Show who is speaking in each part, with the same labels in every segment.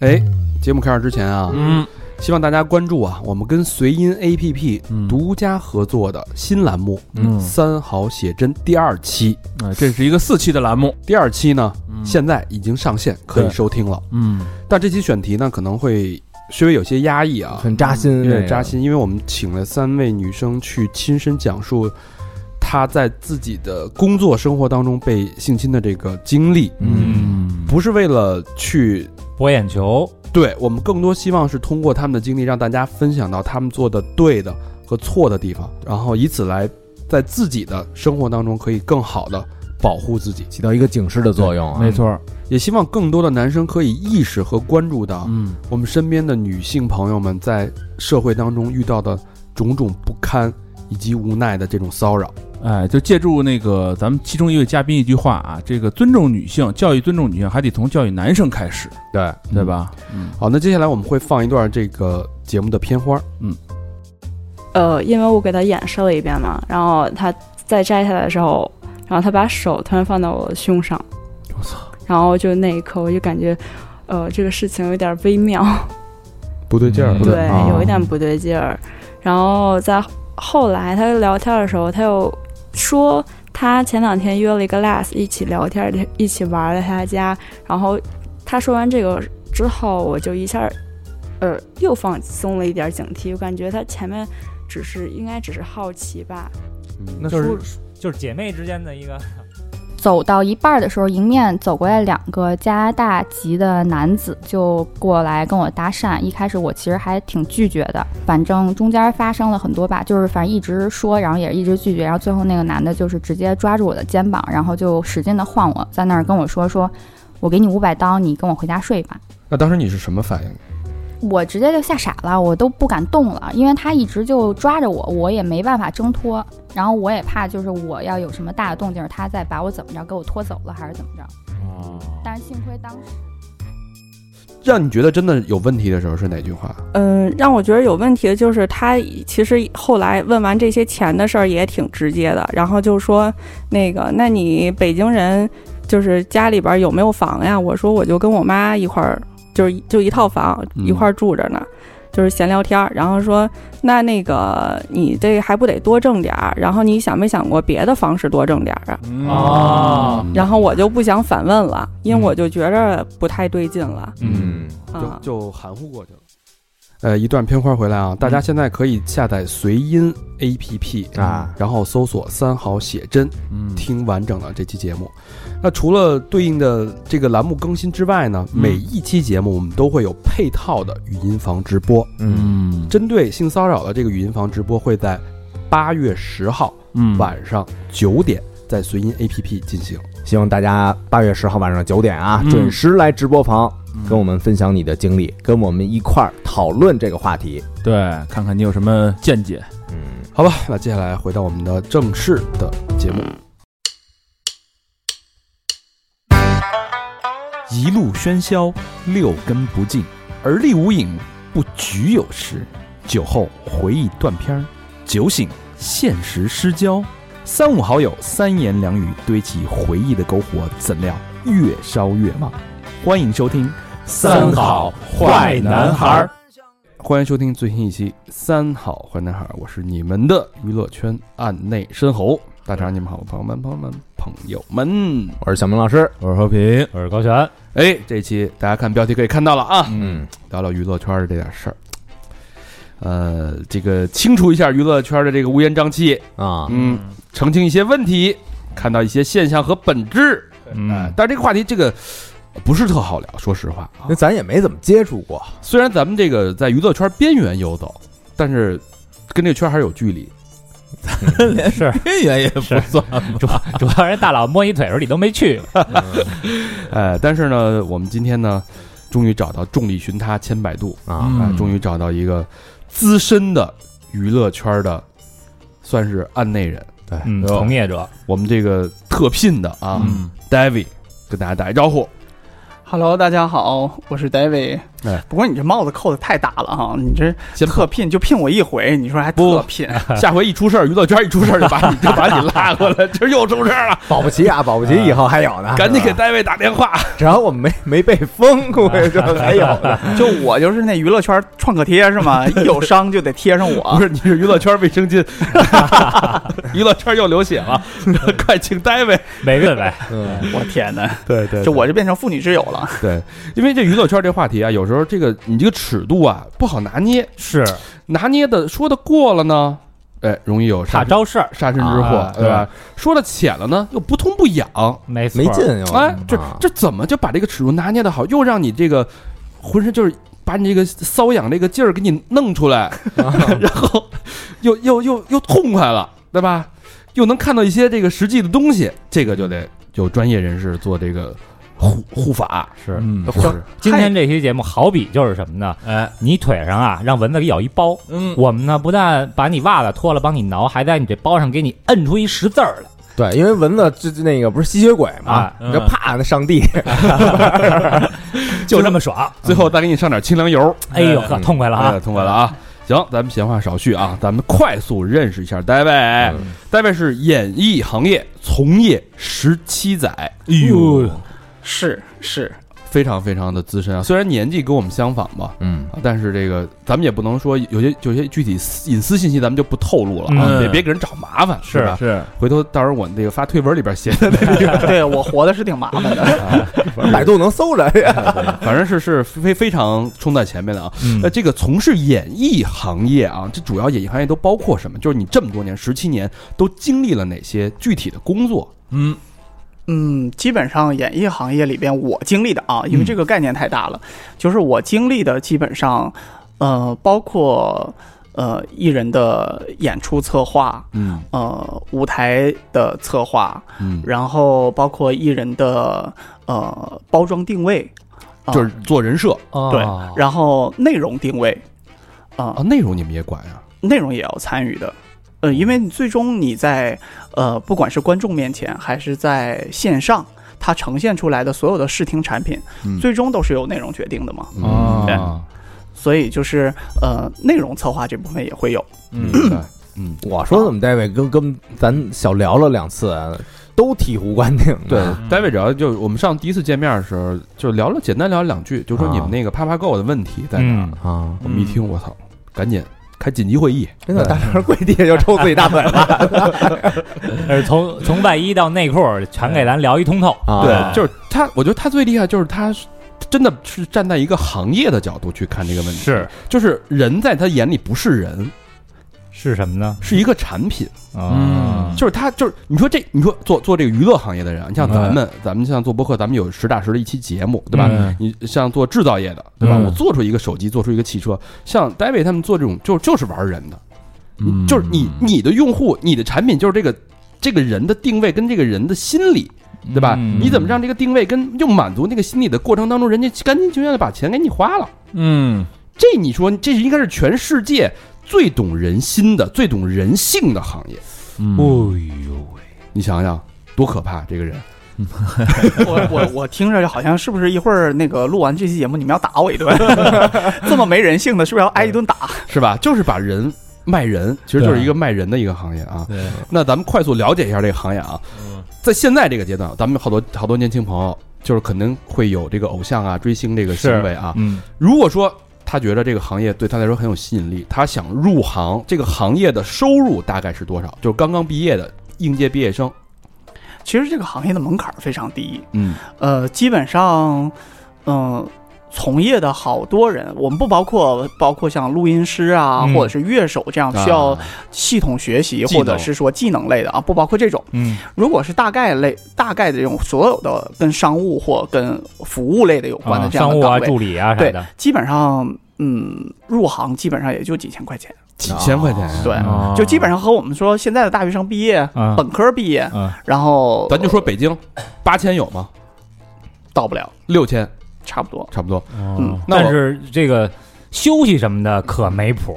Speaker 1: 哎，节目开始之前啊，
Speaker 2: 嗯
Speaker 1: 希望大家关注啊，我们跟随音 APP
Speaker 2: 嗯
Speaker 1: 独家合作的新栏目
Speaker 2: 嗯
Speaker 1: 《三好写真》第二期。
Speaker 2: 哎这是一个四期的栏目，
Speaker 1: 第二期呢，
Speaker 2: 嗯
Speaker 1: 现在已经上线，可以
Speaker 2: 对
Speaker 1: 收听了。
Speaker 2: 嗯
Speaker 1: 但这期选题呢，可能会稍微有些压抑啊，
Speaker 3: 很扎心，
Speaker 2: 嗯
Speaker 1: 有点扎。心，因为我们请了三位女生去亲身讲述她在自己的工作生活当中被性侵的这个经历，
Speaker 2: 嗯
Speaker 1: 不是为了去
Speaker 4: 博眼球，
Speaker 1: 对我们更多希望是通过他们的经历，让大家分享到他们做的对的和错的地方，然后以此来在自己的生活当中可以更好的保护自己。
Speaker 3: 起到一个警示的作用啊。
Speaker 2: 没错，
Speaker 1: 也希望更多的男生可以意识和关注到
Speaker 2: 嗯
Speaker 1: 我们身边的女性朋友们在社会当中遇到的种种不堪以及无奈的这种骚扰。
Speaker 5: 嗯
Speaker 2: 哎，就借助那个咱们其中一位嘉宾一句话啊，这个尊重女性，教育尊重女性，还得从教育男生开始，
Speaker 3: 对，
Speaker 2: 对吧？
Speaker 1: 好，那接下来我们会放一段这个节目的片花。
Speaker 5: 呃，因为我给他演示了一遍嘛，然后他在摘下来的时候，然后他把手突然放到我的胸上，
Speaker 2: 我操，
Speaker 5: 然后就那一刻我就感觉，呃，这个事情有点微妙，
Speaker 1: 不对
Speaker 4: 劲儿嗯
Speaker 5: 对，
Speaker 1: 啊
Speaker 5: 有一点不对劲儿。然后在后来他聊天的时候，他又说他前两天约了一个 last 一起聊天，一起玩儿在他家。然后他说完这个之后，我就一下儿，呃，又放松了一点儿警惕。我感觉他前面只是应该只是好奇吧。
Speaker 3: 嗯那
Speaker 4: 就是
Speaker 3: 说
Speaker 4: 就是姐妹之间的一个，
Speaker 6: 走到一半儿的时候，迎面走过来两个加拿大籍的男子，就过来跟我搭讪。一开始我其实还挺拒绝的，反正中间发生了很多吧，就是反正一直说，然后也一直拒绝，然后最后那个男的就是直接抓住我的肩膀，然后就使劲的晃我，在那儿跟我说说，我给你五百刀，你跟我回家睡吧。
Speaker 3: 那当时你是什么反应？
Speaker 6: 我直接就吓傻了，我都不敢动了，因为他一直就抓着我，我也没办法挣脱，然后我也怕就是我要有什么大的动静，他再把我怎么着，给我拖走了还是怎么着。但是幸亏当时
Speaker 1: 让你觉得真的有问题的时候是哪句话？
Speaker 7: 嗯，让我觉得有问题的就是他其实后来问完这些钱的事儿也挺直接的，然后就说那个，那你北京人就是家里边有没有房呀？我说我就跟我妈一块儿，就是就一套房
Speaker 1: 嗯
Speaker 7: 一块儿住着呢，就是闲聊天儿。然后说那那个你这还不得多挣点儿？然后你想没想过别的方式多挣点儿啊？
Speaker 4: 哦
Speaker 1: 嗯
Speaker 7: 然后我就不想反问了，因
Speaker 2: 嗯
Speaker 7: 为我就觉着不太对劲了。
Speaker 4: 嗯，
Speaker 7: 啊。
Speaker 1: 就就含糊过去了。呃，一段片花回来啊，大家现在可以下载随音 APP
Speaker 3: 啊，
Speaker 1: 然后搜索“三好写真
Speaker 2: 嗯”，
Speaker 1: 听完整的这期节目。那除了对应的这个栏目更新之外呢，
Speaker 2: 嗯
Speaker 1: 每一期节目我们都会有配套的语音房直播。
Speaker 3: 嗯，
Speaker 1: 针对性骚扰的这个语音房直播会在八月十号
Speaker 2: 嗯
Speaker 1: 晚上九点在随音 APP 进行。
Speaker 3: 希望大家八月十号晚上九点啊，
Speaker 2: 嗯
Speaker 3: 准时来直播房，
Speaker 2: 嗯
Speaker 3: 跟我们分享你的经历，跟我们一块儿讨论这个话题。
Speaker 2: 对，看看你有什么见解。
Speaker 3: 嗯，
Speaker 1: 好吧，那接下来回到我们的正式的节目。
Speaker 8: 一路喧嚣，六根不净，而立无影，不局有时。酒后回忆断片儿，酒醒现实失焦。三五好友，三言两语堆起回忆的篝火，怎料越烧越旺。欢迎收听《
Speaker 2: 三好坏男孩儿
Speaker 1: 欢迎收听最新一期《三好坏男孩》，我是你们的娱乐圈案内申猴。大肠，你们好，朋友们，朋友们，朋友们。
Speaker 3: 我是小明老师。
Speaker 2: 我是和平，
Speaker 4: 我是高璇，
Speaker 1: 哎，这期大家看标题可以看到了啊，
Speaker 3: 嗯，
Speaker 1: 聊聊娱乐圈的这点事儿。呃，这个清除一下娱乐圈的这个乌烟瘴气，
Speaker 3: 啊，
Speaker 1: 嗯，澄清一些问题，看到一些现象和本质。哎
Speaker 2: 嗯，
Speaker 1: 但是这个话题这个呃不是特好聊，说实话啊
Speaker 3: 那。咱也没怎么接触过。
Speaker 1: 虽然咱们这个在娱乐圈边缘游走，但是跟这个圈还是有距离。
Speaker 4: 是
Speaker 2: 边缘也不
Speaker 4: 是
Speaker 2: 算
Speaker 4: 主主要人大佬摸你腿时候你都没去，
Speaker 1: 呃，但是呢，我们今天呢，终于找到众里寻他千百度
Speaker 3: 啊，
Speaker 1: 啊、终于找到一个资深的娱乐圈的，算是案内人，
Speaker 4: 嗯，
Speaker 2: 有
Speaker 4: 从业者，
Speaker 1: 我们这个特聘的啊、
Speaker 2: 嗯
Speaker 1: d a v i d 跟大家打一招呼。
Speaker 9: Hello，大家好，我是 David。
Speaker 1: 哎
Speaker 9: 不过你这帽子扣的太大了哈，你这
Speaker 1: 先
Speaker 9: 特聘就聘我一回，你说还
Speaker 1: 不
Speaker 9: 特聘？
Speaker 1: 下回一出事儿，于道娟一出事儿就把你就把你拉过来，这又出事儿了，
Speaker 3: 保不齐啊，保不齐以后还有呢，
Speaker 1: 赶紧给
Speaker 3: 是吧，
Speaker 1: 单位打电话。
Speaker 3: 只要我们没没被封，估计就还有呢。
Speaker 9: 就我就是那娱乐圈创可贴是 吗？一有伤就得贴上我。
Speaker 1: 不是，你是娱乐圈卫生 巾，娱乐圈又流血 了，快请单位。
Speaker 4: 没问呗，
Speaker 3: 嗯，
Speaker 9: 我天哪，
Speaker 1: 对对
Speaker 9: 就我就变成妇女之友了。
Speaker 1: 对，因为这娱乐圈这话题啊，有时候这个你这个尺度啊不好拿捏，
Speaker 4: 是
Speaker 1: 拿捏的说的过了呢，哎，容易有
Speaker 4: 怕
Speaker 1: 杀
Speaker 4: 招事儿，
Speaker 1: 杀身之祸，
Speaker 4: 啊
Speaker 1: 对吧？说的浅了呢，又不痛不痒，
Speaker 4: 没错，
Speaker 3: 没劲哟。
Speaker 1: 哎，这
Speaker 3: 啊
Speaker 1: 这怎么就把这个尺度拿捏的好，又让你这个浑身就是把你这个瘙痒这个劲儿给你弄出来， 然后又又又又痛快了，对吧？又能看到一些这个实际的东西，这个就得有专业人士做这个护护法，
Speaker 4: 是。
Speaker 2: 嗯
Speaker 1: 是
Speaker 4: 今天这期节目好比就是什么呢？
Speaker 2: 哎，
Speaker 4: 你腿上啊，让蚊子给咬一包。
Speaker 2: 嗯，
Speaker 4: 我们呢，不但把你袜子脱了，帮你挠，还在你这包上给你摁出一识字儿来
Speaker 3: 对，因为蚊子这这那个不是吸血鬼嘛
Speaker 4: 啊，
Speaker 3: 你就怕那上帝，
Speaker 4: 就这么爽。
Speaker 1: 最后再给你上点清凉油，
Speaker 4: 哎呦呵，痛快了
Speaker 1: 哎，
Speaker 4: 啊！
Speaker 1: 通过了啊。行，咱们闲话少叙啊，咱们快速认识一下戴维。戴维是演艺行业从业十七载，
Speaker 4: 哎呦，
Speaker 9: 是是，
Speaker 1: 非常非常的资深啊。虽然年纪跟我们相仿吧，
Speaker 3: 嗯，
Speaker 1: 啊但是这个咱们也不能说有些有些具体私隐私信息咱们就不透露了啊，
Speaker 2: 嗯
Speaker 1: 也别给人找麻烦，
Speaker 4: 是
Speaker 1: 对吧？
Speaker 2: 是啊
Speaker 1: 回头到时候我那个发推文里边写的，
Speaker 9: 对我活的是挺麻烦的。
Speaker 3: 百度能搜着。
Speaker 1: 反正是是非非常冲在前面的啊。
Speaker 4: 嗯
Speaker 1: 那这个从事演艺行业啊，这主要演艺行业都包括什么？就是你这么多年，十七年都经历了哪些具体的工作？
Speaker 2: 嗯
Speaker 9: 嗯，基本上演艺行业里边我经历的啊，因为这个概念太大了，就是我经历的基本上，呃，包括呃艺人的演出策划，
Speaker 1: 嗯
Speaker 9: 呃舞台的策划，
Speaker 1: 嗯，
Speaker 9: 然后包括艺人的呃包装定位，啊
Speaker 1: 就是做人设
Speaker 9: 对
Speaker 4: 哦
Speaker 9: 然后内容定位，啊、
Speaker 1: 啊，内容你们也管呀？
Speaker 9: 内容也要参与的。呃，因为你最终你在呃，不管是观众面前还是在线上，它呈现出来的所有的视听产品，
Speaker 1: 嗯
Speaker 9: 最终都是由内容决定的嘛。
Speaker 1: 啊
Speaker 9: 对所以就是呃，内容策划这部分也会有。
Speaker 2: 嗯，
Speaker 1: 对，嗯，
Speaker 3: 我说怎么单位跟跟咱小聊了两次，都醍醐灌顶的。
Speaker 1: 对，戴维只要就我们上第一次见面的时候，就聊了简单聊了两句，就说你们那个啪啪购的问题在哪儿
Speaker 4: 嗯，
Speaker 3: 啊，
Speaker 1: 我们一听，我操，赶紧开紧急会议，
Speaker 3: 真的，大成跪地下就抽自己大腿了
Speaker 4: 呃，从从外衣到内裤，全给咱聊一通透。
Speaker 3: 啊！
Speaker 4: 哎
Speaker 1: 对，就是他，我觉得他最厉害就是他是真的是站在一个行业的角度去看这个问题，
Speaker 4: 是
Speaker 1: 就是人在他眼里不是人，
Speaker 4: 是什么呢？
Speaker 1: 是一个产品，
Speaker 4: 啊，
Speaker 1: 就是他就是你说这你说做做这个娱乐行业的人啊，你像咱们、咱们像做播客，咱们有实打实的一期节目，对吧？
Speaker 4: 嗯
Speaker 1: 你像做制造业的，对吧？
Speaker 4: 嗯
Speaker 1: 我做出一个手机，做出一个汽车，像 David 他们做这种就就是玩人的，
Speaker 2: 嗯
Speaker 1: 就是你你的用户，你的产品就是这个这个人的定位跟这个人的心理。对吧？
Speaker 2: 嗯
Speaker 1: 你怎么让这个定位跟又满足那个心理的过程当中，人家干干净净的把钱给你花了？
Speaker 2: 嗯
Speaker 1: 这你说，这应该是全世界最懂人心的、最懂人性的行业。
Speaker 2: 嗯
Speaker 4: 呦喂，
Speaker 1: 你想想，多可怕！这个人，
Speaker 9: 我 我我听着好像是不是一会儿那个录完这期节目你们要打我一顿？ 这么没人性的，是不是要挨一顿打？
Speaker 1: 是吧？就是把人卖人，其实就是一个卖人的一个行业啊。
Speaker 2: 对，
Speaker 1: 那咱们快速了解一下这个行业啊。在现在这个阶段，咱们好多好多年轻朋友，就是可能会有这个偶像啊、追星这个行为啊。
Speaker 2: 嗯
Speaker 1: 如果说他觉得这个行业对他来说很有吸引力，他想入行，这个行业的收入大概是多少？就是刚刚毕业的应届毕业生，
Speaker 9: 其实这个行业的门槛儿非常低，
Speaker 1: 嗯，
Speaker 9: 呃，基本上，嗯、从业的好多人，我们不包括包括像录音师啊，
Speaker 4: 嗯啊
Speaker 9: 或者是乐手这样需要系统学习、
Speaker 1: 技能
Speaker 9: 或者是说技能类的啊，不包括这种。
Speaker 4: 嗯，
Speaker 9: 如果是大概类、大概的这种所有的跟商务或跟服务类的有关的
Speaker 4: 啊
Speaker 9: 这样的
Speaker 4: 商务
Speaker 9: 岗
Speaker 4: 啊、
Speaker 9: 位，
Speaker 4: 助理啊啥
Speaker 9: 对
Speaker 4: 的，，
Speaker 9: 基本上。嗯，入行基本上也就几千块钱，
Speaker 1: 几千块钱，
Speaker 9: 对，
Speaker 4: 啊
Speaker 9: 就基本上和我们说现在的大学生毕业、
Speaker 4: 啊
Speaker 9: 本科毕业，
Speaker 4: 啊，
Speaker 9: 然后
Speaker 1: 咱就说北京八千有吗？
Speaker 9: 到不了，
Speaker 1: 六千
Speaker 9: 差不多。
Speaker 1: 差不多。
Speaker 4: 哦
Speaker 9: 嗯
Speaker 1: 那我
Speaker 4: 但是这个休息什么的可没谱，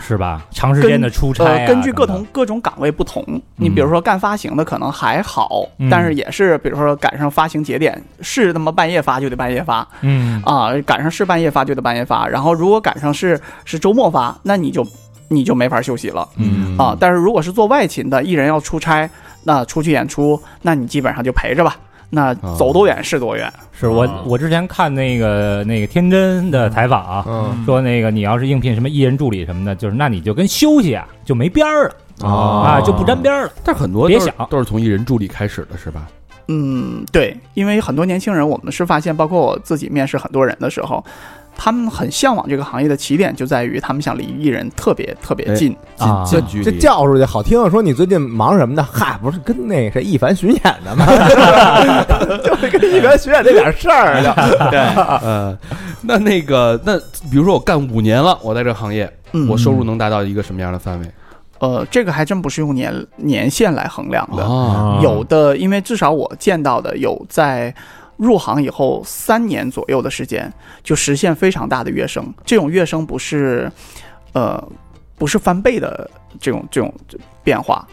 Speaker 4: 是吧？长时间的出差、啊
Speaker 9: 呃，根据各
Speaker 4: 等
Speaker 9: 同
Speaker 4: 等
Speaker 9: 各种岗位不同，你比如说干发行的可能还好，
Speaker 4: 嗯
Speaker 9: 但是也是比如说赶上发行节点，是他妈半夜发就得半夜发
Speaker 4: 嗯
Speaker 9: 啊、赶上是半夜发就得半夜发，然后如果赶上是是周末发，那你就你就没法休息了
Speaker 2: 嗯
Speaker 9: 啊、但是如果是做外勤的，艺人要出差，那出去演出，那你基本上就陪着吧。那
Speaker 4: 哦
Speaker 9: 走多远是多远，
Speaker 4: 是我
Speaker 9: 哦
Speaker 2: 啊
Speaker 4: 我之前看那个那个天真的采访啊、
Speaker 3: 嗯
Speaker 4: 说那个你要是应聘什么艺人助理什么的，就是那你就跟休息啊就没边儿了、
Speaker 2: 哦
Speaker 4: 啊，就不沾边儿了。
Speaker 1: 但很多
Speaker 4: 别
Speaker 1: 都是
Speaker 4: 想
Speaker 1: 都是从艺人助理开始的，是吧？
Speaker 9: 嗯，对，因为很多年轻人，我们是发现，包括我自己面试很多人的时候，他们很向往这个行业的起点就在于他们想离艺人特别特别近。
Speaker 1: 近
Speaker 4: 啊
Speaker 1: 近距
Speaker 3: 这
Speaker 1: 离，
Speaker 3: 叫出去好听，说你最近忙什么的？嗨，不是跟那谁一凡巡演的吗？ 就是跟一凡巡演这点事 儿就。
Speaker 1: 呃，那那个那比如说我干五年了，我在这行业，
Speaker 9: 嗯，
Speaker 1: 我收入能达到一个什么样的范围？
Speaker 9: 呃，这个还真不是用年年限来衡量的，
Speaker 1: 啊，
Speaker 4: 哦嗯
Speaker 9: 有的因为至少我见到的有在。入行以后三年左右的时间，就实现非常大的跃升。这种跃升不是，呃，不是翻倍的这种这种变化，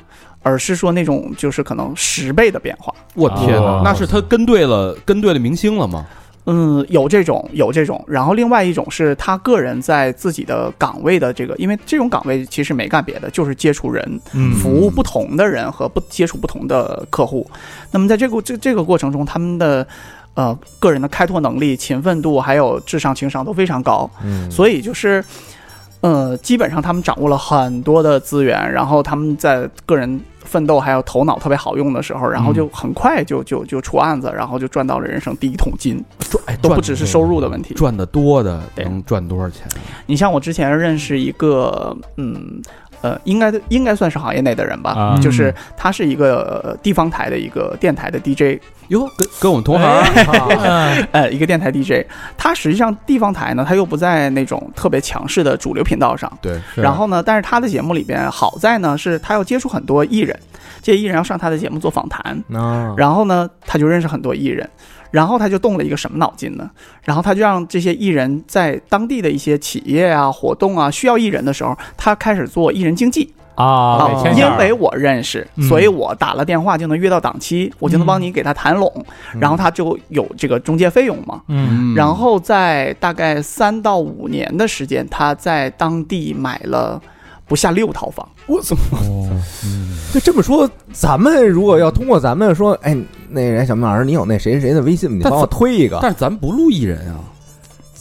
Speaker 9: 而是说那种就是可能十倍的变化。
Speaker 1: 我天哪
Speaker 4: 啊，
Speaker 1: 那是他跟对了跟对了明星了吗？
Speaker 9: 嗯，有这种，有这种。然后另外一种是他个人在自己的岗位的这个，因为这种岗位其实没干别的，就是接触人，
Speaker 4: 嗯
Speaker 9: 服务不同的人和不接触不同的客户。那么在这个这这个过程中，他们的呃个人的开拓能力、勤奋度还有智商、情商都非常高，
Speaker 3: 嗯
Speaker 9: 所以就是。呃，基本上他们掌握了很多的资源，然后他们在个人奋斗还有头脑特别好用的时候，然后就很快就就就出案子，然后就赚到了人生第一桶金。
Speaker 1: 赚哎
Speaker 9: 都
Speaker 1: 赚
Speaker 9: 不只是收入的问题。
Speaker 1: 赚的多的
Speaker 9: 对
Speaker 1: 能赚多少钱？
Speaker 9: 你像我之前认识一个，嗯，呃，应该应该算是行业内的人吧，
Speaker 4: 啊
Speaker 1: 嗯
Speaker 9: 就是他是一个、呃地方台的一个电台的 DJ，
Speaker 1: 哟，跟跟我们同行啊
Speaker 9: 呃，一个电台 DJ。他实际上地方台呢，他又不在那种特别强势的主流频道上。
Speaker 1: 对，啊
Speaker 9: 然后呢，但是他的节目里边好在呢，是他要接触很多艺人，这些艺人要上他的节目做访谈，
Speaker 3: 啊，
Speaker 9: 然后呢，他就认识很多艺人，然后他就动了一个什么脑筋呢？然后他就让这些艺人在当地的一些企业啊、活动啊需要艺人的时候，他开始做艺人经纪
Speaker 4: 啊，给牵线
Speaker 9: 哦因
Speaker 4: 儿
Speaker 9: 为我认识，
Speaker 4: 嗯
Speaker 9: 所以我打了电话就能约到档期，我就能帮你给他谈拢，然后他就有这个中介费用嘛。
Speaker 4: 嗯
Speaker 1: 嗯
Speaker 9: 然后在大概三到五年的时间，他在当地买了不下六套房。
Speaker 3: 我怎么？
Speaker 2: 哦
Speaker 3: 就这么说，咱们如果要通过咱们说，哎，那人小明老师，你有那谁谁谁的微信吗？你
Speaker 1: 但
Speaker 3: 帮我推一个。
Speaker 1: 但是咱不录艺人啊，
Speaker 3: 嗯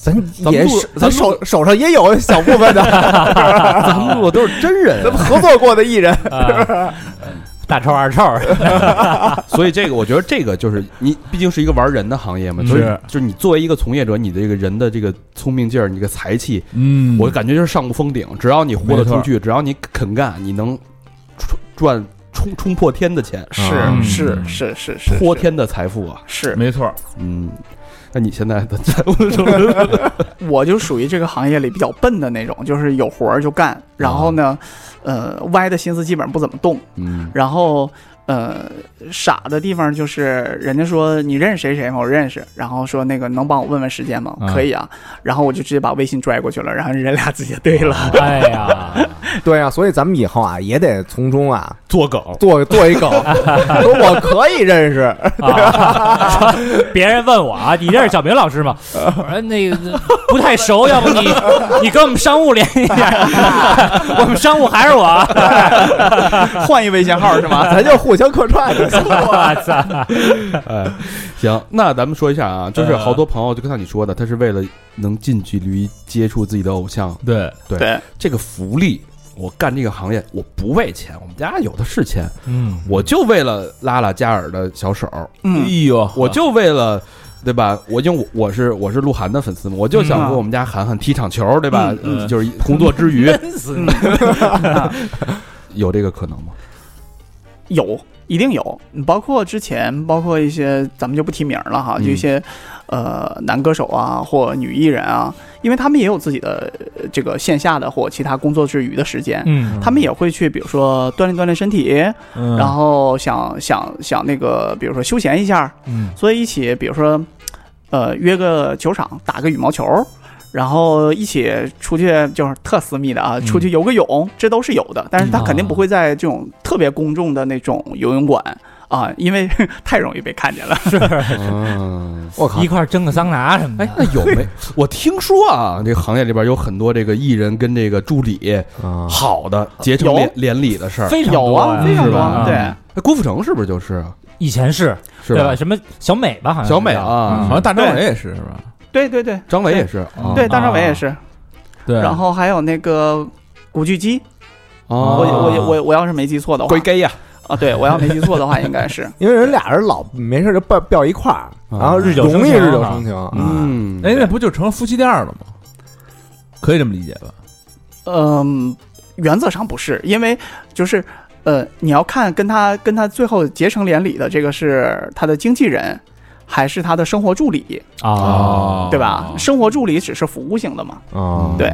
Speaker 3: 咱
Speaker 1: 咱
Speaker 3: 也
Speaker 1: 录
Speaker 3: 是
Speaker 1: 咱录
Speaker 3: 咱手手上也 有小部分的，
Speaker 1: 咱们录的都是真人
Speaker 3: 咱，们合作过的艺人。
Speaker 4: 啊大臭二臭，
Speaker 1: 所以这个我觉得这个就是你毕竟是一个玩人的行业嘛，
Speaker 4: 嗯
Speaker 1: 所以
Speaker 4: 是
Speaker 1: 就是你作为一个从业者，你的这个人的这个聪明劲儿，你这个才气，
Speaker 2: 嗯，
Speaker 1: 我感觉就是上不封顶。只要你豁
Speaker 2: 没
Speaker 1: 得
Speaker 2: 错
Speaker 1: 出去，只要你肯干，你能出赚冲冲破天的钱，
Speaker 9: 是、
Speaker 2: 嗯
Speaker 9: 是是是是，
Speaker 1: 泼天的财富啊！
Speaker 9: 是
Speaker 2: 没错儿，
Speaker 1: 嗯，那你现在的财务什么？
Speaker 9: 我就属于这个行业里比较笨的那种，就是有活儿就干，然后呢，呃，歪的心思基本上不怎么动，
Speaker 1: 嗯，
Speaker 9: 然后呃，傻的地方就是人家说你认识谁谁吗？我认识，然后说那个能帮我问问时间吗？
Speaker 2: 嗯
Speaker 9: 可以啊，然后我就直接把微信拽过去了，然后人俩直接对 了，
Speaker 4: 哎呀，
Speaker 3: 对啊，所以咱们以后啊，也得从中啊
Speaker 1: 做狗
Speaker 3: 做做一狗，说我可以认识，
Speaker 4: 啊！别人问我啊，你认识小明老师吗？我说那个不太熟，要不你你跟我们商务联系一下，我们商务还是我。
Speaker 9: 换一微信号是 吗？
Speaker 3: 咱就互相客串就行。
Speaker 4: 我 操！
Speaker 1: 哎，行，那咱们说一下啊，就是好多朋友就像你说的，他是为了能近距离接触自己的偶像，
Speaker 2: 对，
Speaker 9: 对，
Speaker 1: 这个福利。我干这个行业，我不为钱，我们家有的是钱，
Speaker 4: 嗯，
Speaker 1: 我就为了拉拉加尔的小手，
Speaker 2: 哎
Speaker 9: 嗯，
Speaker 2: 呦，
Speaker 1: 我就为了。对吧？我因为我我是我是鹿晗的粉丝嘛，我就想
Speaker 9: 嗯
Speaker 1: 和
Speaker 9: 啊
Speaker 1: 我们家涵涵踢场球，对吧？
Speaker 9: 嗯
Speaker 1: 呃就是工作之余
Speaker 4: 闷死你！
Speaker 1: 有这个可能吗？
Speaker 9: 有。一定有，包括之前，包括一些咱们就不提名了哈，
Speaker 1: 嗯
Speaker 9: 就一些，呃，男歌手啊或女艺人啊，因为他们也有自己的呃这个线下的或其他工作之余的时间，
Speaker 4: 嗯
Speaker 9: 他们也会去，比如说锻炼锻炼身体，
Speaker 2: 然
Speaker 9: 然后想想想那个，比如说休闲一下，
Speaker 2: 嗯
Speaker 9: 所以一起，比如说，呃，约个球场打个羽毛球，然后一起出去就是特私密的啊，出去游个泳，这都是有的，但是他肯定不会在这种特别公众的那种游泳馆啊，因为太容易被看见了。
Speaker 1: 嗯，
Speaker 3: 我靠
Speaker 4: 一，块儿蒸个桑拿什么
Speaker 1: 哎
Speaker 4: 的，，
Speaker 1: 那有没？我听说啊，这个行业里边有很多这个艺人跟这个助理
Speaker 3: 啊
Speaker 1: 好的结成连连理的事儿。
Speaker 4: 非常
Speaker 9: 有
Speaker 4: 多
Speaker 9: 啊，
Speaker 4: 呀
Speaker 9: 非常
Speaker 1: 是吧
Speaker 9: 多，对。
Speaker 1: 哎郭富城是不是就是啊？
Speaker 4: 以前是
Speaker 1: 是
Speaker 4: 对吧？？什么小美吧，好像是嗯
Speaker 1: 小美
Speaker 4: 叫
Speaker 1: 啊，
Speaker 2: 好像大张伟也是是吧？
Speaker 9: 对对对
Speaker 1: 张伟也是。啊
Speaker 9: 对，大张伟也是，
Speaker 2: 对，
Speaker 9: 然后还有那个古巨基，我
Speaker 1: 哦，
Speaker 9: 我我我要是没记错的话
Speaker 1: 鬼，给呀，
Speaker 9: 啊，对我要没记错的话，应该是
Speaker 3: 因为人俩人老没事就抱抱一块儿，
Speaker 1: 啊
Speaker 3: 然后
Speaker 4: 日久生
Speaker 3: 容易
Speaker 4: 情
Speaker 3: 日久
Speaker 4: 啊
Speaker 3: 生情啊。
Speaker 1: 嗯，
Speaker 2: 哎，那不就成了夫妻店了吗？可以这么理解吧？
Speaker 9: 嗯，原则上不是，因为就是呃，你要看跟他跟他最后结成连理的这个是他的经纪人。还是他的生活助理，
Speaker 4: 啊，
Speaker 1: 哦
Speaker 9: 对吧？生活助理只是服务性的嘛，
Speaker 3: 啊
Speaker 1: 嗯
Speaker 9: 对，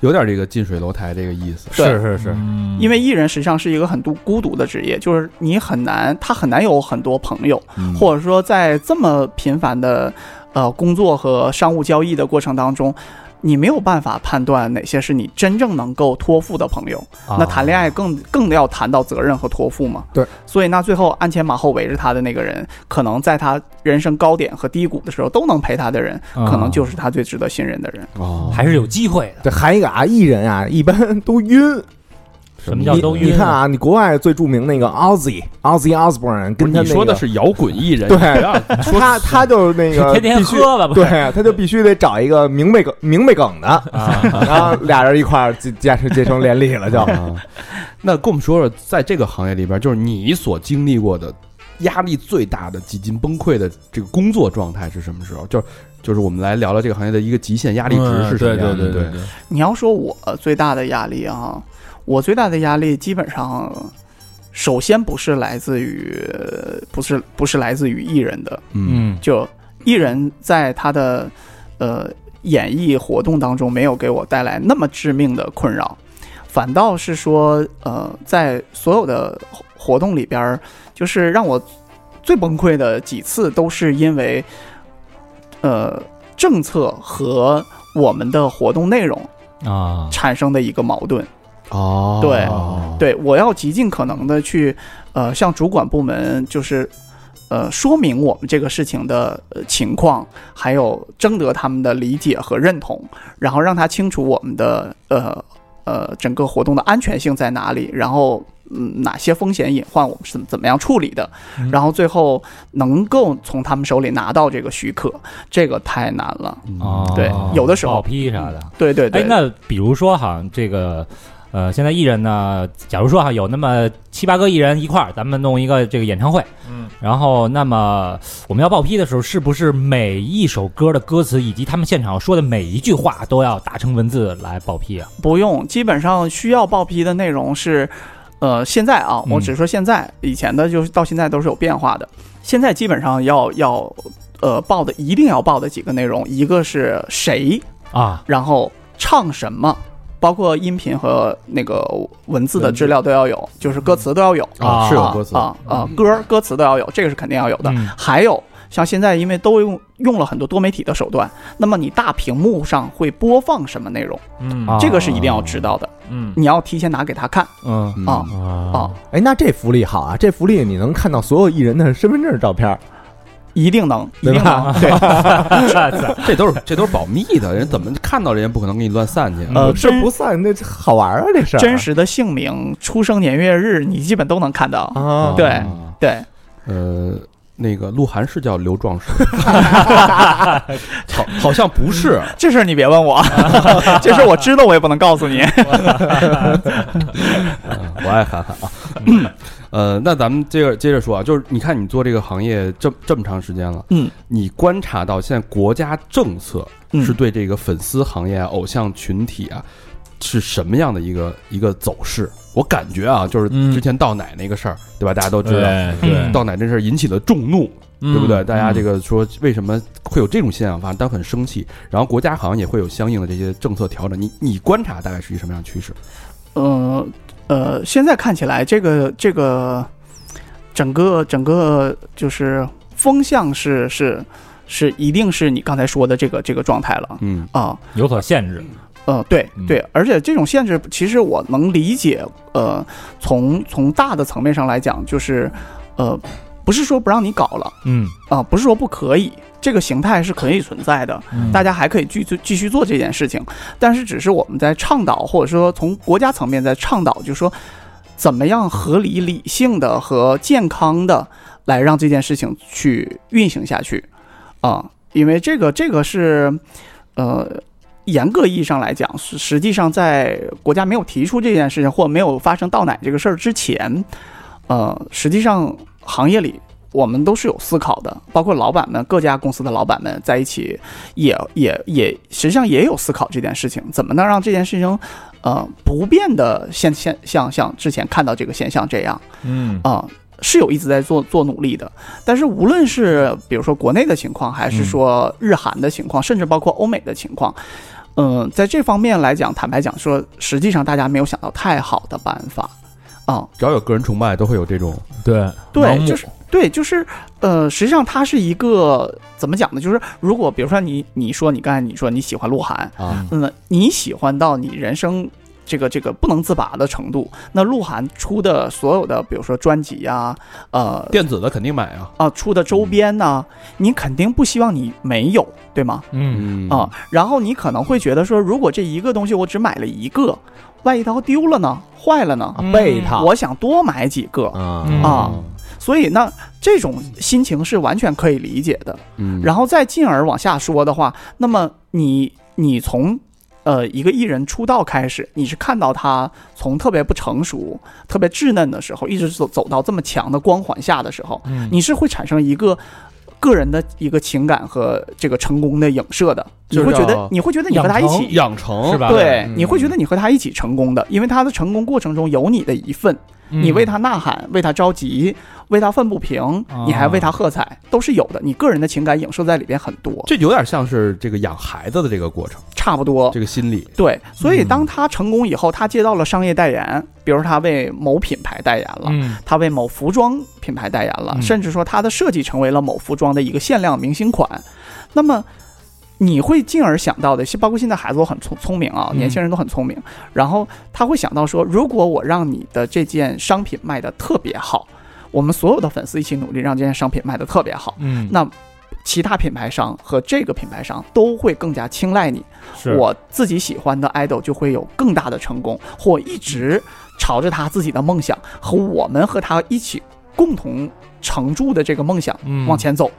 Speaker 1: 有点这个近水楼台这个意思。
Speaker 9: 对
Speaker 4: 是是是，
Speaker 9: 因为艺人实际上是一个很独孤独的职业，就是你很难，他很难有很多朋友，或者说在这么频繁的呃工作和商务交易的过程当中，你没有办法判断哪些是你真正能够托付的朋友。
Speaker 4: 啊
Speaker 9: 那谈恋爱更更要谈到责任和托付嘛。
Speaker 3: 对，
Speaker 9: 所以那最后鞍前马后围着他的那个人，可能在他人生高点和低谷的时候都能陪他的人，
Speaker 4: 啊
Speaker 9: 可能就是他最值得信任的人。
Speaker 1: 哦，
Speaker 4: 还是有机会的。
Speaker 3: 这含一个啊，艺人啊，一般 都晕。
Speaker 4: 什么叫都
Speaker 3: 你
Speaker 4: 晕
Speaker 3: 看啊，你国外最著名那个 Ozzy Ozzy Osbourne，
Speaker 1: 不是
Speaker 3: 跟他
Speaker 1: 你说的
Speaker 3: 的
Speaker 1: 是摇滚艺人，
Speaker 3: 对
Speaker 1: 不要说
Speaker 3: 他他就 那个
Speaker 4: 天天
Speaker 3: 必须
Speaker 4: 喝吧，不是
Speaker 3: 对，啊他就必须得找一个明白梗明白梗的， 然后俩人一块儿结结成结成连理了就。
Speaker 1: 啊 那跟我们说说，在这个行业里边，就是你所经历过的压力最大的、几近崩溃的这个工作状态是什么时候？就是就是我们来聊聊这个行业的一个极限压力值是什
Speaker 2: 嗯对
Speaker 1: 么样的？
Speaker 2: 对对
Speaker 1: 对
Speaker 2: 对，
Speaker 9: 你要说我最大的压力啊，我最大的压力基本上，首先不是来自于，不是不是来自于艺人的，
Speaker 1: 嗯
Speaker 4: 嗯，
Speaker 9: 就艺人在他的呃演艺活动当中没有给我带来那么致命的困扰，反倒是说呃在所有的活活动里边儿，就是让我最崩溃的几次都是因为呃政策和我们的活动内容
Speaker 4: 啊，
Speaker 9: 产生的一个矛盾。
Speaker 1: 哦
Speaker 9: 对对，我要极尽可能的去，呃，向主管部门就是，呃，说明我们这个事情的呃情况，还有征得他们的理解和认同，然后让他清楚我们的呃呃整个活动的安全性在哪里，然后嗯哪些风险隐患我们是怎么样处理的，
Speaker 4: 嗯
Speaker 9: 然后最后能够从他们手里拿到这个许可，这个太难了。
Speaker 1: 哦
Speaker 9: 对有的时候
Speaker 4: 报嗯批啥的。
Speaker 9: 对对
Speaker 4: 哎
Speaker 9: 对，，
Speaker 4: 那比如说哈，这个呃，现在艺人呢，假如说哈有那么七八个艺人一块儿，咱们弄一个这个演唱会，嗯，然后那么我们要报批的时候，是不是每一首歌的歌词以及他们现场说的每一句话都要打成文字来报批啊？
Speaker 9: 不用，基本上需要报批的内容是，呃，现在啊，
Speaker 4: 嗯
Speaker 9: 我只说现在，以前的就是到现在都是有变化的。现在基本上要要，呃，报的一定要报的几个内容，一个是谁，
Speaker 4: 啊，
Speaker 9: 然后唱什么，包括音频和那个文字的资料都要有，就是歌词都要有
Speaker 1: 啊是嗯有歌词嗯
Speaker 9: 啊啊，歌歌词都要有，这个是肯定要有的。还有像现在，因为都用用了很多多媒体的手段，那么你大屏幕上会播放什么内容，
Speaker 4: 嗯
Speaker 1: 啊
Speaker 9: 这个是一定要知道的。
Speaker 4: 嗯
Speaker 9: 你要提前拿给他看
Speaker 4: 嗯
Speaker 1: 嗯
Speaker 9: 啊啊，
Speaker 3: 哎，那这福利好啊，这福利你能看到所有艺人的身份证照片儿，
Speaker 9: 一定能，一
Speaker 3: 对
Speaker 9: 定
Speaker 3: 吧
Speaker 9: 能，对，
Speaker 1: 这都是这都是保密的，人怎么看到人不可能给你乱散去？啊
Speaker 9: 呃，
Speaker 3: 这
Speaker 9: 真
Speaker 3: 不算那好玩儿啊，这事儿
Speaker 9: 真实的姓名、出生年月日，你基本都能看到。
Speaker 3: 啊，
Speaker 9: 对
Speaker 1: 啊
Speaker 9: 对，
Speaker 1: 呃，那个鹿晗是叫刘壮士，好，好像不是。啊
Speaker 9: 这事儿你别问 我，这事儿我知道，我也不能告诉你。
Speaker 1: 嗯我爱侃侃啊。呃，那咱们接着接着说啊，就是你看你做这个行业这这么长时间了，
Speaker 9: 嗯，
Speaker 1: 你观察到现在国家政策
Speaker 9: 嗯
Speaker 1: 是对这个粉丝行业、啊、偶像群体啊是什么样的一个一个走势？我感觉啊，就是
Speaker 2: 嗯
Speaker 1: 之前倒奶那个嗯事儿，对吧？大家都
Speaker 4: 嗯
Speaker 1: 知道。
Speaker 2: 对对，
Speaker 1: 倒奶这事儿引起了众怒，
Speaker 2: 对
Speaker 1: 对不对？大家这个说为什么会有这种现象发生，但很生气。然后国家好像也会有相应的这些政策调整。你你观察大概是一什么样的趋势？
Speaker 9: 嗯呃，现在看起来，这个这个整个整个就是风向是是是一定是你刚才说的这个这个状态了
Speaker 1: 嗯，
Speaker 9: 啊。
Speaker 4: 有所限制，
Speaker 9: 呃，对
Speaker 4: 嗯
Speaker 9: 对，而且这种限制，其实我能理解。呃，从从大的层面上来讲，就是呃，不是说不让你搞了
Speaker 4: 嗯，
Speaker 9: 啊、不是说不可以，这个形态是可以存在的，
Speaker 4: 嗯
Speaker 9: 大家还可以继续继续做这件事情。但是，只是我们在倡导，或者说从国家层面在倡导，就是说怎么样合理、理性的和健康的来让这件事情去运行下去啊、因为这个这个是呃。严格意义上来讲，是实际上在国家没有提出这件事情或没有发生倒奶这个事儿之前，呃，实际上行业里我们都是有思考的，包括老板们各家公司的老板们在一起也也也实际上也有思考这件事情，怎么能让这件事情呃不变的现现像像之前看到这个现象这样。
Speaker 10: 嗯
Speaker 9: 啊、是有一直在做做努力的。但是无论是比如说国内的情况，还是说日韩的情况，甚至包括欧美的情况，嗯、在这方面来讲，坦白讲说，实际上大家没有想到太好的办法啊、
Speaker 1: 只要有个人崇拜，都会有这种
Speaker 2: 对盲
Speaker 9: 对，
Speaker 2: 目
Speaker 9: 就是对，就是呃，实际上它是一个怎么讲呢？就是如果比如说你你说你刚才你说你喜欢鹿晗，
Speaker 1: 啊，
Speaker 9: 那你喜欢到你人生这个这个不能自拔的程度，那鹿晗出的所有的比如说专辑啊，呃，
Speaker 1: 电子的肯定买啊，
Speaker 9: 啊出的周边呐，你肯定不希望你没有，对吗？
Speaker 4: 嗯，
Speaker 1: 嗯
Speaker 9: 啊，然后你可能会觉得说，如果这一个东西我只买了一个，万一它丢了呢，坏了呢，
Speaker 3: 啊备一套
Speaker 9: 我想多买几个。
Speaker 3: 啊
Speaker 4: 嗯
Speaker 9: 啊，所以那这种心情是完全可以理解的。
Speaker 1: 嗯，
Speaker 9: 然后再进而往下说的话，那么你你从呃一个艺人出道开始，你是看到他从特别不成熟、特别稚嫩的时候，一直走走到这么强的光环下的时候，
Speaker 1: 嗯
Speaker 9: 你是会产生一个。个人的一个情感和这个成功的影射的，你
Speaker 1: 就是
Speaker 9: 会觉得
Speaker 1: 要
Speaker 9: 你会觉得你和他一
Speaker 4: 养成
Speaker 9: 起
Speaker 1: 养成
Speaker 4: 是？吧？
Speaker 9: 对
Speaker 3: 嗯，
Speaker 9: 你会觉得你和他一起成功的，因为他的成功过程中有你的一份，
Speaker 4: 嗯
Speaker 9: 你为他呐喊，为他着急，为他愤不平，
Speaker 1: 啊
Speaker 9: 你还为他喝彩，都是有的。你个人的情感影射在里边很多，
Speaker 1: 这有点像是这个养孩子的这个过程，
Speaker 9: 差不
Speaker 4: 哦
Speaker 9: 多。
Speaker 1: 这个嗯心理。
Speaker 9: 对，所以当他成功以后，他接到了商业代言，比如他为某品牌代言了，
Speaker 4: 嗯
Speaker 9: 他为某服装品牌代言了，
Speaker 4: 嗯
Speaker 9: 甚至说他的设计成为了某服装的一个限量明星款，那么。你会进而想到的，是包括现在孩子都很聪聪明啊，
Speaker 4: 嗯
Speaker 9: 年轻人都很聪明。然后他会想到说，如果我让你的这件商品卖得特别好，我们所有的粉丝一起努力，让这件商品卖得特别好，
Speaker 4: 嗯，
Speaker 9: 那其他品牌商和这个品牌商都会更加青睐你，
Speaker 4: 是
Speaker 9: 我自己喜欢的 idol 就会有更大的成功，或一直朝着他自己的梦想和我们和他一起共同承住的这个梦想
Speaker 4: 嗯
Speaker 9: 往前走，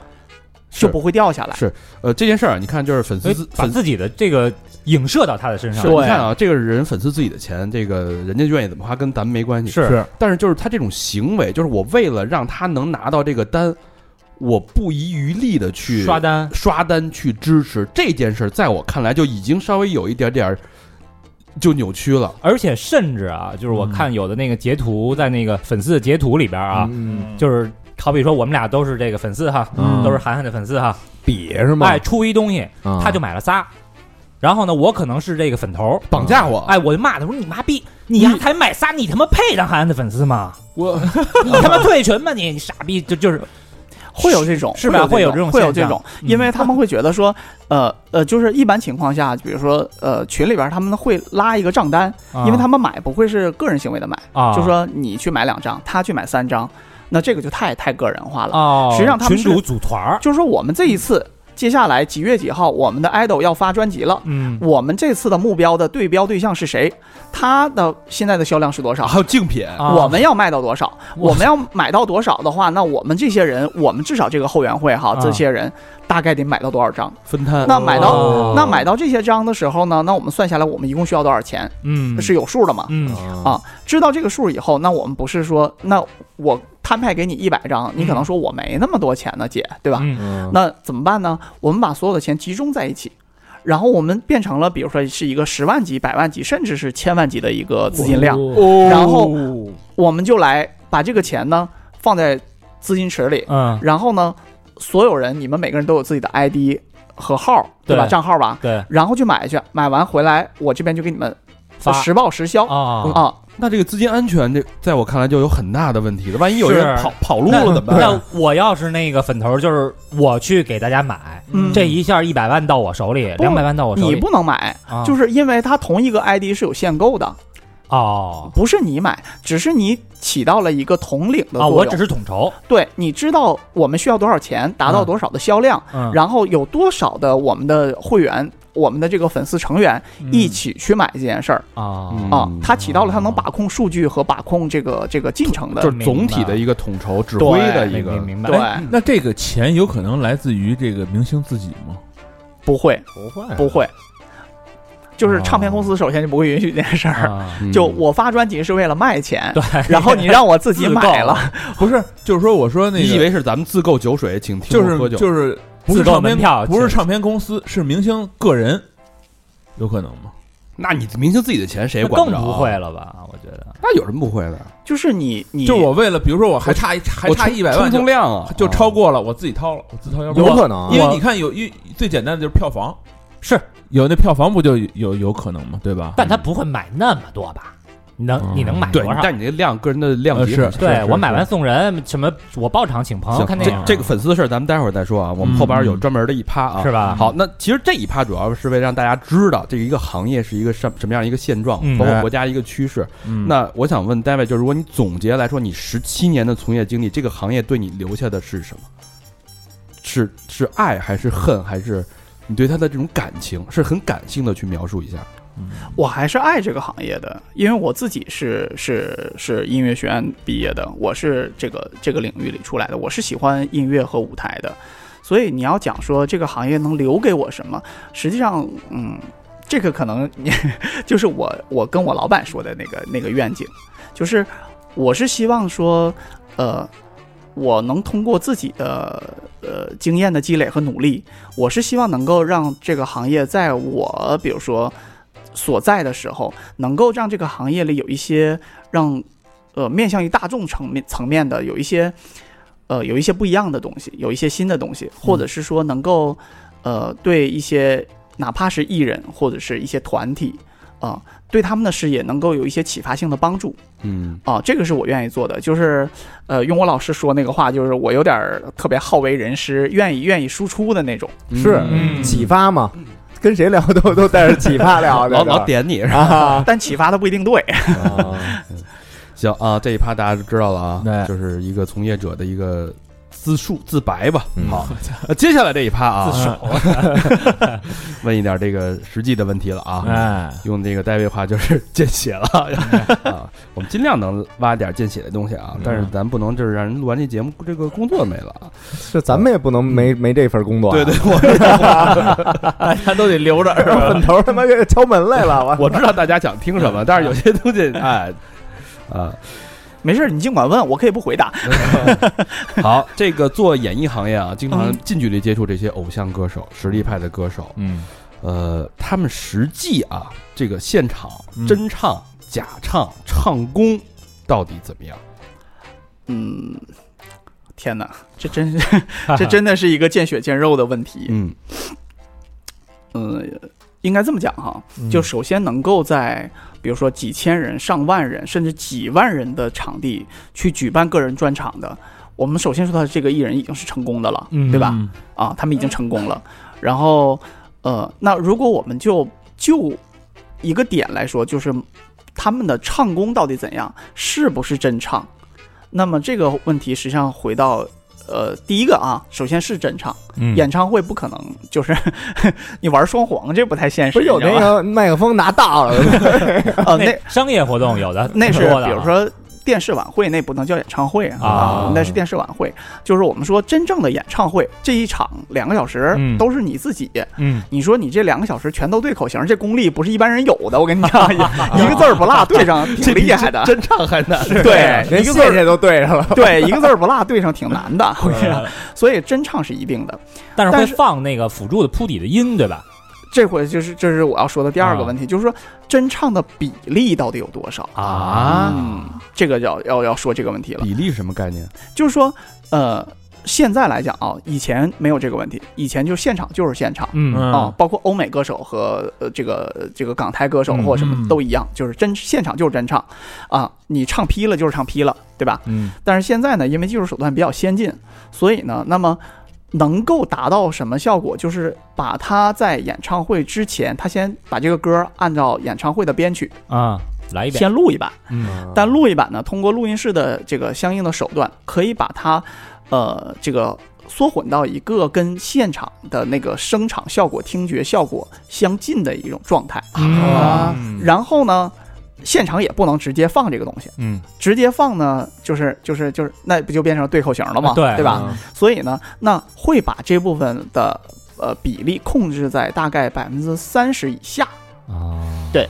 Speaker 1: 是
Speaker 9: 就不会掉下来
Speaker 1: 是。呃，这件事儿啊你看，就是粉
Speaker 4: 所
Speaker 1: 丝
Speaker 4: 以
Speaker 1: 自
Speaker 4: 哎把
Speaker 1: 粉丝
Speaker 4: 自己的这个影射到他的身上，
Speaker 1: 是，你看啊，这个人粉丝自己的钱，这个人家愿意怎么花跟咱们没关系。
Speaker 4: 是
Speaker 2: 是
Speaker 1: 但是就是他这种行为，就是我为了让他能拿到这个单，我不遗余力的去
Speaker 4: 刷单，
Speaker 1: 刷单去支持这件事，在我看来就已经稍微有一点点儿就扭曲了。
Speaker 4: 而且甚至啊，就是
Speaker 9: 嗯
Speaker 4: 我看有的那个截图，在那个粉丝的截图里边啊，
Speaker 3: 嗯，
Speaker 4: 就是好比说我们俩都是这个粉丝哈，
Speaker 3: 嗯
Speaker 4: 都是韩寒的粉丝哈，
Speaker 3: 比是吗？
Speaker 4: 哎，出一东西
Speaker 3: 啊
Speaker 4: 他就买了仨，然后呢，我可能是这个粉头，
Speaker 1: 绑架我，
Speaker 4: 哎，我就骂他，我说你妈逼，你丫才买仨，你他妈配当韩寒的粉丝吗？
Speaker 1: 我
Speaker 4: 你他妈退群吧你，你傻逼，就就是
Speaker 9: 会有这种，
Speaker 4: 是吧
Speaker 9: 会有
Speaker 4: 会
Speaker 9: 会
Speaker 4: 有
Speaker 9: 有
Speaker 4: 这
Speaker 9: 这
Speaker 4: 种嗯
Speaker 9: 种，因为他们会觉得说，呃呃，就是一般情况下，比如说呃群里边他们会拉一个账单，因为他们买不会是个人行为的买，
Speaker 4: 啊，
Speaker 9: 就说你去买两张，他去买三张，那这个就太太个人化了。
Speaker 4: 哦，
Speaker 9: 实际上他们
Speaker 4: 群
Speaker 9: 是
Speaker 4: 主组团儿，
Speaker 9: 就是说我们这一次，接下来几月几号，我们的 idol 要发专辑了。
Speaker 4: 嗯，
Speaker 9: 我们这次的目标的对标对象是谁？他的现在的销量是多少？
Speaker 1: 还有竞品，
Speaker 4: 啊
Speaker 9: 我们要卖到多少？我们要买到多少的话，那我们这些人，我们至少这个后援会哈，
Speaker 4: 啊
Speaker 9: 这些人大概得买到多少张？
Speaker 1: 分摊
Speaker 9: 那买到、
Speaker 4: 哦
Speaker 9: 那买到这些张的时候呢，那我们算下来，我们一共需要多少钱？
Speaker 4: 嗯
Speaker 9: 是有数的嘛？
Speaker 4: 嗯
Speaker 3: 啊
Speaker 9: 啊，知道这个数以后，那我们不是说，那我摊派给你一百张，你可能说我没那么多钱呢，姐，对吧？
Speaker 4: 嗯
Speaker 3: 嗯
Speaker 9: 那怎么办呢？我们把所有的钱集中在一起，然后我们变成了，比如说是一个十万级、百万级，甚至是千万级的一个资金量，
Speaker 1: 哦
Speaker 9: 然后我们就来把这个钱呢放在资金池里，
Speaker 4: 嗯，
Speaker 9: 然后呢，所有人你们每个人都有自己的 ID 和号，对吧？
Speaker 4: 对
Speaker 9: 账号吧，
Speaker 4: 对，
Speaker 9: 然后去买去，买完回来我这边就给你们
Speaker 4: 发
Speaker 9: 实报实销
Speaker 4: 啊
Speaker 9: 啊。
Speaker 1: 那这个资金安全，这在我看来就有很大的问题了。万一有人
Speaker 4: 是
Speaker 1: 跑跑路了怎么办？
Speaker 4: 那我要是那个粉头儿，就是我去给大家买，
Speaker 9: 嗯
Speaker 4: 这一下一百万到我手里，
Speaker 9: 不
Speaker 4: 两百万到我手里，
Speaker 9: 你不能买，
Speaker 4: 啊
Speaker 9: 就是因为它同一个 ID 是有限购的，
Speaker 4: 哦
Speaker 9: 不是你买，只是你起到了一个统领的
Speaker 4: 啊，
Speaker 9: 作
Speaker 4: 我只
Speaker 9: 用。
Speaker 4: 是统筹，
Speaker 9: 对，你知道我们需要多少钱，达到
Speaker 4: 嗯
Speaker 9: 多少的销量，
Speaker 4: 嗯，
Speaker 9: 然后有多少的我们的会员、我们的这个粉丝成员
Speaker 2: 嗯
Speaker 9: 一起去买这件事儿
Speaker 4: 啊
Speaker 1: 嗯
Speaker 9: 啊，它起到了它能把控数据和把控这个这个进程的
Speaker 1: 就是总体的一个统筹、指挥的一个嗯
Speaker 4: 明明白
Speaker 9: 对，
Speaker 2: 哎那这个钱有可能来自于这个明星自己吗？
Speaker 9: 不会
Speaker 3: 不会
Speaker 9: 不会，就是
Speaker 2: 哦
Speaker 9: 唱片公司首先就不会允许这件事儿。
Speaker 4: 啊
Speaker 1: 嗯
Speaker 9: 就我发专辑是为了卖钱，
Speaker 4: 对，
Speaker 9: 然后你让我自己买了，
Speaker 2: 不是，就是说，我说那个，
Speaker 1: 你以为是咱们自购酒水，请听
Speaker 2: 就
Speaker 1: 我喝
Speaker 2: 是
Speaker 1: 酒？
Speaker 2: 就是不
Speaker 4: 自
Speaker 2: 是
Speaker 4: 购
Speaker 2: 唱片
Speaker 4: 门票
Speaker 2: 不是
Speaker 4: 请
Speaker 2: 唱片公司，是明星个人，有可能吗？
Speaker 1: 那你明星自己的钱 谁
Speaker 4: 那
Speaker 1: 管
Speaker 4: 更
Speaker 1: 着啊
Speaker 4: 不会，了吧？我觉得
Speaker 1: 那有什么不会的？
Speaker 9: 就是你你
Speaker 2: 就我为了，比如说我还差一还
Speaker 1: 我
Speaker 2: 差
Speaker 1: 充
Speaker 2: 一百万
Speaker 1: 充
Speaker 2: 就
Speaker 1: 充量啊，
Speaker 2: 就超过了，我自己掏了，我自掏腰包
Speaker 3: 有。可能
Speaker 2: 因
Speaker 3: 啊，
Speaker 2: 为你看有一最简单的就是票房，
Speaker 4: 是，
Speaker 2: 有那票房不就有有可能吗？对吧？
Speaker 4: 但他不会买那么多吧？你能
Speaker 2: 嗯
Speaker 4: 你能买
Speaker 1: 对
Speaker 4: 多，少？
Speaker 1: 但你这量个人的量
Speaker 2: 呃
Speaker 1: 级
Speaker 2: 是
Speaker 1: 很小
Speaker 4: 对
Speaker 2: 是
Speaker 4: 我买
Speaker 2: 是
Speaker 4: 完送人，什么我爆场请朋友
Speaker 1: 行
Speaker 4: 看电
Speaker 1: 这
Speaker 4: 影，
Speaker 1: 这个粉丝的事儿，咱们待会儿再说啊。我们后边有专门的一趴啊。
Speaker 4: 是吧？
Speaker 1: 好，那其实这一趴主要是为让大家知道这一个行业是一个什什么样一个现状，
Speaker 4: 嗯
Speaker 1: 包括国家一个趋势。
Speaker 2: 嗯
Speaker 1: 那我想问 David，就是如果你总结来说，你十七年的从业经历，这个行业对你留下的是什么？是是爱还是恨，还是你对他的这种感情？是很感性的去描述一下。
Speaker 9: 我还是爱这个行业的，因为我自己是是是音乐学院毕业的，我是这个这个领域里出来的，我是喜欢音乐和舞台的，所以你要讲说这个行业能留给我什么，实际上，嗯，这个可能 就是我我跟我老板说的那个那个愿景，就是我是希望说，呃。我能通过自己的呃经验的积累和努力，我是希望能够让这个行业在我比如说所在的时候，能够让这个行业里有一些让呃面向于大众层面层面的有一些呃有一些不一样的东西，有一些新的东西，或者是说能够呃对一些哪怕是艺人或者是一些团体啊、对他们的事业能够有一些启发性的帮助
Speaker 1: 嗯，
Speaker 9: 啊、这个是我愿意做的。就是呃用我老师说那个话，就是我有点儿特别好为人师，愿意愿意输出的那种。
Speaker 3: 是
Speaker 4: 嗯
Speaker 3: 启发嘛，跟谁聊都都带着启发聊的，
Speaker 1: 老老点你是吧？
Speaker 3: 啊，
Speaker 9: 但启发的不一定对，
Speaker 1: 行啊，这一趴大家就知道了啊，
Speaker 2: 对
Speaker 1: 就是一个从业者的一个自述自白吧。
Speaker 3: 嗯
Speaker 1: 好，那接下来这一趴啊， 问一点这个实际的问题了啊。
Speaker 4: 嗯
Speaker 2: 哎，
Speaker 1: 用这个戴维话就是 见血了啊！我们尽量能挖点见血的东西啊，但是咱不能就是让人录完这节目，这个工作没了啊。
Speaker 3: 是咱们也不能没没这份工作啊，
Speaker 1: 对对， 我大家都得留着。
Speaker 3: 让粉头他妈给敲门来了， 我
Speaker 1: 我知道大家想听什么，但是有些东西，哎，啊，
Speaker 9: 没事儿，你尽管问，我可以不回答。
Speaker 1: 好，这个做演艺行业啊，经常
Speaker 9: 嗯
Speaker 1: 近距离接触这些偶像歌手、实力派的歌手，
Speaker 2: 嗯，
Speaker 1: 呃，他们实际啊，这个现场
Speaker 2: 嗯
Speaker 1: 真唱、假唱、唱功到底怎么样？
Speaker 9: 嗯，天哪，这真是这真的是一个见血见肉的问题。
Speaker 1: 嗯
Speaker 9: 嗯，应该这么讲哈，就首先能够在比如说几千人、上万人，甚至几万人的场地去举办个人专场的，我们首先说到这个艺人已经是成功的了，
Speaker 4: 嗯
Speaker 9: 对吧？啊，他们已经成功了。然后，呃，那如果我们就就一个点来说，就是他们的唱功到底怎样，是不是真唱？那么这个问题实际上回到呃第一个啊，首先是真唱，
Speaker 4: 嗯
Speaker 9: 演唱会不可能就是 你玩双簧，这不太现实。
Speaker 3: 不是有
Speaker 9: 你知
Speaker 3: 那
Speaker 9: 道吧
Speaker 3: 个麦克风拿到了，
Speaker 9: 呃那
Speaker 4: 那 商业活动有的
Speaker 9: 那是
Speaker 4: 挺多的啊
Speaker 9: 比如说电视晚会，那不能叫演唱会
Speaker 4: 啊
Speaker 9: 那是电视晚会。就是我们说真正的演唱会，这一场两个小时
Speaker 4: 嗯
Speaker 9: 都是你自己，
Speaker 4: 嗯
Speaker 9: 你说你这两个小时全都对口型，这功力不是一般人有的。我跟你讲，一 个字儿不落对上，挺厉害的。
Speaker 1: 真唱还难。
Speaker 9: 对，
Speaker 3: 连
Speaker 9: 一个字
Speaker 3: 谢
Speaker 9: 儿
Speaker 3: 谢都对上了，
Speaker 9: 对一个字儿不落对上挺难 的。我跟你讲，所以真唱是一定的。
Speaker 4: 呃但是
Speaker 9: 但
Speaker 4: 会
Speaker 9: 是
Speaker 4: 放那个辅助的铺底的音，对吧？
Speaker 9: 这回就是这是我要说的第二个问题，就是说真唱的比例到底有多少？
Speaker 1: 啊
Speaker 9: 嗯，这个要要要说这个问题了。
Speaker 1: 比例是什么概念？
Speaker 9: 就是说，呃，现在来讲啊，以前没有这个问题，以前就现场就是现场。
Speaker 4: 嗯，
Speaker 9: 啊，包括欧美歌手和呃这个这个港台歌手或什么都一样，就是真现场就是真唱，啊，你唱劈了就是唱劈了，对吧？
Speaker 3: 嗯，
Speaker 9: 但是现在呢，因为技术手段比较先进，所以呢，那么能够达到什么效果？就是把他在演唱会之前，他先把这个歌按照演唱会的编曲
Speaker 4: 啊，来一遍，
Speaker 9: 先录一版，
Speaker 4: 嗯
Speaker 9: 但录一版呢，通过录音室的这个相应的手段，可以把它，呃，这个缩混到一个跟现场的那个声场效果、听觉效果相近的一种状态。
Speaker 4: 啊，
Speaker 9: 然后呢，现场也不能直接放这个东西，
Speaker 2: 嗯，
Speaker 9: 直接放呢，就是就是就是，那不就变成对口型了吗？
Speaker 4: 对嗯
Speaker 9: 对吧？所以呢，那会把这部分的呃比例控制在大概百分之三十以下，
Speaker 4: 啊，
Speaker 1: 不是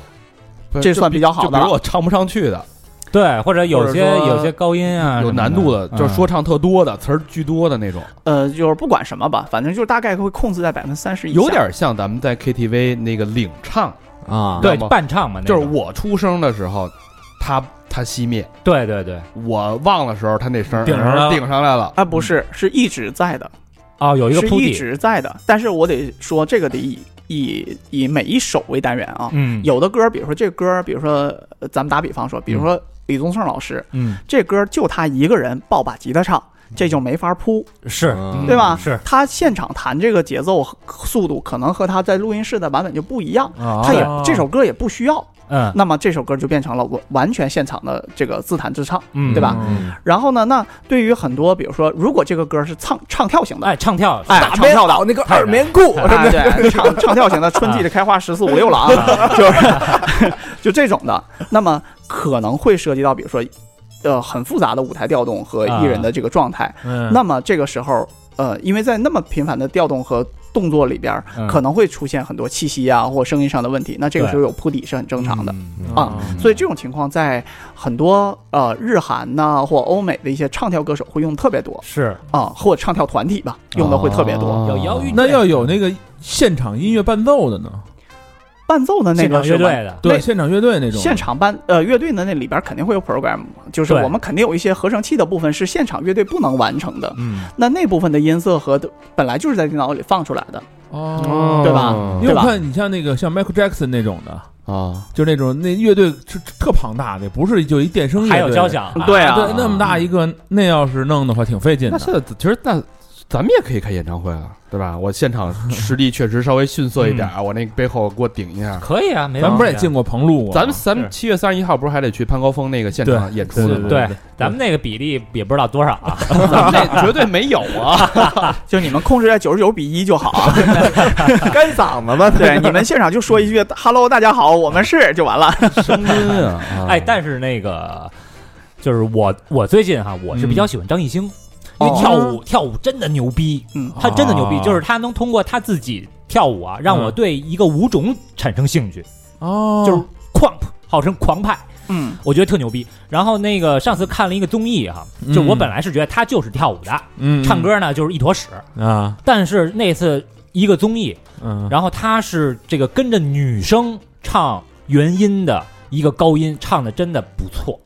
Speaker 9: 嗯这算比较好
Speaker 1: 呃就
Speaker 9: 的
Speaker 1: 比
Speaker 9: 了
Speaker 1: 如我唱不上去的，
Speaker 4: 对，或者有些
Speaker 1: 或者说
Speaker 4: 有些高音啊，
Speaker 1: 有难度的，
Speaker 4: 什么
Speaker 1: 就是说唱特多的，词儿巨多的那种，
Speaker 9: 呃，就是不管什么吧，反正就是大概会控制在百分之三十以下。
Speaker 1: 有点像咱们在 KTV 那个领唱，
Speaker 4: 嗯，
Speaker 3: 啊
Speaker 4: 对
Speaker 1: 知道吗
Speaker 4: 伴唱嘛，那
Speaker 1: 就是
Speaker 4: 种
Speaker 1: 我出声的时候，他他熄灭，
Speaker 4: 对对对，
Speaker 1: 我忘的时候他那声儿嗯
Speaker 2: 顶上来了
Speaker 1: 顶上来了，
Speaker 9: 啊，不是，是一直在的，
Speaker 4: 哦，有一个
Speaker 9: 是
Speaker 4: 铺
Speaker 9: 一
Speaker 4: 底，
Speaker 9: 直在的。但是我得说，这个得以以以每一首为单元啊。
Speaker 4: 嗯，
Speaker 9: 有的歌，比如说这个歌，比如说呃咱们打比方说，比如说李宗盛老师，
Speaker 4: 嗯，
Speaker 9: 这歌就他一个人抱把吉他唱，这就没法铺，
Speaker 4: 是，
Speaker 2: 嗯
Speaker 9: 对吧？
Speaker 4: 是
Speaker 9: 他现场弹这个节奏和速度，可能和他在录音室的版本就不一样，
Speaker 4: 啊
Speaker 9: 他
Speaker 1: 他
Speaker 9: 也
Speaker 2: 哦
Speaker 9: 这首歌也不需要，
Speaker 4: 嗯
Speaker 9: 那么这首歌就变成了完完全现场的这个自弹自唱。
Speaker 4: 嗯，
Speaker 9: 对吧？然后呢，那对于很多，比如说，如果这个歌是唱唱跳型的，
Speaker 4: 哎，唱跳，
Speaker 9: 哎，
Speaker 3: 大
Speaker 9: 唱
Speaker 3: 棉
Speaker 9: 跳的
Speaker 3: 袄那个二棉裤，
Speaker 4: 太
Speaker 3: 是
Speaker 9: 啊，
Speaker 3: 不
Speaker 9: 对， 嗯
Speaker 3: 是？
Speaker 9: 唱唱跳型的春季的开花十四五六了 啊，就是 就这种的，那么可能会涉及到，比如说，呃，很复杂的舞台调动和艺人的这个状态。
Speaker 2: 嗯
Speaker 9: 那么这个时候，呃，因为在那么频繁的调动和动作里边儿，
Speaker 4: 嗯
Speaker 9: 可能会出现很多气息啊或声音上的问题，那这个时候有铺底是很正常的。
Speaker 4: 嗯
Speaker 2: 嗯
Speaker 9: 啊，所以这种情况在很多呃日韩呐、或欧美的一些唱跳歌手会用特别多
Speaker 4: 是
Speaker 9: 啊，或唱跳团体吧，用的会特别多。
Speaker 1: 哦
Speaker 4: 有摇欲坠，
Speaker 2: 那要有那个现场音乐伴奏的呢？
Speaker 9: 伴奏的那
Speaker 4: 现
Speaker 9: 个
Speaker 4: 场乐
Speaker 9: 是吧
Speaker 4: 队的，
Speaker 2: 对，
Speaker 9: 那
Speaker 2: 现场乐队那种。
Speaker 9: 现场伴呃乐队的那里边肯定会有 program，就是
Speaker 4: 对
Speaker 9: 我们肯定有一些合成器的部分是现场乐队不能完成的，
Speaker 2: 嗯，
Speaker 9: 那那部分的音色和本来就是在电脑里放出来的，
Speaker 2: 哦
Speaker 9: 对吧
Speaker 2: 因为
Speaker 9: 对
Speaker 2: 我
Speaker 9: 吧
Speaker 2: 看你像那个像 Michael Jackson 那种的，
Speaker 1: 啊，
Speaker 2: 就那种那乐队是特庞大的，不是就一电声乐队，
Speaker 4: 还有交响，
Speaker 9: 对啊
Speaker 2: 对，那么大一个，那要是弄的话挺费劲
Speaker 1: 那
Speaker 2: 的。
Speaker 4: 嗯
Speaker 1: 现在其实那咱们也可以开演唱会了，对吧？我现场实力确实稍微逊色一点啊，我那背后给我顶一下。
Speaker 4: 可以啊，没
Speaker 2: 咱们不是
Speaker 4: 问
Speaker 2: 也
Speaker 4: 题啊。
Speaker 2: 进过棚录过吗？
Speaker 1: 咱们咱们
Speaker 4: 是
Speaker 1: 七月三十一号不是还得去潘高峰那个现场演出呢吗？
Speaker 4: 对，咱们那个比例也不知道多少啊，
Speaker 1: 咱们那绝对没有啊！
Speaker 9: 就你们控制在九十九比一就好，
Speaker 3: 干嗓子吗？
Speaker 9: 对，你们现场就说一句 “hello，大家好，我们是”就完了。
Speaker 1: 声音啊，啊
Speaker 2: 嗯
Speaker 4: 哎，但是那个就是我我最近哈，我是
Speaker 2: 嗯
Speaker 4: 比较喜欢张艺兴，因
Speaker 2: 哦
Speaker 4: 为跳舞跳舞真的牛逼，
Speaker 9: 嗯
Speaker 4: 他真的牛逼，
Speaker 2: 啊
Speaker 4: 就是他能通过他自己跳舞啊，让我对一个舞种产生兴趣，
Speaker 2: 嗯哦，
Speaker 4: 就是 crump，号称狂派，
Speaker 9: 嗯
Speaker 4: 我觉得特牛逼。然后那个上次看了一个综艺哈，
Speaker 2: 嗯
Speaker 4: 就我本来是觉得他就是跳舞的，
Speaker 2: 嗯
Speaker 4: 唱歌呢就是一坨屎，
Speaker 2: 啊，
Speaker 4: 但是那次一个综艺，
Speaker 2: 嗯，
Speaker 4: 然后他是这个跟着女生唱原音的一个高音，唱的真的不错。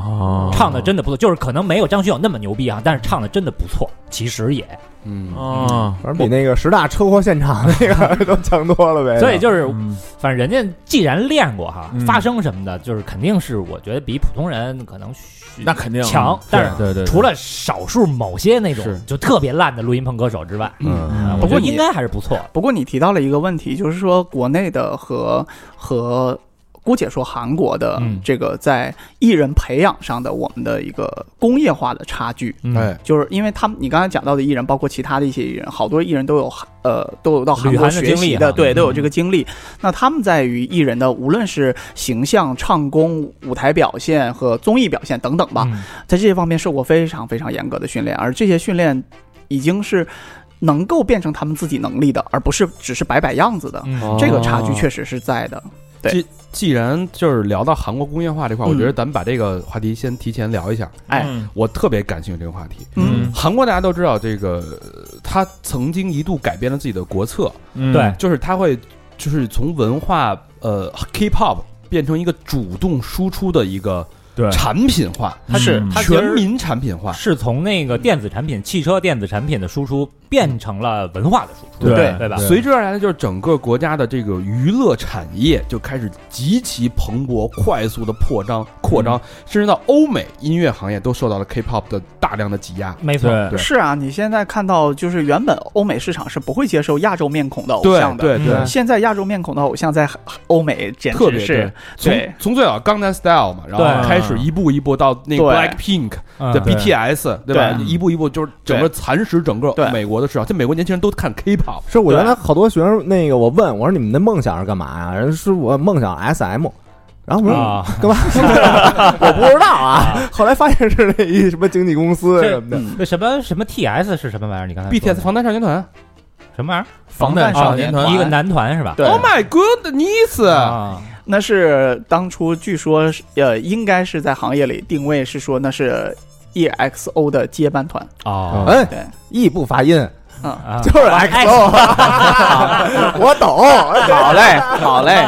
Speaker 2: 哦，
Speaker 4: 唱的真的不错，就是可能没有张学友那么牛逼啊，但是唱的真的不错。其实也，
Speaker 1: 嗯，
Speaker 2: 哦，
Speaker 3: 反正比那个十大车祸现场那个都强多了呗。
Speaker 4: 所以就是，
Speaker 2: 嗯
Speaker 4: 反正人家既然练过哈
Speaker 2: 嗯，
Speaker 4: 发声什么的，就是肯定是我觉得比普通人可能需
Speaker 2: 那肯定啊
Speaker 4: 强
Speaker 2: 对
Speaker 4: 但是
Speaker 2: 对对，对
Speaker 4: 除了少数某些那种
Speaker 1: 是
Speaker 4: 就特别烂的录音棚歌手之外，
Speaker 1: 嗯
Speaker 4: 啊
Speaker 9: 不
Speaker 4: 我觉
Speaker 9: 过
Speaker 4: 得
Speaker 9: 你
Speaker 4: 应该还是不错。
Speaker 9: 不过你提到了一个问题，就是说国内的和和姑且说韩国的
Speaker 4: 嗯
Speaker 9: 这个在艺人培养上的我们的一个工业化的差距，
Speaker 4: 嗯
Speaker 1: 哎，
Speaker 9: 就是因为他们你刚才讲到的艺人，包括其他的一些艺人，好多艺人都有韩呃都有到韩
Speaker 4: 旅
Speaker 9: 国
Speaker 4: 韩的
Speaker 9: 学
Speaker 4: 经历
Speaker 9: 习
Speaker 4: 哈
Speaker 9: 的，对，都有
Speaker 4: 嗯
Speaker 9: 这个经历。那他们在于艺人的无论是形象、唱功、舞台表现和综艺表现等等吧，
Speaker 4: 嗯
Speaker 9: 在这些方面受过非常非常严格的训练，而这些训练已经是能够变成他们自己能力的，而不是只是摆摆样子的。
Speaker 4: 嗯
Speaker 9: 这个差距确实是在的。
Speaker 1: 既然就是聊到韩国工业化这块，我
Speaker 9: 嗯
Speaker 1: 觉得咱们把这个话题先提前聊一下。
Speaker 9: 哎
Speaker 2: 嗯
Speaker 1: 我特别感兴趣这个话题。
Speaker 2: 嗯
Speaker 1: 韩国大家都知道，这个呃他曾经一度改变了自己的国策，
Speaker 2: 嗯
Speaker 4: 对
Speaker 1: 就是他会就是从文化呃 K-pop 变成一个主动输出的一个
Speaker 2: 对
Speaker 1: 产品化，
Speaker 9: 它是
Speaker 2: 嗯
Speaker 9: 它其
Speaker 1: 全
Speaker 9: 实
Speaker 1: 民产品
Speaker 9: 啊
Speaker 1: 化，
Speaker 4: 是从那个电子产品、汽车电子产品的输出变成了文化的输出，
Speaker 2: 对
Speaker 4: 对吧？
Speaker 1: 随之而来的就是整个国家的这个娱乐产业就开始极其蓬勃、快速的扩张、扩张，甚至到欧美音乐行业都受到了 K-pop 的大量的挤压。
Speaker 4: 没错，
Speaker 2: 对
Speaker 1: 对
Speaker 9: 是啊，你现在看到就是原本欧美市场是不会接受亚洲面孔的偶
Speaker 1: 对
Speaker 9: 像的，
Speaker 1: 对对，
Speaker 4: 嗯
Speaker 9: 现在亚洲面孔的偶像在欧美简
Speaker 1: 特别
Speaker 9: 直是
Speaker 1: 从
Speaker 9: 对
Speaker 1: 从最早江南 Style 嘛，然
Speaker 4: 对
Speaker 1: 后开始一步一步到那个
Speaker 9: 对
Speaker 1: Black Pink
Speaker 4: 嗯
Speaker 1: 的 BTS，对吧？
Speaker 9: 啊对
Speaker 1: 一步一步就是整个蚕食整个
Speaker 9: 对
Speaker 1: 美国的市场，这美国年轻人都看 K-pop，
Speaker 3: 是我原来好多学生，那个我问我说你们的梦想是干嘛呀？人说我梦想 SM，然后我说
Speaker 4: 啊，
Speaker 3: 干嘛？ 我不知道啊。后来发现是那一什么经纪公司什么的，
Speaker 9: 嗯
Speaker 4: 这什么什么 TS 是什么玩意儿？你刚才说的
Speaker 1: BTS 防弹少年团
Speaker 4: 什么玩意儿？
Speaker 9: 防弹
Speaker 4: 少
Speaker 9: 少年团，
Speaker 4: 一个男团是吧？
Speaker 9: 对
Speaker 1: ，Oh my goodness！
Speaker 4: 啊，
Speaker 9: 那是当初据说是呃，应该是在行业里定位是说那是 EXO 的接班团，
Speaker 4: 哦，
Speaker 3: 哎，
Speaker 9: 对，
Speaker 3: 一不发音
Speaker 9: 嗯，
Speaker 4: 啊
Speaker 3: 就是 XO，我懂。
Speaker 9: 好 嘞，好嘞，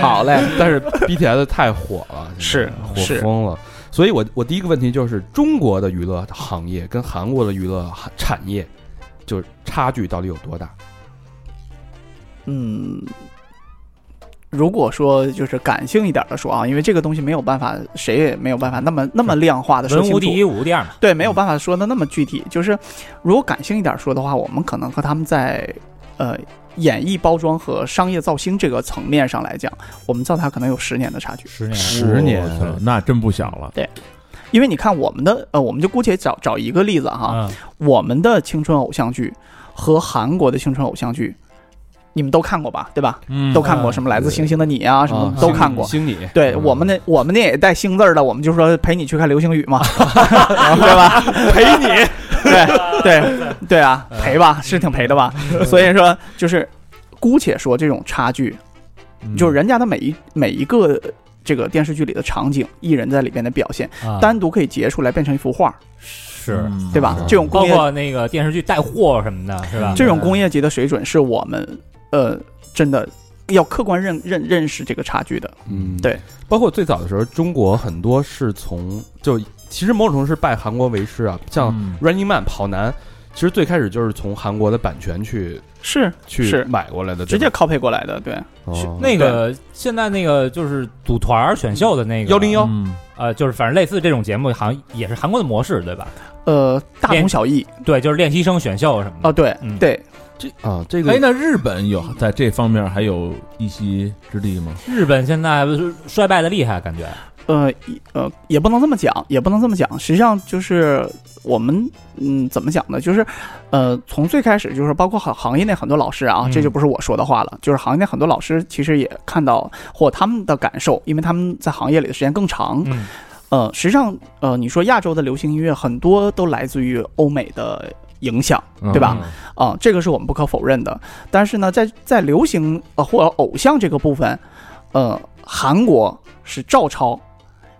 Speaker 9: 好嘞，
Speaker 1: 但是 BTS 太火了，
Speaker 9: 是
Speaker 1: 火
Speaker 9: 是
Speaker 1: 疯了。所以我我第一个问题就是中国的娱乐行业跟韩国的娱乐产业就是差距到底有多大？
Speaker 9: 嗯。如果说就是感性一点的说啊，因为这个东西没有办法，谁也没有办法那么那么量化的说
Speaker 4: 文
Speaker 9: 清
Speaker 4: 无
Speaker 9: 楚。
Speaker 4: 第一，武无第二嘛。
Speaker 9: 对，没有办法说的那么具体。就是如果感性一点说的话，我们可能和他们在呃演绎包装和商业造星这个层面上来讲，我们造它可能有十年的差距。
Speaker 4: 十年
Speaker 1: 十年
Speaker 2: 我
Speaker 9: 哦
Speaker 2: 操那真不小了。
Speaker 9: 因为你看我们的呃，我们就姑且找找一个例子哈，
Speaker 4: 啊，
Speaker 9: 我们的青春偶像剧和韩国的青春偶像剧，你们都看过吧？对吧？
Speaker 2: 嗯
Speaker 9: 都看过什么《来自星星的你》啊，什么
Speaker 4: 嗯
Speaker 1: 啊
Speaker 9: 都看过。
Speaker 1: 星你
Speaker 9: 对我们那我们那也带星字儿的，我们就说陪你去看流星雨嘛，对吧？陪你，对对对啊，陪吧，是挺陪的吧？所以说就是，姑且说这种差距，
Speaker 2: 嗯
Speaker 9: 就是人家的每一每一个这个电视剧里的场景，艺人在里边的表现，
Speaker 4: 啊
Speaker 9: 单独可以截出来变成一幅画，
Speaker 4: 是
Speaker 9: 对吧？这种
Speaker 4: 包
Speaker 9: 工业
Speaker 4: 括嗯那个电视剧带货什么的，是吧？
Speaker 9: 嗯这种工业级的水准，是我们呃真的要客观认认认识这个差距的。
Speaker 1: 嗯，
Speaker 9: 对，
Speaker 1: 包括最早的时候，中国很多是从就其实某种程度是拜韩国为师啊，像
Speaker 2: 嗯
Speaker 1: Running Man 跑男，其实最开始就是从韩国的版权去
Speaker 9: 是
Speaker 1: 去
Speaker 9: 是
Speaker 1: 买过来的，
Speaker 9: 直接
Speaker 1: 对吧
Speaker 9: copy 过来的，对，
Speaker 1: 哦
Speaker 4: 那个现在那个就是组团儿选秀的那个
Speaker 1: 101
Speaker 2: 嗯
Speaker 4: 呃，就是反正类似这种节目，好像也是韩国的模式，对吧？
Speaker 9: 呃，大
Speaker 4: 练
Speaker 9: 同小异
Speaker 4: 对，就是练习生选秀什么
Speaker 9: 啊，
Speaker 4: 的。
Speaker 9: 对
Speaker 4: 嗯
Speaker 9: 对，
Speaker 1: 这啊这
Speaker 2: 哎，
Speaker 1: 个
Speaker 2: 那日本有在这方面还有一席之地吗？
Speaker 4: 日本现在衰败的厉害，感觉
Speaker 9: 呃一呃，也不能这么讲，也不能这么讲，实际上就是我们嗯，怎么讲呢？就是呃，从最开始就是包括行行业内很多老师啊，
Speaker 4: 嗯
Speaker 9: 这就不是我说的话了，就是行业内很多老师其实也看到或他们的感受，因为他们在行业里的时间更长，
Speaker 4: 嗯
Speaker 9: 呃，实际上，呃，你说亚洲的流行音乐很多都来自于欧美的影响，
Speaker 4: 嗯
Speaker 9: 对吧？啊、这个是我们不可否认的。但是呢，在在流行呃或者偶像这个部分，呃，韩国是照抄，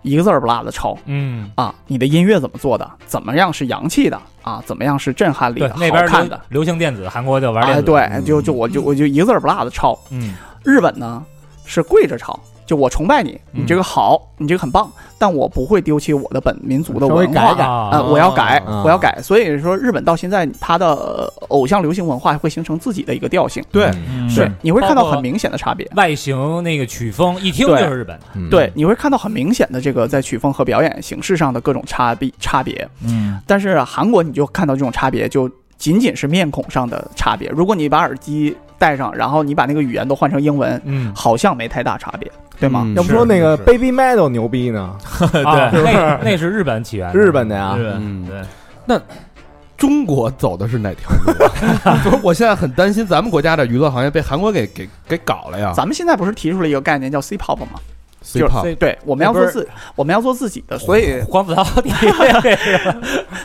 Speaker 9: 一个字儿不落的抄
Speaker 4: 嗯，
Speaker 9: 啊。你的音乐怎么做的？怎么样是洋气的啊？怎么样是震撼力
Speaker 4: 对
Speaker 9: 的、，好
Speaker 4: 那边
Speaker 9: 看
Speaker 4: 流
Speaker 9: 的？
Speaker 4: 流行电子，韩国就玩电
Speaker 9: 哎，
Speaker 4: 子，，
Speaker 9: 对，就就我就我就一个字儿不落的抄。
Speaker 4: 嗯，
Speaker 9: 日本呢是跪着抄，就我崇拜你，你
Speaker 4: 嗯
Speaker 9: 这个好，你这个很棒，但我不会丢弃我的本民族的
Speaker 3: 稍微
Speaker 9: 文化。
Speaker 3: 改改
Speaker 9: 啊、
Speaker 4: 啊，
Speaker 9: 我要改，
Speaker 3: 啊
Speaker 9: 我要改。所以说，日本到现在它的呃偶像流行文化会形成自己的一个调性，
Speaker 1: 对
Speaker 9: 对，你会看
Speaker 4: 包
Speaker 9: 到
Speaker 4: 括
Speaker 9: 很明显的差别。
Speaker 4: 外形那个曲风一听就是日本的，
Speaker 3: 嗯
Speaker 9: 对，，你会看到很明显的这个在曲风和表演形式上的各种差别差别。
Speaker 2: 嗯，
Speaker 9: 但是韩国你就看到这种差别，就仅仅是面孔上的差别。如果你把耳机戴上，然后你把那个语言都换成英文，
Speaker 4: 嗯，
Speaker 9: 好像没太大差别，对吗？
Speaker 1: 嗯
Speaker 3: 要不
Speaker 1: 是
Speaker 3: 说那个
Speaker 2: 是
Speaker 3: Baby Metal 牛 逼呢？
Speaker 4: 啊，那那是日本起源，
Speaker 3: 日本的呀
Speaker 2: 日本
Speaker 1: 嗯
Speaker 2: 对，
Speaker 1: 中国走的是哪条路啊？ 不是，我现在很担心咱们国家的娱乐行业被韩国给给给搞了呀。
Speaker 9: 咱们现在不是提出了一个概念叫 C-pop 吗？
Speaker 1: c
Speaker 9: 就是
Speaker 1: p
Speaker 9: 对，我们要做自，我们要做自己的，所以
Speaker 4: 黄子韬电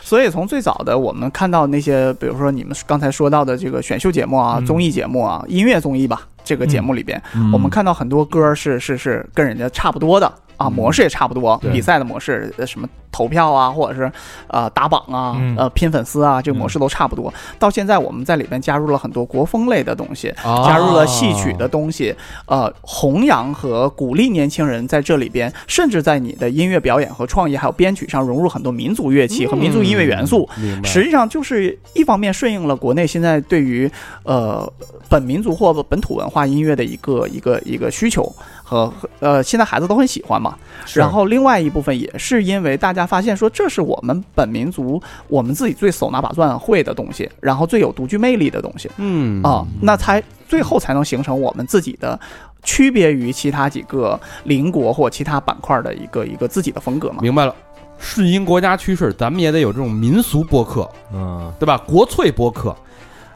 Speaker 9: 所以从最早的我们看到那些，比如说你们刚才说到的这个选秀节目啊、
Speaker 4: 嗯
Speaker 9: 综艺节目啊、音乐综艺吧，这个节目里边，
Speaker 2: 嗯
Speaker 9: 我们看到很多歌是是是跟人家差不多的啊，模式也差不多，比赛的模式呃什么投票啊，或者是呃打榜啊、
Speaker 3: 嗯
Speaker 9: 呃拼粉丝啊，这个模式都差不多。到现在我们在里边加入了很多国风类的东西，
Speaker 1: 啊
Speaker 9: 加入了戏曲
Speaker 1: 哦
Speaker 9: 的东西，呃，弘扬和鼓励年轻人在这里边，甚至在你的音乐表演和创意还有编曲上融入很多民族乐器和民族音乐元素。
Speaker 1: 嗯明白
Speaker 9: 实际上就是一方面顺应了国内现在对于呃本民族或本土文化音乐的一个一个一个需求和和呃现在孩子都很喜欢嘛。然后另外一部分也是因为大家发现说这是我们本民族我们自己最手拿把攥会的东西，然后最有独具魅力的东西
Speaker 1: 嗯
Speaker 9: 啊、那才最后才能形成我们自己的。区别于其他几个邻国或其他板块的一个一个自己的风格嘛，
Speaker 1: 明白了。顺应国家趋势，咱们也得有这种民俗播客，
Speaker 3: 嗯，
Speaker 1: 对吧？国粹播客，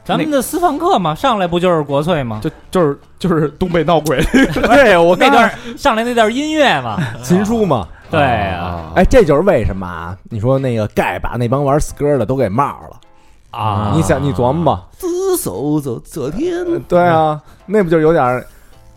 Speaker 4: 咱们的私房课嘛，上来不就是国粹吗？
Speaker 1: 就就是就是东北闹鬼，
Speaker 9: 对我
Speaker 4: 那段上来那段音乐嘛，
Speaker 3: 秦叔嘛，
Speaker 4: 对啊
Speaker 3: 哎，这就是为什么啊？你说那个盖把那帮玩 skr 的都给冒了，
Speaker 4: 啊！
Speaker 3: 你想你琢磨吧，
Speaker 1: 自首走走天
Speaker 3: 对啊，那不就有点儿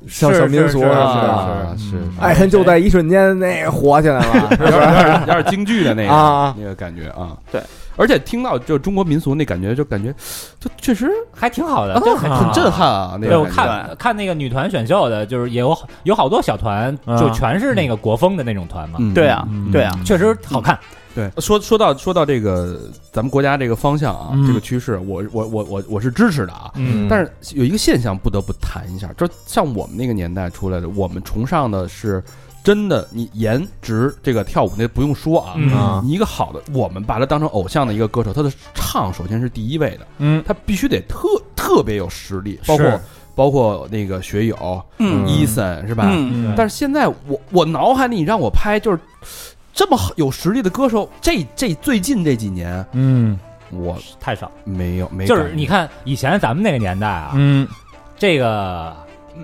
Speaker 3: 小
Speaker 4: 是
Speaker 3: 小民俗
Speaker 4: 是
Speaker 3: 了
Speaker 4: 是
Speaker 3: 吧？
Speaker 1: 啊，是是
Speaker 3: 爱恨就在一瞬间，那火起来 了，
Speaker 1: 有点有点有点京剧的那个
Speaker 3: 啊
Speaker 1: 那个感觉啊。
Speaker 9: 对，
Speaker 1: 而且听到就中国民俗那感觉，就感觉就确实
Speaker 4: 还挺好的，
Speaker 1: 啊
Speaker 4: 就
Speaker 1: 很震。撼啊。那
Speaker 4: 对，
Speaker 1: 个
Speaker 4: 我
Speaker 1: 感觉
Speaker 4: 看看那个女团选秀的，就是也有有好多小团，就全是那个国风的那种团嘛，
Speaker 1: 嗯
Speaker 9: 对啊，对啊，
Speaker 4: 确实好看。
Speaker 1: 对，说说到说到这个咱们国家这个方向啊，
Speaker 4: 嗯
Speaker 1: 这个趋势，我我我我我是支持的啊。
Speaker 3: 嗯
Speaker 1: 但是有一个现象不得不谈一下，就像我们那个年代出来的，我们崇尚的是真的，你颜值这个跳舞那不用说啊，
Speaker 4: 嗯
Speaker 3: 啊
Speaker 1: 你一个好的，我们把他当成偶像的一个歌手，他的唱首先是第一位的，
Speaker 4: 嗯，
Speaker 1: 他必须得特特别有实力，包括
Speaker 4: 是
Speaker 1: 包括那个学友、
Speaker 9: 嗯
Speaker 1: 伊森是吧？
Speaker 9: 嗯，
Speaker 1: 但是现在我我脑海里你让我拍就是这么好有实力的歌手，这这最近这几年
Speaker 2: 嗯
Speaker 1: 我
Speaker 4: 太少，
Speaker 1: 没有没
Speaker 4: 就是
Speaker 1: 感觉
Speaker 4: 你看以前咱们那个年代啊，
Speaker 2: 嗯，
Speaker 4: 这个嗯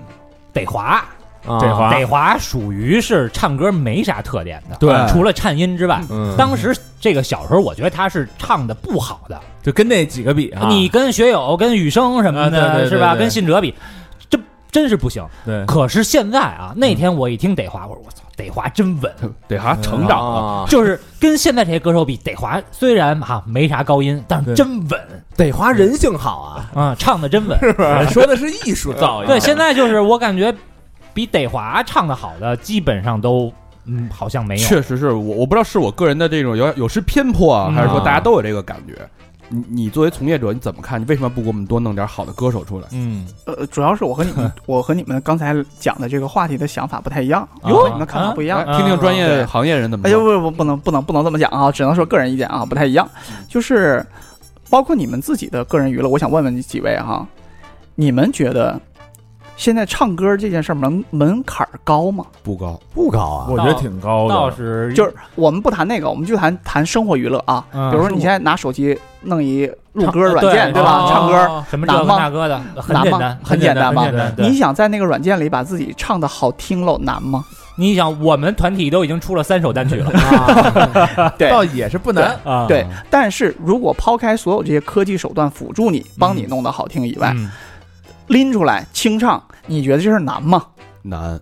Speaker 4: 得滑，
Speaker 3: 啊
Speaker 2: 这话
Speaker 4: 得滑属于是唱歌没啥特点的，
Speaker 1: 对
Speaker 4: 除了颤音之外。
Speaker 3: 嗯，
Speaker 4: 当时这个小时候，我觉得他是唱的不好的。
Speaker 2: 就跟那几个比啊，
Speaker 4: 你跟学友、跟雨生什么的，
Speaker 2: 啊对对对
Speaker 4: 是吧？
Speaker 2: 对嗯
Speaker 4: 跟信哲比，这真是不行。
Speaker 2: 对
Speaker 4: 可是现在啊，那天我一听得华，我说我操，得华真稳，
Speaker 1: 得哈成长了，
Speaker 3: 啊，
Speaker 4: 就是跟现在这些歌手比，得华虽然哈、没啥高音，但是
Speaker 2: 对
Speaker 4: 真稳
Speaker 3: 得花人性好 啊，
Speaker 4: 啊，唱的 真稳。
Speaker 2: 说的是艺术造诣，
Speaker 4: 对，现在就是我感觉比得华唱的好的，基本上都嗯好像没有。
Speaker 1: 确实是我我不知道是我个人的这种有有失偏颇啊，
Speaker 4: 嗯
Speaker 1: 还是说
Speaker 3: 啊
Speaker 1: 大家都有这个感觉。你你作为从业者，你怎么看？你为什么不给我们多弄点好的歌手出来？
Speaker 2: 嗯，
Speaker 9: 呃，主要是我和你 们，我和你们刚才讲的这个话题的想法不太一样，
Speaker 1: 啊
Speaker 4: 哟
Speaker 9: 你们的看法不一样
Speaker 1: 来。听听专业
Speaker 9: 对
Speaker 1: 行业人怎么
Speaker 9: 哎呦，
Speaker 1: 说。
Speaker 9: 不不不能不能不能这么讲啊，只能说个人意见啊，不太一样。
Speaker 1: 嗯
Speaker 9: 就是包括你们自己的个人娱乐，我想问问几位哈、你们觉得现在唱歌这件事儿门门槛儿高吗？
Speaker 1: 不高，
Speaker 3: 不 高啊，
Speaker 2: 我觉得挺高的，
Speaker 4: 倒是呃
Speaker 9: 就是我们不谈那个，我们就谈谈生活娱乐啊。
Speaker 4: 嗯
Speaker 9: 比如说你现在拿手机弄一录
Speaker 4: 唱
Speaker 9: 歌软件，
Speaker 4: 对
Speaker 9: 对吧？
Speaker 4: 哦
Speaker 9: 唱歌，
Speaker 4: 什么这个
Speaker 9: 难吗
Speaker 4: 那个的，很
Speaker 9: 难
Speaker 4: 简
Speaker 9: 吗
Speaker 4: 单？，
Speaker 9: 很
Speaker 4: 简
Speaker 9: 单
Speaker 4: 很
Speaker 9: 吗
Speaker 4: 简单？对
Speaker 9: 你想在那个软件里把自己唱的好听喽，难吗？
Speaker 4: 你想，我们团体都已经出了三首单曲 了
Speaker 9: 对
Speaker 2: 倒也是不难，
Speaker 4: 啊，
Speaker 9: 对，但是如果抛开所有这些科技手段辅助你，帮你弄得好听以外，
Speaker 4: 嗯
Speaker 9: 拎出来清唱，你觉得这事儿难吗？
Speaker 1: 难，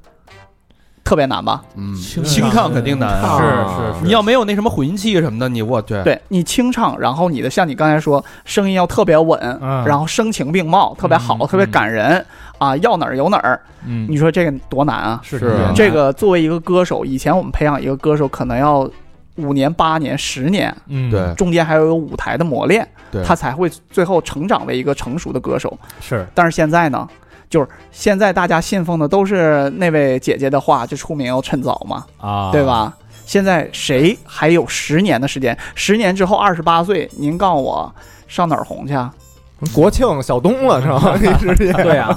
Speaker 9: 特别难吧？
Speaker 1: 嗯，
Speaker 2: 清
Speaker 1: 清唱肯定难啊。
Speaker 2: 是是是，
Speaker 1: 你要没有那什么混音器什么的，你我去，
Speaker 9: 对你清唱，然后你的像你刚才说，声音要特别稳，
Speaker 4: 嗯
Speaker 9: 然后声情并茂，特别好，
Speaker 2: 嗯
Speaker 9: 特别感人啊，要哪儿有哪儿。
Speaker 2: 嗯
Speaker 9: 你说这个多难啊！
Speaker 2: 是
Speaker 1: 是啊
Speaker 9: 这个作为一个歌手，以前我们培养一个歌手可能要五年、八年、十年，
Speaker 4: 嗯
Speaker 1: 对
Speaker 9: 中间还有舞台的磨练
Speaker 1: 对，
Speaker 9: 他才会最后成长为一个成熟的歌手。
Speaker 4: 是
Speaker 9: 但是现在呢，就是现在大家信奉的都是那位姐姐的话，就出名要趁早嘛，
Speaker 4: 啊，
Speaker 9: 对？吧？现在谁还有十年的时间？十年之后二十八岁，您告诉我上哪儿红去啊？
Speaker 3: 国庆小冬了是 吧？你直接
Speaker 4: 对啊，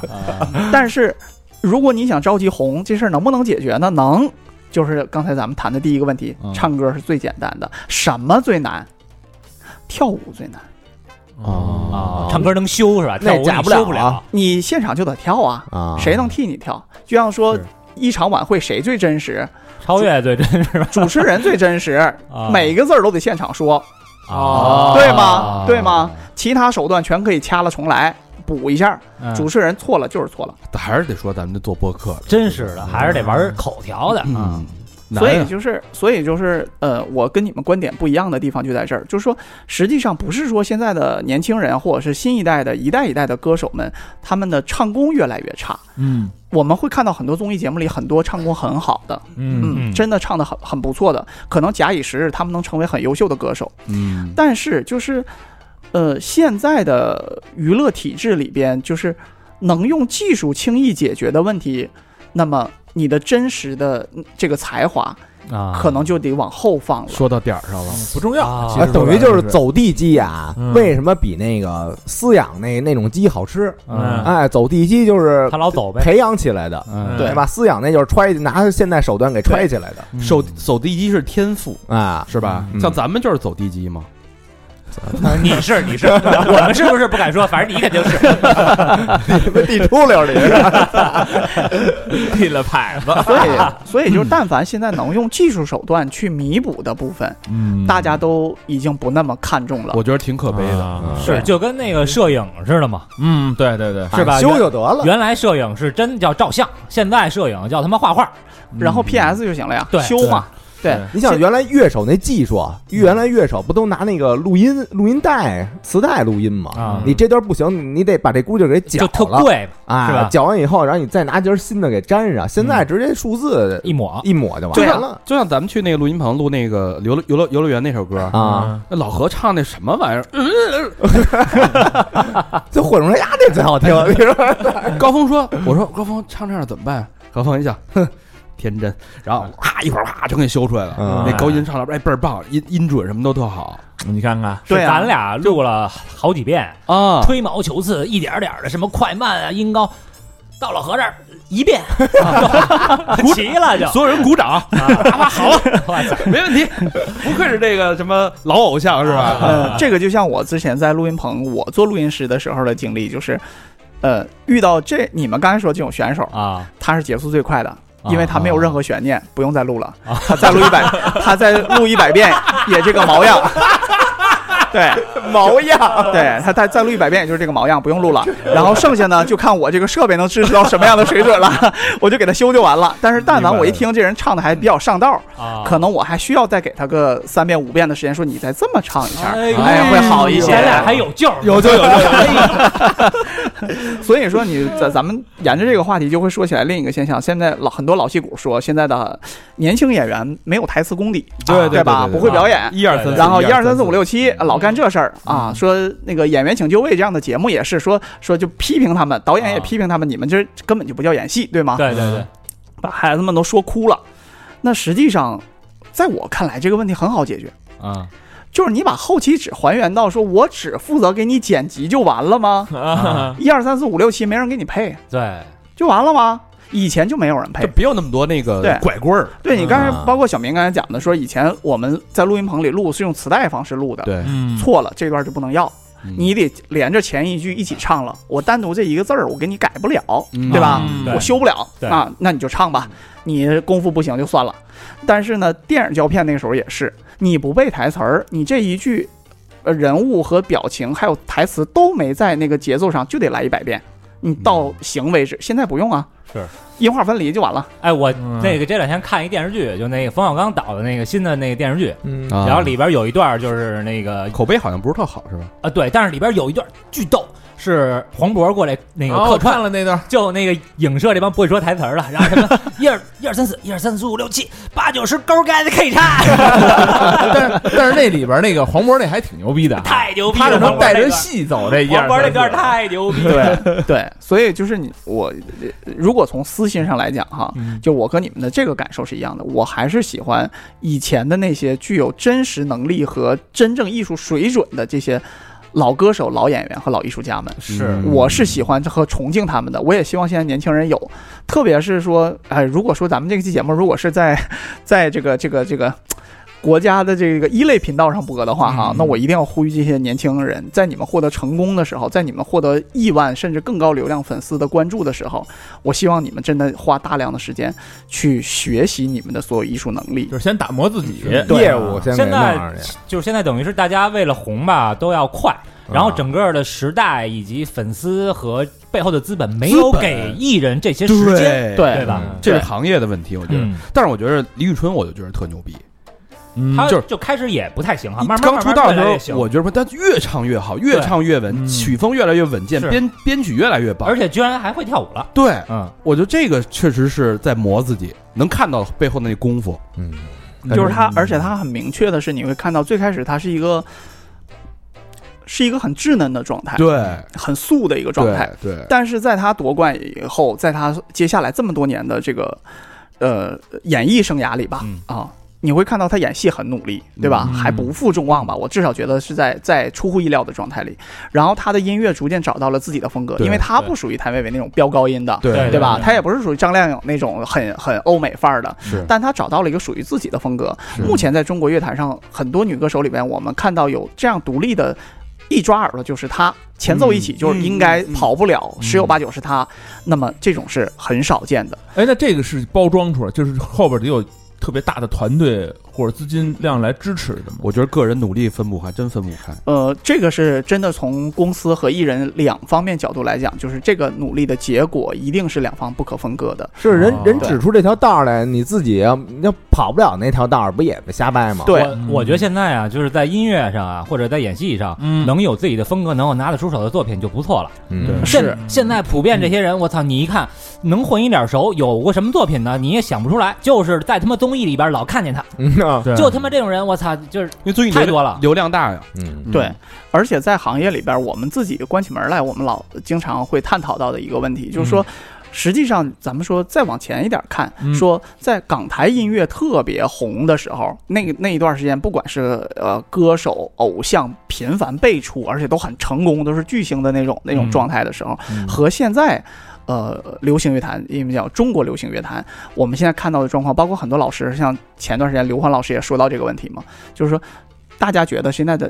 Speaker 9: 但是如果你想着急红，这事儿能不能解决呢？能，就是刚才咱们谈的第一个问题，
Speaker 1: 嗯
Speaker 9: 唱歌是最简单的，什么最难？跳舞最难，哦
Speaker 4: 啊，唱歌能修是吧？
Speaker 3: 那
Speaker 4: 跳舞
Speaker 3: 假
Speaker 4: 你
Speaker 3: 不
Speaker 4: 修
Speaker 3: 了
Speaker 4: 不
Speaker 3: 啊
Speaker 4: 了，
Speaker 9: 你现场就得跳啊，
Speaker 3: 啊
Speaker 9: 谁能替你跳？就像说
Speaker 3: 是
Speaker 9: 一场晚会谁最真实，
Speaker 4: 超越对真是吧？
Speaker 9: 主持人最真实，
Speaker 4: 啊
Speaker 9: 每个字儿都得现场说，
Speaker 4: 啊，
Speaker 9: 对吗？对吗？其他手段全可以掐了重来。补一下，
Speaker 4: 嗯
Speaker 9: 主持人错了就是错了。
Speaker 1: 还是得说咱们这做播客的，
Speaker 4: 真是的，还是得玩口条的。
Speaker 1: 嗯，
Speaker 2: 难
Speaker 9: 所以
Speaker 2: 啊
Speaker 9: 就是，所以就是，呃，我跟你们观点不一样的地方就在这儿，就是说，实际上不是说现在的年轻人啊或者是新一代的一代一代的歌手们，他们的唱功越来越差。
Speaker 2: 嗯
Speaker 9: 我们会看到很多综艺节目里很多唱功很好的，
Speaker 2: 嗯
Speaker 9: 嗯，
Speaker 4: 嗯
Speaker 9: 真的唱的很很不错的，可能假以时日，他们能成为很优秀的歌手。
Speaker 2: 嗯，
Speaker 9: 但是就是，呃，现在的娱乐体制里边，就是能用技术轻易解决的问题，那么你的真实的嗯这个才华，
Speaker 4: 啊，
Speaker 9: 可能就得往后放了。
Speaker 2: 说到点儿上了，不重
Speaker 4: 啊
Speaker 2: 其
Speaker 3: 啊，
Speaker 2: 实
Speaker 3: 等于就是走地鸡啊
Speaker 4: 嗯，
Speaker 3: 为什么比那个饲养那那种鸡好吃？
Speaker 4: 嗯
Speaker 3: 哎，走地鸡就是
Speaker 4: 他老走呗，
Speaker 3: 培养起来的，
Speaker 2: 嗯
Speaker 9: 对
Speaker 3: 对吧？饲养那就是揣拿现代手段给揣起来的
Speaker 1: 手手地鸡是天赋
Speaker 3: 啊。
Speaker 1: 是吧？
Speaker 3: 嗯
Speaker 1: 像咱们就是走地鸡嘛。
Speaker 4: 你是你是，我们是不是不敢说？反正你肯定是
Speaker 3: 地出溜的，
Speaker 4: 立了牌子。
Speaker 9: 所以，所以就是，但凡现在能用技术手段去弥补的部分，
Speaker 2: 嗯
Speaker 9: 大家都已经不那么看重了。
Speaker 1: 我觉得挺可悲的。
Speaker 2: 啊
Speaker 4: 是，就跟那个摄影似的嘛，
Speaker 2: 嗯，对对对，
Speaker 4: 是吧
Speaker 3: 哎修就得了。
Speaker 4: 原来摄影是真叫照相，现在摄影叫他妈画画。
Speaker 9: 然后 PS 就行了呀，
Speaker 4: 对
Speaker 9: 修嘛。对
Speaker 2: 对，
Speaker 3: 你想原来乐手那技术啊，原来乐手不都拿那个录音录音带、磁带录音吗？
Speaker 4: 啊
Speaker 3: 你这段不行，你得把这姑舅给
Speaker 4: 就
Speaker 3: 绞
Speaker 4: 特
Speaker 3: 了
Speaker 4: 贵，是吧
Speaker 3: 啊！绞完以后，然后你再拿节新的给粘上。现在直接数字
Speaker 4: 一抹
Speaker 3: 一抹就
Speaker 1: 就
Speaker 3: 完
Speaker 1: 像
Speaker 3: 了
Speaker 1: 就像咱们去那个录音棚录那个游乐游乐游乐园那首歌，
Speaker 4: 嗯
Speaker 3: 啊！
Speaker 1: 那老何唱那什么玩意 儿？
Speaker 3: 就混出来呀，这最好听。你说
Speaker 1: 哎高峰说：“我说高峰唱这样怎么办？”高峰一想，哼，天真。然后啪一会儿啪全给修出来了。
Speaker 3: 嗯
Speaker 1: 那高音唱的哎倍儿棒，音音准什么都特好
Speaker 2: 你看看，
Speaker 4: 嗯是
Speaker 9: 对啊
Speaker 4: 咱俩录了好几遍，
Speaker 1: 啊。
Speaker 4: 吹毛求疵，一点儿点儿的什么快慢啊、音高，到老何这儿一遍， 齐了就。
Speaker 1: 所有人鼓掌，
Speaker 4: 啊，好了，我操！
Speaker 1: 没问题。不愧是这个什么老偶像是吧？
Speaker 9: 呃，这个就像我之前在录音棚，我做录音师的时候的经历，就是，呃，遇到这你们刚才说这种选手，
Speaker 4: 啊，
Speaker 9: 他是结束最快的，因为他没有任何悬念，不用再录了
Speaker 4: 啊，
Speaker 9: 他再录一百，他再录一百遍也这个毛样。对，毛样，对他再再录一百遍也就是这个毛样，不用录了。然后剩下呢，就看我这个设备能支持到什么样的水准了， 我就给他修就完了。但是但凡我一听这人唱的还比较上道，
Speaker 4: 啊，
Speaker 9: 可能我还需要再给他个三遍五遍的时间，说你再这么唱一下，
Speaker 4: 哎呦
Speaker 9: 哎，会好一些。
Speaker 4: 咱俩还有救儿，
Speaker 9: 有就有所以说你咱咱们沿着这个话题就会说起来另一个现象，现在老很多老戏骨说现在的年轻演员没有台词功底，
Speaker 1: 对对对
Speaker 9: 对吧？
Speaker 1: 对对
Speaker 9: 不会表演。
Speaker 1: 一二三四，
Speaker 9: 然后一
Speaker 1: 一
Speaker 9: 二三四五六七嗯老干这事儿啊，说那个演员请就位这样的节目也是说说就批评他们，导演也批评他们，你们这根本就不叫演戏，对吗？
Speaker 4: 对对对，
Speaker 9: 把孩子们都说哭了。那实际上，在我看来，这个问题很好解决，
Speaker 4: 啊
Speaker 9: 就是你把后期只还原到说我只负责给你剪辑就完了吗？
Speaker 4: 啊，
Speaker 9: 一二三四五六七没人给你配
Speaker 4: 对，
Speaker 9: 就完了吗？以前就没有人配
Speaker 1: 就。别有那么多那个
Speaker 9: 对
Speaker 1: 拐棍儿。
Speaker 9: 对你刚才
Speaker 3: 啊
Speaker 9: 包括小明刚才讲的说，以前我们在录音棚里录是用磁带方式录的，
Speaker 1: 对，
Speaker 2: 嗯
Speaker 9: 错了这段就不能要，
Speaker 4: 嗯
Speaker 9: 你得连着前一句一起唱了。我单独这一个字儿我给你改不了，对吧？
Speaker 2: 嗯
Speaker 4: 对
Speaker 9: 我修不了
Speaker 4: 对嗯
Speaker 9: 啊，那你就唱吧，你功夫不行就算了。但是呢，电影胶片那时候也是，你不背台词儿，你这一句，呃，人物和表情还有台词都没在那个节奏上，就得来一百遍，你到行为止。现在不用啊，
Speaker 4: 嗯是
Speaker 9: 音画分离就完了。
Speaker 4: 哎，我
Speaker 2: 嗯
Speaker 4: 那个这两天看一电视剧，就那个冯小刚导的那个新的那个电视剧，
Speaker 3: 嗯
Speaker 1: 啊
Speaker 4: 然后里边有一段就是那个
Speaker 1: 口碑好像不是特好是吧？
Speaker 4: 啊，对，但是里边有一段巨逗，是黄渤过来那个
Speaker 2: 啊
Speaker 4: 客
Speaker 2: 我
Speaker 4: 串
Speaker 2: 看了那段，
Speaker 4: 就那个影射这帮不会说台词儿了，然后什么一二一二三四一二三四五六七八九十勾该的 K 叉，
Speaker 2: 但是但是那里边那个黄渤那还挺牛逼的啊，
Speaker 4: 太牛逼
Speaker 2: 他这
Speaker 4: 了！
Speaker 2: 能
Speaker 4: 黄渤
Speaker 2: 带
Speaker 4: 那
Speaker 2: 着
Speaker 4: 段
Speaker 2: 戏走这一
Speaker 4: 黄
Speaker 2: 二
Speaker 4: 渤那
Speaker 2: 三
Speaker 4: 段
Speaker 2: 四，
Speaker 4: 太 牛逼了，
Speaker 9: 对对，所以就是你我，呃如果从私心上来讲哈，就我和你们的这个感受是一样的，我还是喜欢以前的那些具有真实能力和真正艺术水准的这些老歌手、老演员和老艺术家们。
Speaker 1: 是
Speaker 3: 嗯
Speaker 9: 我是喜欢和崇敬他们的，我也希望现在年轻人有，特别是说，哎，如果说咱们这期节目如果是在， 在这个这个这个国家的这个一类频道上播的话，哈，那我一定要呼吁这些年轻人，在你们获得成功的时候，在你们获得亿万甚至更高流量粉丝的关注的时候，我希望你们真的花大量的时间去学习你们的所有艺术能力。
Speaker 2: 就是先打磨自己，
Speaker 3: 业务先给
Speaker 4: 现
Speaker 3: 弄啊
Speaker 4: 在
Speaker 3: 上去，
Speaker 4: 就是现在等于是大家为了红吧都要快，然后整个的时代以及粉丝和背后的资本没有
Speaker 1: 资本
Speaker 4: 给艺人这些时间，
Speaker 1: 对，
Speaker 9: 对
Speaker 4: 吧？
Speaker 1: 这是行业的问题，我觉得。
Speaker 4: 嗯，
Speaker 1: 但是我觉得李宇春，我就觉得特牛逼。
Speaker 2: 嗯
Speaker 4: 他
Speaker 1: 就是
Speaker 4: 就开始也不太行啊哈，慢慢
Speaker 1: 刚出道的时候，我
Speaker 4: 我
Speaker 1: 觉得不但越唱越好，越
Speaker 4: 对
Speaker 1: 唱越稳，
Speaker 2: 嗯
Speaker 1: 曲风越来越稳健，
Speaker 4: 是
Speaker 1: 编编曲越来越棒。
Speaker 4: 而且居然还会跳舞了，
Speaker 1: 对，
Speaker 4: 嗯，
Speaker 1: 我觉得这个确实是在磨自己，能看到背后的那功夫。
Speaker 3: 嗯，
Speaker 9: 就是他，而且他很明确的是，你会看到最开始他是一个是一个很稚嫩的状态，
Speaker 1: 哎对，
Speaker 9: 很素的一个状态。
Speaker 1: 对，对，
Speaker 9: 但是在他夺冠以后，在他接下来这么多年的这个呃演艺生涯里吧，
Speaker 1: 嗯
Speaker 9: 啊，你会看到他演戏很努力，对吧？
Speaker 2: 嗯
Speaker 9: 还不负众望吧？我至少觉得是在在出乎意料的状态里。然后他的音乐逐渐找到了自己的风格，
Speaker 1: 对
Speaker 9: 因为他不属于谭维维那种飙高音的。
Speaker 1: 对
Speaker 9: 对吧？啊
Speaker 4: 对
Speaker 9: 他也不是属于张靓颖那种很很欧美范儿的，
Speaker 1: 是
Speaker 9: 但他找到了一个属于自己的风格。目前在中国乐坛上，很多女歌手里边，我们看到有这样独立的，一抓耳朵就是她，前奏一起就是应该跑不了，十有八九是她。那么这种是很少见的。
Speaker 2: 哎，那这个是包装出来，就是后边得有特别大的团队或者资金量来支持的嘛？
Speaker 1: 我觉得个人努力分不开，真分不开。
Speaker 9: 呃，这个是真的从公司和艺人两方面角度来讲，就是这个努力的结果一定是两方不可分割的。
Speaker 3: 是人
Speaker 2: 哦
Speaker 3: 人指出这条道儿来，你自己要要跑不了那条道儿，不也不瞎掰吗？
Speaker 9: 对，
Speaker 2: 嗯
Speaker 4: 我我觉得现在啊，就是在音乐上啊，或者在演戏上，
Speaker 2: 嗯
Speaker 4: 能有自己的风格，能有拿得出手的作品就不错了。
Speaker 3: 嗯，
Speaker 2: 对
Speaker 4: 现现在普遍这
Speaker 9: 嗯
Speaker 4: 些人，我操，你一看能混一点熟，有过什么作品呢？你也想不出来，就是在他妈综艺里边老看见他，
Speaker 3: 嗯啊，
Speaker 2: 对
Speaker 4: 就他妈这种人，我操，就是
Speaker 1: 因为最近
Speaker 4: 太
Speaker 1: 流
Speaker 4: 多了
Speaker 1: 流量大呀。
Speaker 3: 嗯
Speaker 1: 嗯
Speaker 9: 对，而且在行业里边，我们自己关起门来，我们老经常会探讨到的一个问题，就是说，实际上咱们说再往前一点看，
Speaker 2: 嗯
Speaker 9: 说在港台音乐特别红的时候，那个那一段时间，不管是呃歌手、偶像频繁辈出，而且都很成功，都是巨星的那种那种状态的时候，嗯和现在。呃，流行乐坛，因为叫中国流行乐坛，我们现在看到的状况，包括很多老师，像前段时间刘欢老师也说到这个问题嘛，就是说，大家觉得现在的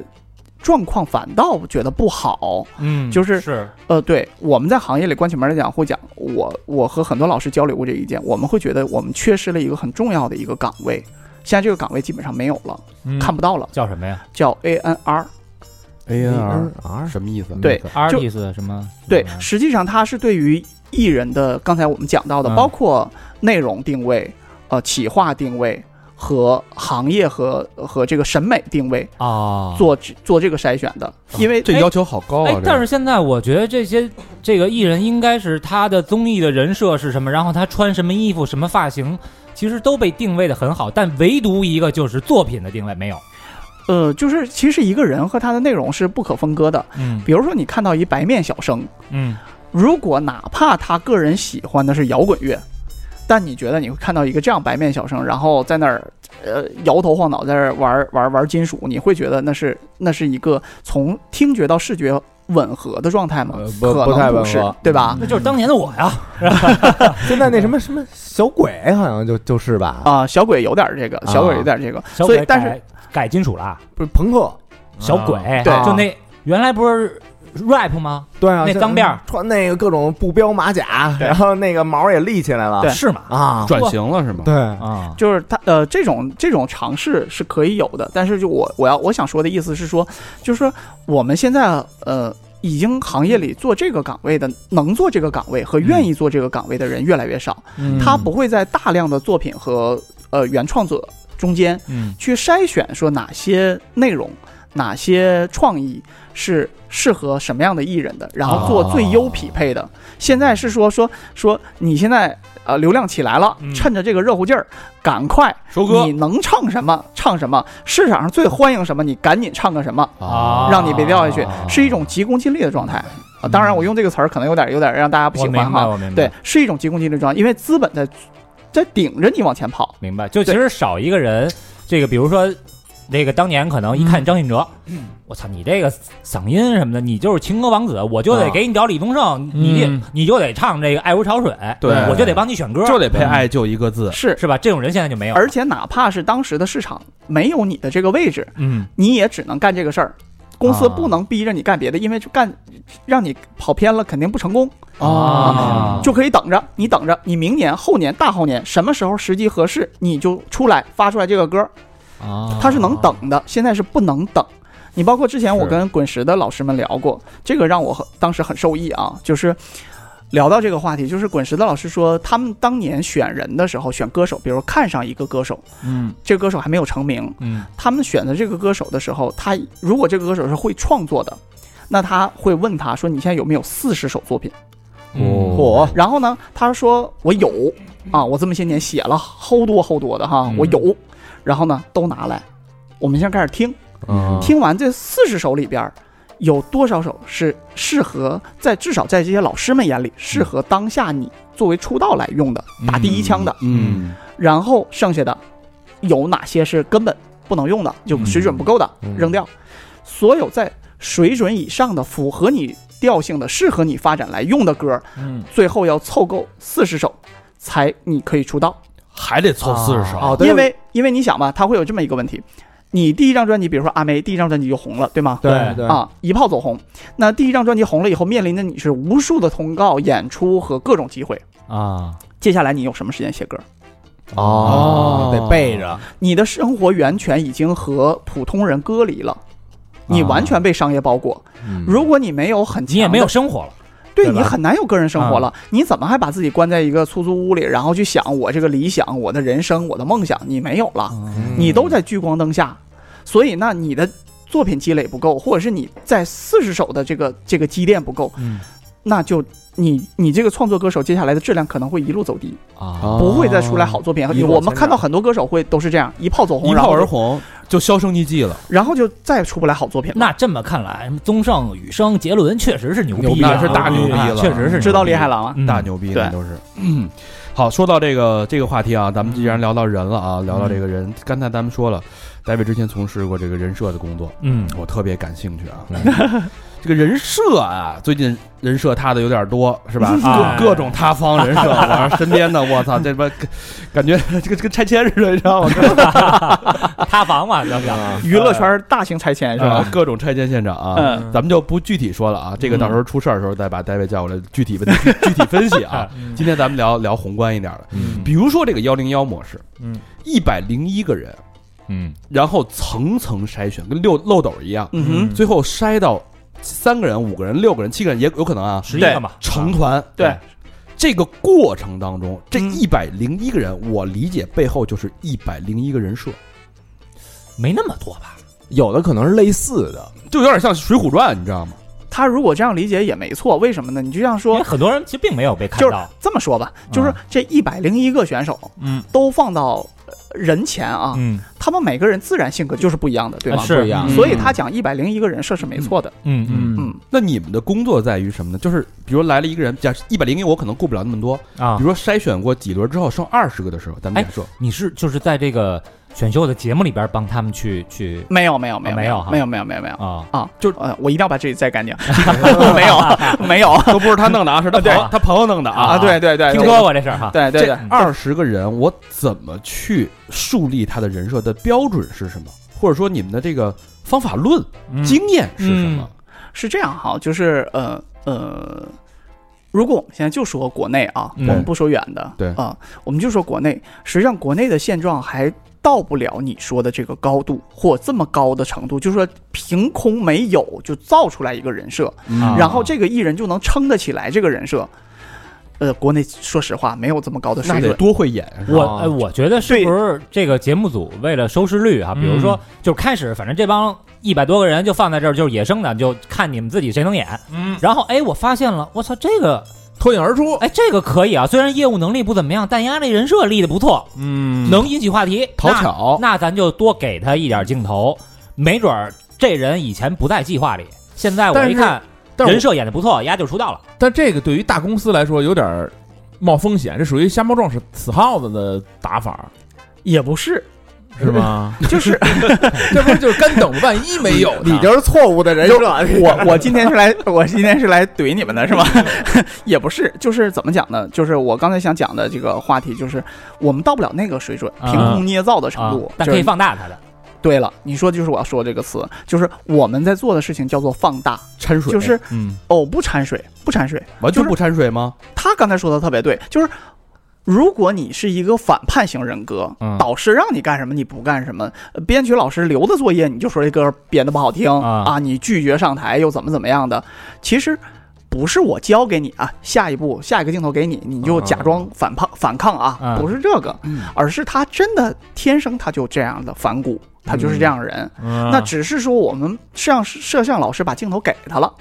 Speaker 9: 状况反倒觉得不好。
Speaker 4: 嗯
Speaker 9: 就是
Speaker 4: 是
Speaker 9: 呃，对，我们在行业里关起门来讲，会讲我我和很多老师交流过这个意见，我们会觉得我们缺失了一个很重要的一个岗位，现在这个岗位基本上没有了，
Speaker 4: 嗯
Speaker 9: 看不到了，
Speaker 4: 叫什么呀
Speaker 9: 叫 ANR。
Speaker 1: A
Speaker 4: 嗯
Speaker 3: R
Speaker 1: 哎什么意思？
Speaker 9: 对
Speaker 4: ？artist 什么？
Speaker 9: 对
Speaker 4: 什么，
Speaker 9: 实际上它是对于艺人的刚才我们讲到的，
Speaker 4: 嗯
Speaker 9: 包括内容定位、呃企划定位和行业和和这个审美定位
Speaker 4: 啊，
Speaker 9: 做做这个筛选的，因为
Speaker 1: 这
Speaker 9: 哎
Speaker 1: 要求好高
Speaker 4: 哎
Speaker 1: 啊！，
Speaker 4: 但是现在我觉得这些这个艺人应该是他的综艺的人设是什么，然后他穿什么衣服、什么发型，其实都被定位的很好，但唯独一个就是作品的定位没有。
Speaker 9: 呃，就是其实一个人和他的内容是不可分割的。
Speaker 4: 嗯
Speaker 9: 比如说，你看到一白面小生，
Speaker 4: 嗯，
Speaker 9: 如果哪怕他个人喜欢的是摇滚乐，但你觉得你会看到一个这样白面小生，然后在那儿呃摇头晃脑，在那儿玩玩玩金属，你会觉得那是那是一个从听觉到视觉吻合的状态吗？
Speaker 3: 呃不
Speaker 9: 可
Speaker 3: 不太
Speaker 9: 能
Speaker 3: 吻
Speaker 9: 不是
Speaker 3: 合，嗯
Speaker 9: 对吧？
Speaker 4: 那就是当年的我 呀。
Speaker 3: 现在那什么什么小鬼好像就就是吧，
Speaker 9: 啊、小鬼有点这个，小鬼有点
Speaker 3: 啊
Speaker 9: 这个，
Speaker 4: 小
Speaker 9: 所
Speaker 4: 鬼
Speaker 9: 以
Speaker 4: 改
Speaker 9: 但是
Speaker 4: 改金属了，
Speaker 3: 不是朋克，
Speaker 4: 小鬼
Speaker 9: 对
Speaker 4: 就那原来不是 rap 吗？
Speaker 3: 对啊，
Speaker 4: 那
Speaker 3: 像
Speaker 4: 脏辫儿
Speaker 3: 穿那个各种布标马甲，
Speaker 9: 对
Speaker 3: 然后那个毛也立起来了，
Speaker 9: 对
Speaker 4: 是吗？
Speaker 3: 啊，
Speaker 1: 转型了是吗？
Speaker 3: 对，
Speaker 4: 啊，
Speaker 9: 就是他呃，这种这种尝试是可以有的，但是就我我要我想说的意思是说，就是说我们现在呃，已经行业里做这个岗位的，能做这个岗位和愿意做这个岗位的人越来越少，
Speaker 4: 嗯
Speaker 9: 他不会在大量的作品和呃原创者中间
Speaker 4: 嗯
Speaker 9: 去筛选说哪些内容、哪些创意是适合什么样的艺人的，然后做最优匹配的。现在是说说说你现在呃流量起来了，
Speaker 4: 嗯
Speaker 9: 趁着这个热乎劲儿，赶快
Speaker 1: 收割
Speaker 9: 你能唱什么唱什么，市场上最欢迎什么，你赶紧唱个什么，
Speaker 4: 啊，
Speaker 9: 让你别掉下去，是一种急功近利的状态。啊，当然，我用这个词儿可能有点有点让大家不
Speaker 4: 我
Speaker 9: 喜
Speaker 4: 明白，
Speaker 9: 欢啊哈。
Speaker 4: 我明白，
Speaker 9: 对，，是一种急功近利的状态，因为资本在在顶着你往前跑。
Speaker 4: 明白。就其实少一个人，这个比如说。这个当年可能一看张信哲，我操、你这个嗓音什么的，你就是情歌王子，我就得给你找李宗盛，你
Speaker 2: 嗯
Speaker 4: 你就得唱这个《爱如潮水》，
Speaker 1: 对
Speaker 4: 我就得帮你选歌，
Speaker 1: 就得配“爱”就一个字。
Speaker 9: 是
Speaker 4: 是吧？这种人现在就没有，
Speaker 9: 而且哪怕是当时的市场没有你的这个位置，
Speaker 4: 嗯，
Speaker 9: 你也只能干这个事儿。公司
Speaker 4: 啊
Speaker 9: 不能逼着你干别的，因为就干让你跑偏了肯定不成功，
Speaker 4: 啊
Speaker 9: 就可以等着你等着，你明年、后年、大后年什么时候时机合适，你就出来发出来这个歌，
Speaker 4: 啊
Speaker 9: 它是能等的，现在是不能等。你包括之前我
Speaker 1: 是
Speaker 9: 跟滚石的老师们聊过，这个让我很当时很受益啊，就是，聊到这个话题，就是滚石的老师说，他们当年选人的时候，选歌手，比如看上一个歌手，
Speaker 8: 嗯
Speaker 9: 这个歌手还没有成名，
Speaker 8: 嗯
Speaker 9: 他们选择这个歌手的时候，他如果这个歌手是会创作的，那他会问他说：“你现在有没有四十首作品
Speaker 4: 嗯
Speaker 1: 嗯哦
Speaker 9: 哦
Speaker 3: 嚯？”，
Speaker 9: 然后呢，他说：“我有啊，我这么些年写了好多好多的哈
Speaker 8: 嗯，
Speaker 9: 我有。”然后呢，都拿来，我们先开始听，
Speaker 8: 嗯
Speaker 9: 听完这四十首里边儿。有多少首是适合在至少在这些老师们眼里适合当下你作为出道来用的打第一枪的？
Speaker 8: 嗯
Speaker 9: 然后剩下的有哪些是根本不能用的，就水准不够的、
Speaker 3: 嗯
Speaker 9: 扔掉。所有在水准以上的、符合你调性的、适合你发展来用的歌，
Speaker 8: 嗯，
Speaker 9: 最后要凑够四十首，才你可以出道。
Speaker 1: 还得凑四十首，
Speaker 4: 啊
Speaker 3: 哦，对
Speaker 9: 因为因为你想吧，它会有这么一个问题：你第一张专辑，比如说阿梅第一张专辑就红了，对吗？
Speaker 3: 对对，
Speaker 9: 啊，一炮走红。那第一张专辑红了以后，面临的你是无数的通告、演出和各种机会。
Speaker 4: 啊，
Speaker 9: 接下来你有什么时间写歌？
Speaker 3: 哦，得背着，
Speaker 9: 你的生活源泉已经和普通人隔离了，你完全被商业包裹。
Speaker 3: 嗯
Speaker 9: 如果你没有很强的，
Speaker 4: 你也没有生活了，
Speaker 9: 对
Speaker 3: 对吧
Speaker 9: 你很难有个人生活了。你怎么还把自己关在一个出租屋里，然后去想我这个理想、我的人生、我的梦想？你没有
Speaker 2: 啊
Speaker 9: 了，
Speaker 2: 嗯
Speaker 1: 嗯
Speaker 9: 你都在聚光灯下，所以那你的作品积累不够，或者是你在四十首的这个这个积淀不够，
Speaker 8: 嗯
Speaker 9: 那就你你这个创作歌手接下来的质量可能会一路走低，
Speaker 8: 啊
Speaker 9: 哦不会再出来好作品。
Speaker 3: 一落
Speaker 9: 我们
Speaker 3: 千
Speaker 9: 看
Speaker 3: 丈
Speaker 9: 到很多歌手会都是这样一炮走红，
Speaker 1: 一
Speaker 9: 然
Speaker 1: 炮
Speaker 9: 后就
Speaker 1: 而红就销声匿迹了。
Speaker 9: 然后就再也出不来好作品了。
Speaker 4: 那这么看来，宗盛、雨生、杰伦确实是牛逼
Speaker 1: 牛
Speaker 4: 啊，
Speaker 1: 逼那是大牛逼了
Speaker 4: 啊确实是
Speaker 9: 知道厉害
Speaker 4: 了，
Speaker 9: 了吗？啊
Speaker 4: 嗯
Speaker 1: 大牛逼
Speaker 9: 对
Speaker 1: 那都是。 嗯，好，说到这个这个话题啊，咱们既然聊到人了啊，聊到这个人，刚才咱们说了，戴维之前从事过这个人设的工作，
Speaker 4: 嗯，
Speaker 1: 我特别感兴趣啊。 这个人设啊，最近人设塌的有点多，是吧？
Speaker 4: 啊
Speaker 1: 各各种塌方人设，我身边的我操，这边感觉这个跟拆迁似的，你知道吗？
Speaker 4: 塌房
Speaker 9: 嗯
Speaker 4: 嘛，要不要？
Speaker 9: 娱乐圈大型拆迁
Speaker 1: 是
Speaker 9: 是
Speaker 1: 吧
Speaker 9: 吧？？
Speaker 1: 啊各种拆迁现场啊，
Speaker 9: 嗯
Speaker 1: 咱们就不具体说了啊，这个到时候出事儿的时候再把戴维叫过来具体问题具体分析啊。今天咱们聊聊宏观一点的，
Speaker 8: 嗯
Speaker 1: 比如说这个幺零幺模式，
Speaker 8: 嗯，
Speaker 1: 一百零一个人，
Speaker 8: 嗯
Speaker 1: 然后层层筛选，跟漏漏斗一样，
Speaker 9: 嗯哼，
Speaker 1: 最后筛到三个人、五个人、六个人、七个人，也有可能啊，
Speaker 4: 十一个嘛，
Speaker 1: 成团。
Speaker 9: 对，
Speaker 1: 这个过程当中，这
Speaker 9: 嗯
Speaker 1: 一百零一个人，我理解背后就是一百零一个人设，
Speaker 4: 没那么多吧？
Speaker 3: 有的可能是类似的，
Speaker 1: 就有点像《水浒传》，你知道吗？
Speaker 4: 嗯
Speaker 9: 他如果这样理解也没错，为什么呢？你就像
Speaker 4: 因为
Speaker 9: 说，
Speaker 4: 很多人其实并没有被看
Speaker 9: 就是
Speaker 4: 到，
Speaker 9: 这么说吧，
Speaker 4: 嗯
Speaker 9: 就是这一百零一个选手
Speaker 8: 嗯
Speaker 9: 都放到呃人前啊，
Speaker 4: 嗯
Speaker 9: 他们每个人自然性格就是不一样的，对
Speaker 4: 啊
Speaker 9: 吗？
Speaker 4: 是
Speaker 3: 不一样
Speaker 9: 所以他讲一百零一个人设是没错的。
Speaker 4: 嗯
Speaker 9: 嗯
Speaker 1: 那你们的工作在于什么呢？就是比如来了一个人，假一百零一，我可能顾不了那么多。
Speaker 4: 啊
Speaker 1: 比如说筛选过几轮之后剩二十个的时候，咱们假设，
Speaker 4: 你是就是在这个选秀的节目里边帮他们去去
Speaker 9: 没有没有没有
Speaker 4: 啊没有哈
Speaker 9: 没有没有没有没有
Speaker 4: 啊
Speaker 9: 啊！
Speaker 1: 就
Speaker 9: 呃，我一定要把这里再 干净， 没有没有
Speaker 1: 都不是他弄 的啊，是他朋友他朋友弄的啊。
Speaker 9: 啊！对对对，
Speaker 4: 听
Speaker 9: 这
Speaker 4: 说过这事儿哈？
Speaker 9: 对对
Speaker 1: 这
Speaker 9: 对，
Speaker 1: 二十个人，我怎么去树立他的人设的标准是什么？或者说你们的这个方法论、
Speaker 4: 嗯
Speaker 9: 嗯
Speaker 1: 经验是什么？
Speaker 2: 嗯
Speaker 9: 是这样哈，就是呃呃，如果我们现在就说国内啊，
Speaker 4: 嗯
Speaker 9: 我们不说远的，
Speaker 1: 对
Speaker 9: 啊、我们就说国内，实际上国内的现状还到不了你说的这个高度或这么高的程度，就是说凭空没有就造出来一个人设，
Speaker 1: 嗯
Speaker 4: 啊
Speaker 9: 然后这个艺人就能撑得起来这个人设。呃，国内说实话没有这么高的
Speaker 1: 那
Speaker 9: 水
Speaker 1: 得
Speaker 9: 准，
Speaker 1: 多会演是吧
Speaker 4: 我哎，我觉得是不是这个节目组为了收视率啊？比如说，就是开始反正这帮一百多个人就放在这儿，就是野生的，就看你们自己谁能演。
Speaker 8: 嗯，
Speaker 4: 然后哎，我发现了，我操，这个
Speaker 8: 脱颖而出，
Speaker 4: 哎，这个可以啊。虽然业务能力不怎么样，但人家这人设立的不错，
Speaker 8: 嗯
Speaker 4: 能引起话题。
Speaker 1: 讨
Speaker 4: 那
Speaker 1: 巧，
Speaker 4: 那咱就多给他一点镜头，没准儿这人以前不在计划里，现在我
Speaker 8: 但
Speaker 4: 一
Speaker 8: 是
Speaker 4: 看
Speaker 8: 但是
Speaker 4: 人设演的不错，丫就出道了。
Speaker 2: 但这个对于大公司来说有点儿冒风险，这属于瞎猫撞死死耗子的打法，
Speaker 9: 也不是，
Speaker 2: 是
Speaker 4: 啊
Speaker 2: 吗？
Speaker 9: 就是
Speaker 2: 这不就是干等万一没 有呢
Speaker 3: 你这是错误的人设，
Speaker 9: 我我今天是来，我今天是来怼你们的是吧？
Speaker 4: 嗯
Speaker 9: 也不是，就是怎么讲呢？就是我刚才想讲的这个话题，就是我们到不了那个水准，
Speaker 4: 啊
Speaker 9: 凭空捏造的程度。
Speaker 4: 啊但
Speaker 9: 就是
Speaker 4: 可以放大他的，
Speaker 9: 对了，你说就是我要说这个词，就是我们在做的事情叫做放大，
Speaker 1: 掺水
Speaker 9: 就是
Speaker 8: 嗯
Speaker 9: 哦，不掺水，不掺水。
Speaker 1: 完全
Speaker 9: 就是
Speaker 1: 不掺水吗？
Speaker 9: 他刚才说的特别对，就是。如果你是一个反叛型人格，
Speaker 4: 嗯
Speaker 9: 导师让你干什么你不干什么，呃编曲老师留的作业你就说这歌编的不好听
Speaker 4: 啊
Speaker 9: 你拒绝上台又怎么怎么样的，其实不是我教给你啊，下一步下一个镜头给你，你就假装反抗反抗啊
Speaker 4: 嗯，
Speaker 9: 不是这个，而是他真的天生他就这样的反骨，他
Speaker 4: 嗯
Speaker 9: 就是这样的人。
Speaker 1: 嗯啊
Speaker 9: 那
Speaker 10: 那
Speaker 9: 只是说我们摄像摄像老师把镜头给他了，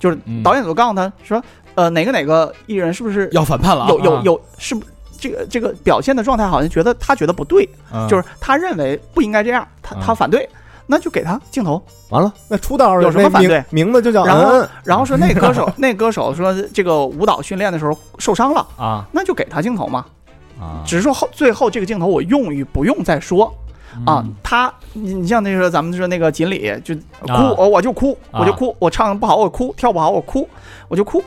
Speaker 9: 就是
Speaker 10: 嗯
Speaker 9: 导演组告诉他说，呃，哪个哪个艺人是不是
Speaker 1: 要反叛了啊，
Speaker 9: 有有
Speaker 10: 啊
Speaker 9: 有是不这个这个表现的状态好像觉得他觉得不对，就是他认为不应该这样，他他
Speaker 10: 嗯
Speaker 9: 反对，那就给他镜头，
Speaker 3: 完了，那出道
Speaker 9: 有什么
Speaker 3: 那
Speaker 9: 反对
Speaker 3: 名名字就叫嗯
Speaker 9: 然后
Speaker 3: 恩恩，
Speaker 9: 然后说那 歌手那歌手说这个舞蹈训练的时候受伤了，
Speaker 4: 啊
Speaker 9: 那就给他镜头嘛，
Speaker 4: 啊
Speaker 9: 只是说后最后这个镜头我用与不用再说。
Speaker 4: 嗯
Speaker 9: 啊，他你你像那时候咱们说那个锦鲤就哭，
Speaker 4: 啊
Speaker 9: 我我就哭，
Speaker 4: 啊
Speaker 9: 我就哭，我唱不好我哭，跳不好我哭，我就哭，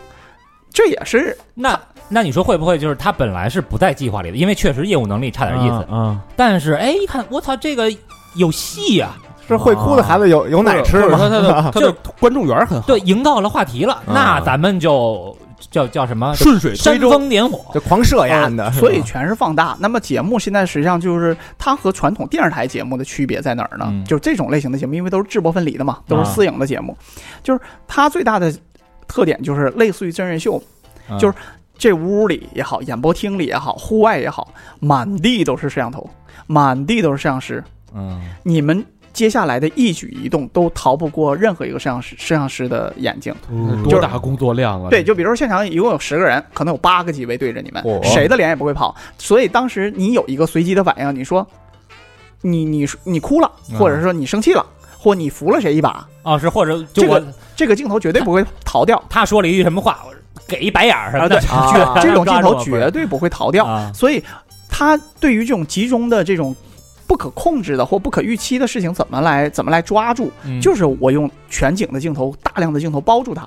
Speaker 9: 这也是
Speaker 4: 那那你说会不会就是他本来是不在计划里的，因为确实业务能力差点意思，
Speaker 2: 啊，
Speaker 4: 但是哎一看我操这个有戏啊呀、
Speaker 3: 是会哭的孩子有有奶吃
Speaker 1: 或者说他
Speaker 3: 吗？
Speaker 1: 的他的观众缘很好，
Speaker 4: 对，营造了话题了，那咱们就叫叫什
Speaker 9: 啊
Speaker 4: 么
Speaker 1: 顺水
Speaker 4: 煽
Speaker 1: 推舟，
Speaker 4: 风点火
Speaker 3: 就狂射呀的，
Speaker 9: 呃所以全是放大。那么节目现在实际上就是它和传统电视台节目的区别在哪儿呢？
Speaker 10: 嗯
Speaker 9: 就是这种类型的节目，因为都是制播分离的嘛，都是私营的节目，就是它最大的特点就是类似于真人秀，
Speaker 10: 嗯
Speaker 9: 就是这屋里也好，演播厅里也好，户外也好，满地都是摄像头，满地都是摄像师，
Speaker 10: 嗯
Speaker 9: 你们。接下来的一举一动都逃不过任何一个摄像师摄像师的眼睛。
Speaker 1: 嗯
Speaker 3: 嗯
Speaker 1: 多大工作量啊！
Speaker 9: 对，就比如说现场一共有十个人，可能有八个机位对着你们，
Speaker 3: 哦
Speaker 9: 谁的脸也不会跑。所以当时你有一个随机的反应，你说你你你哭了，
Speaker 10: 嗯
Speaker 9: 或者说你生气了，或你扶了谁一把，
Speaker 4: 啊，是或者就
Speaker 9: 这个
Speaker 4: 我、
Speaker 9: 这个镜头绝对不会逃掉。
Speaker 4: 他说了一句什么话，我给一白眼儿什么的，
Speaker 3: 啊
Speaker 9: 这种镜
Speaker 4: 抓住
Speaker 9: 头
Speaker 4: 我不是
Speaker 9: 绝对不会逃掉。
Speaker 4: 啊
Speaker 9: 所以他对于这种集中的这种不可控制的或不可预期的事情，怎么来怎么来抓住？
Speaker 4: 嗯
Speaker 9: 就是我用全景的镜头，大量的镜头包住它。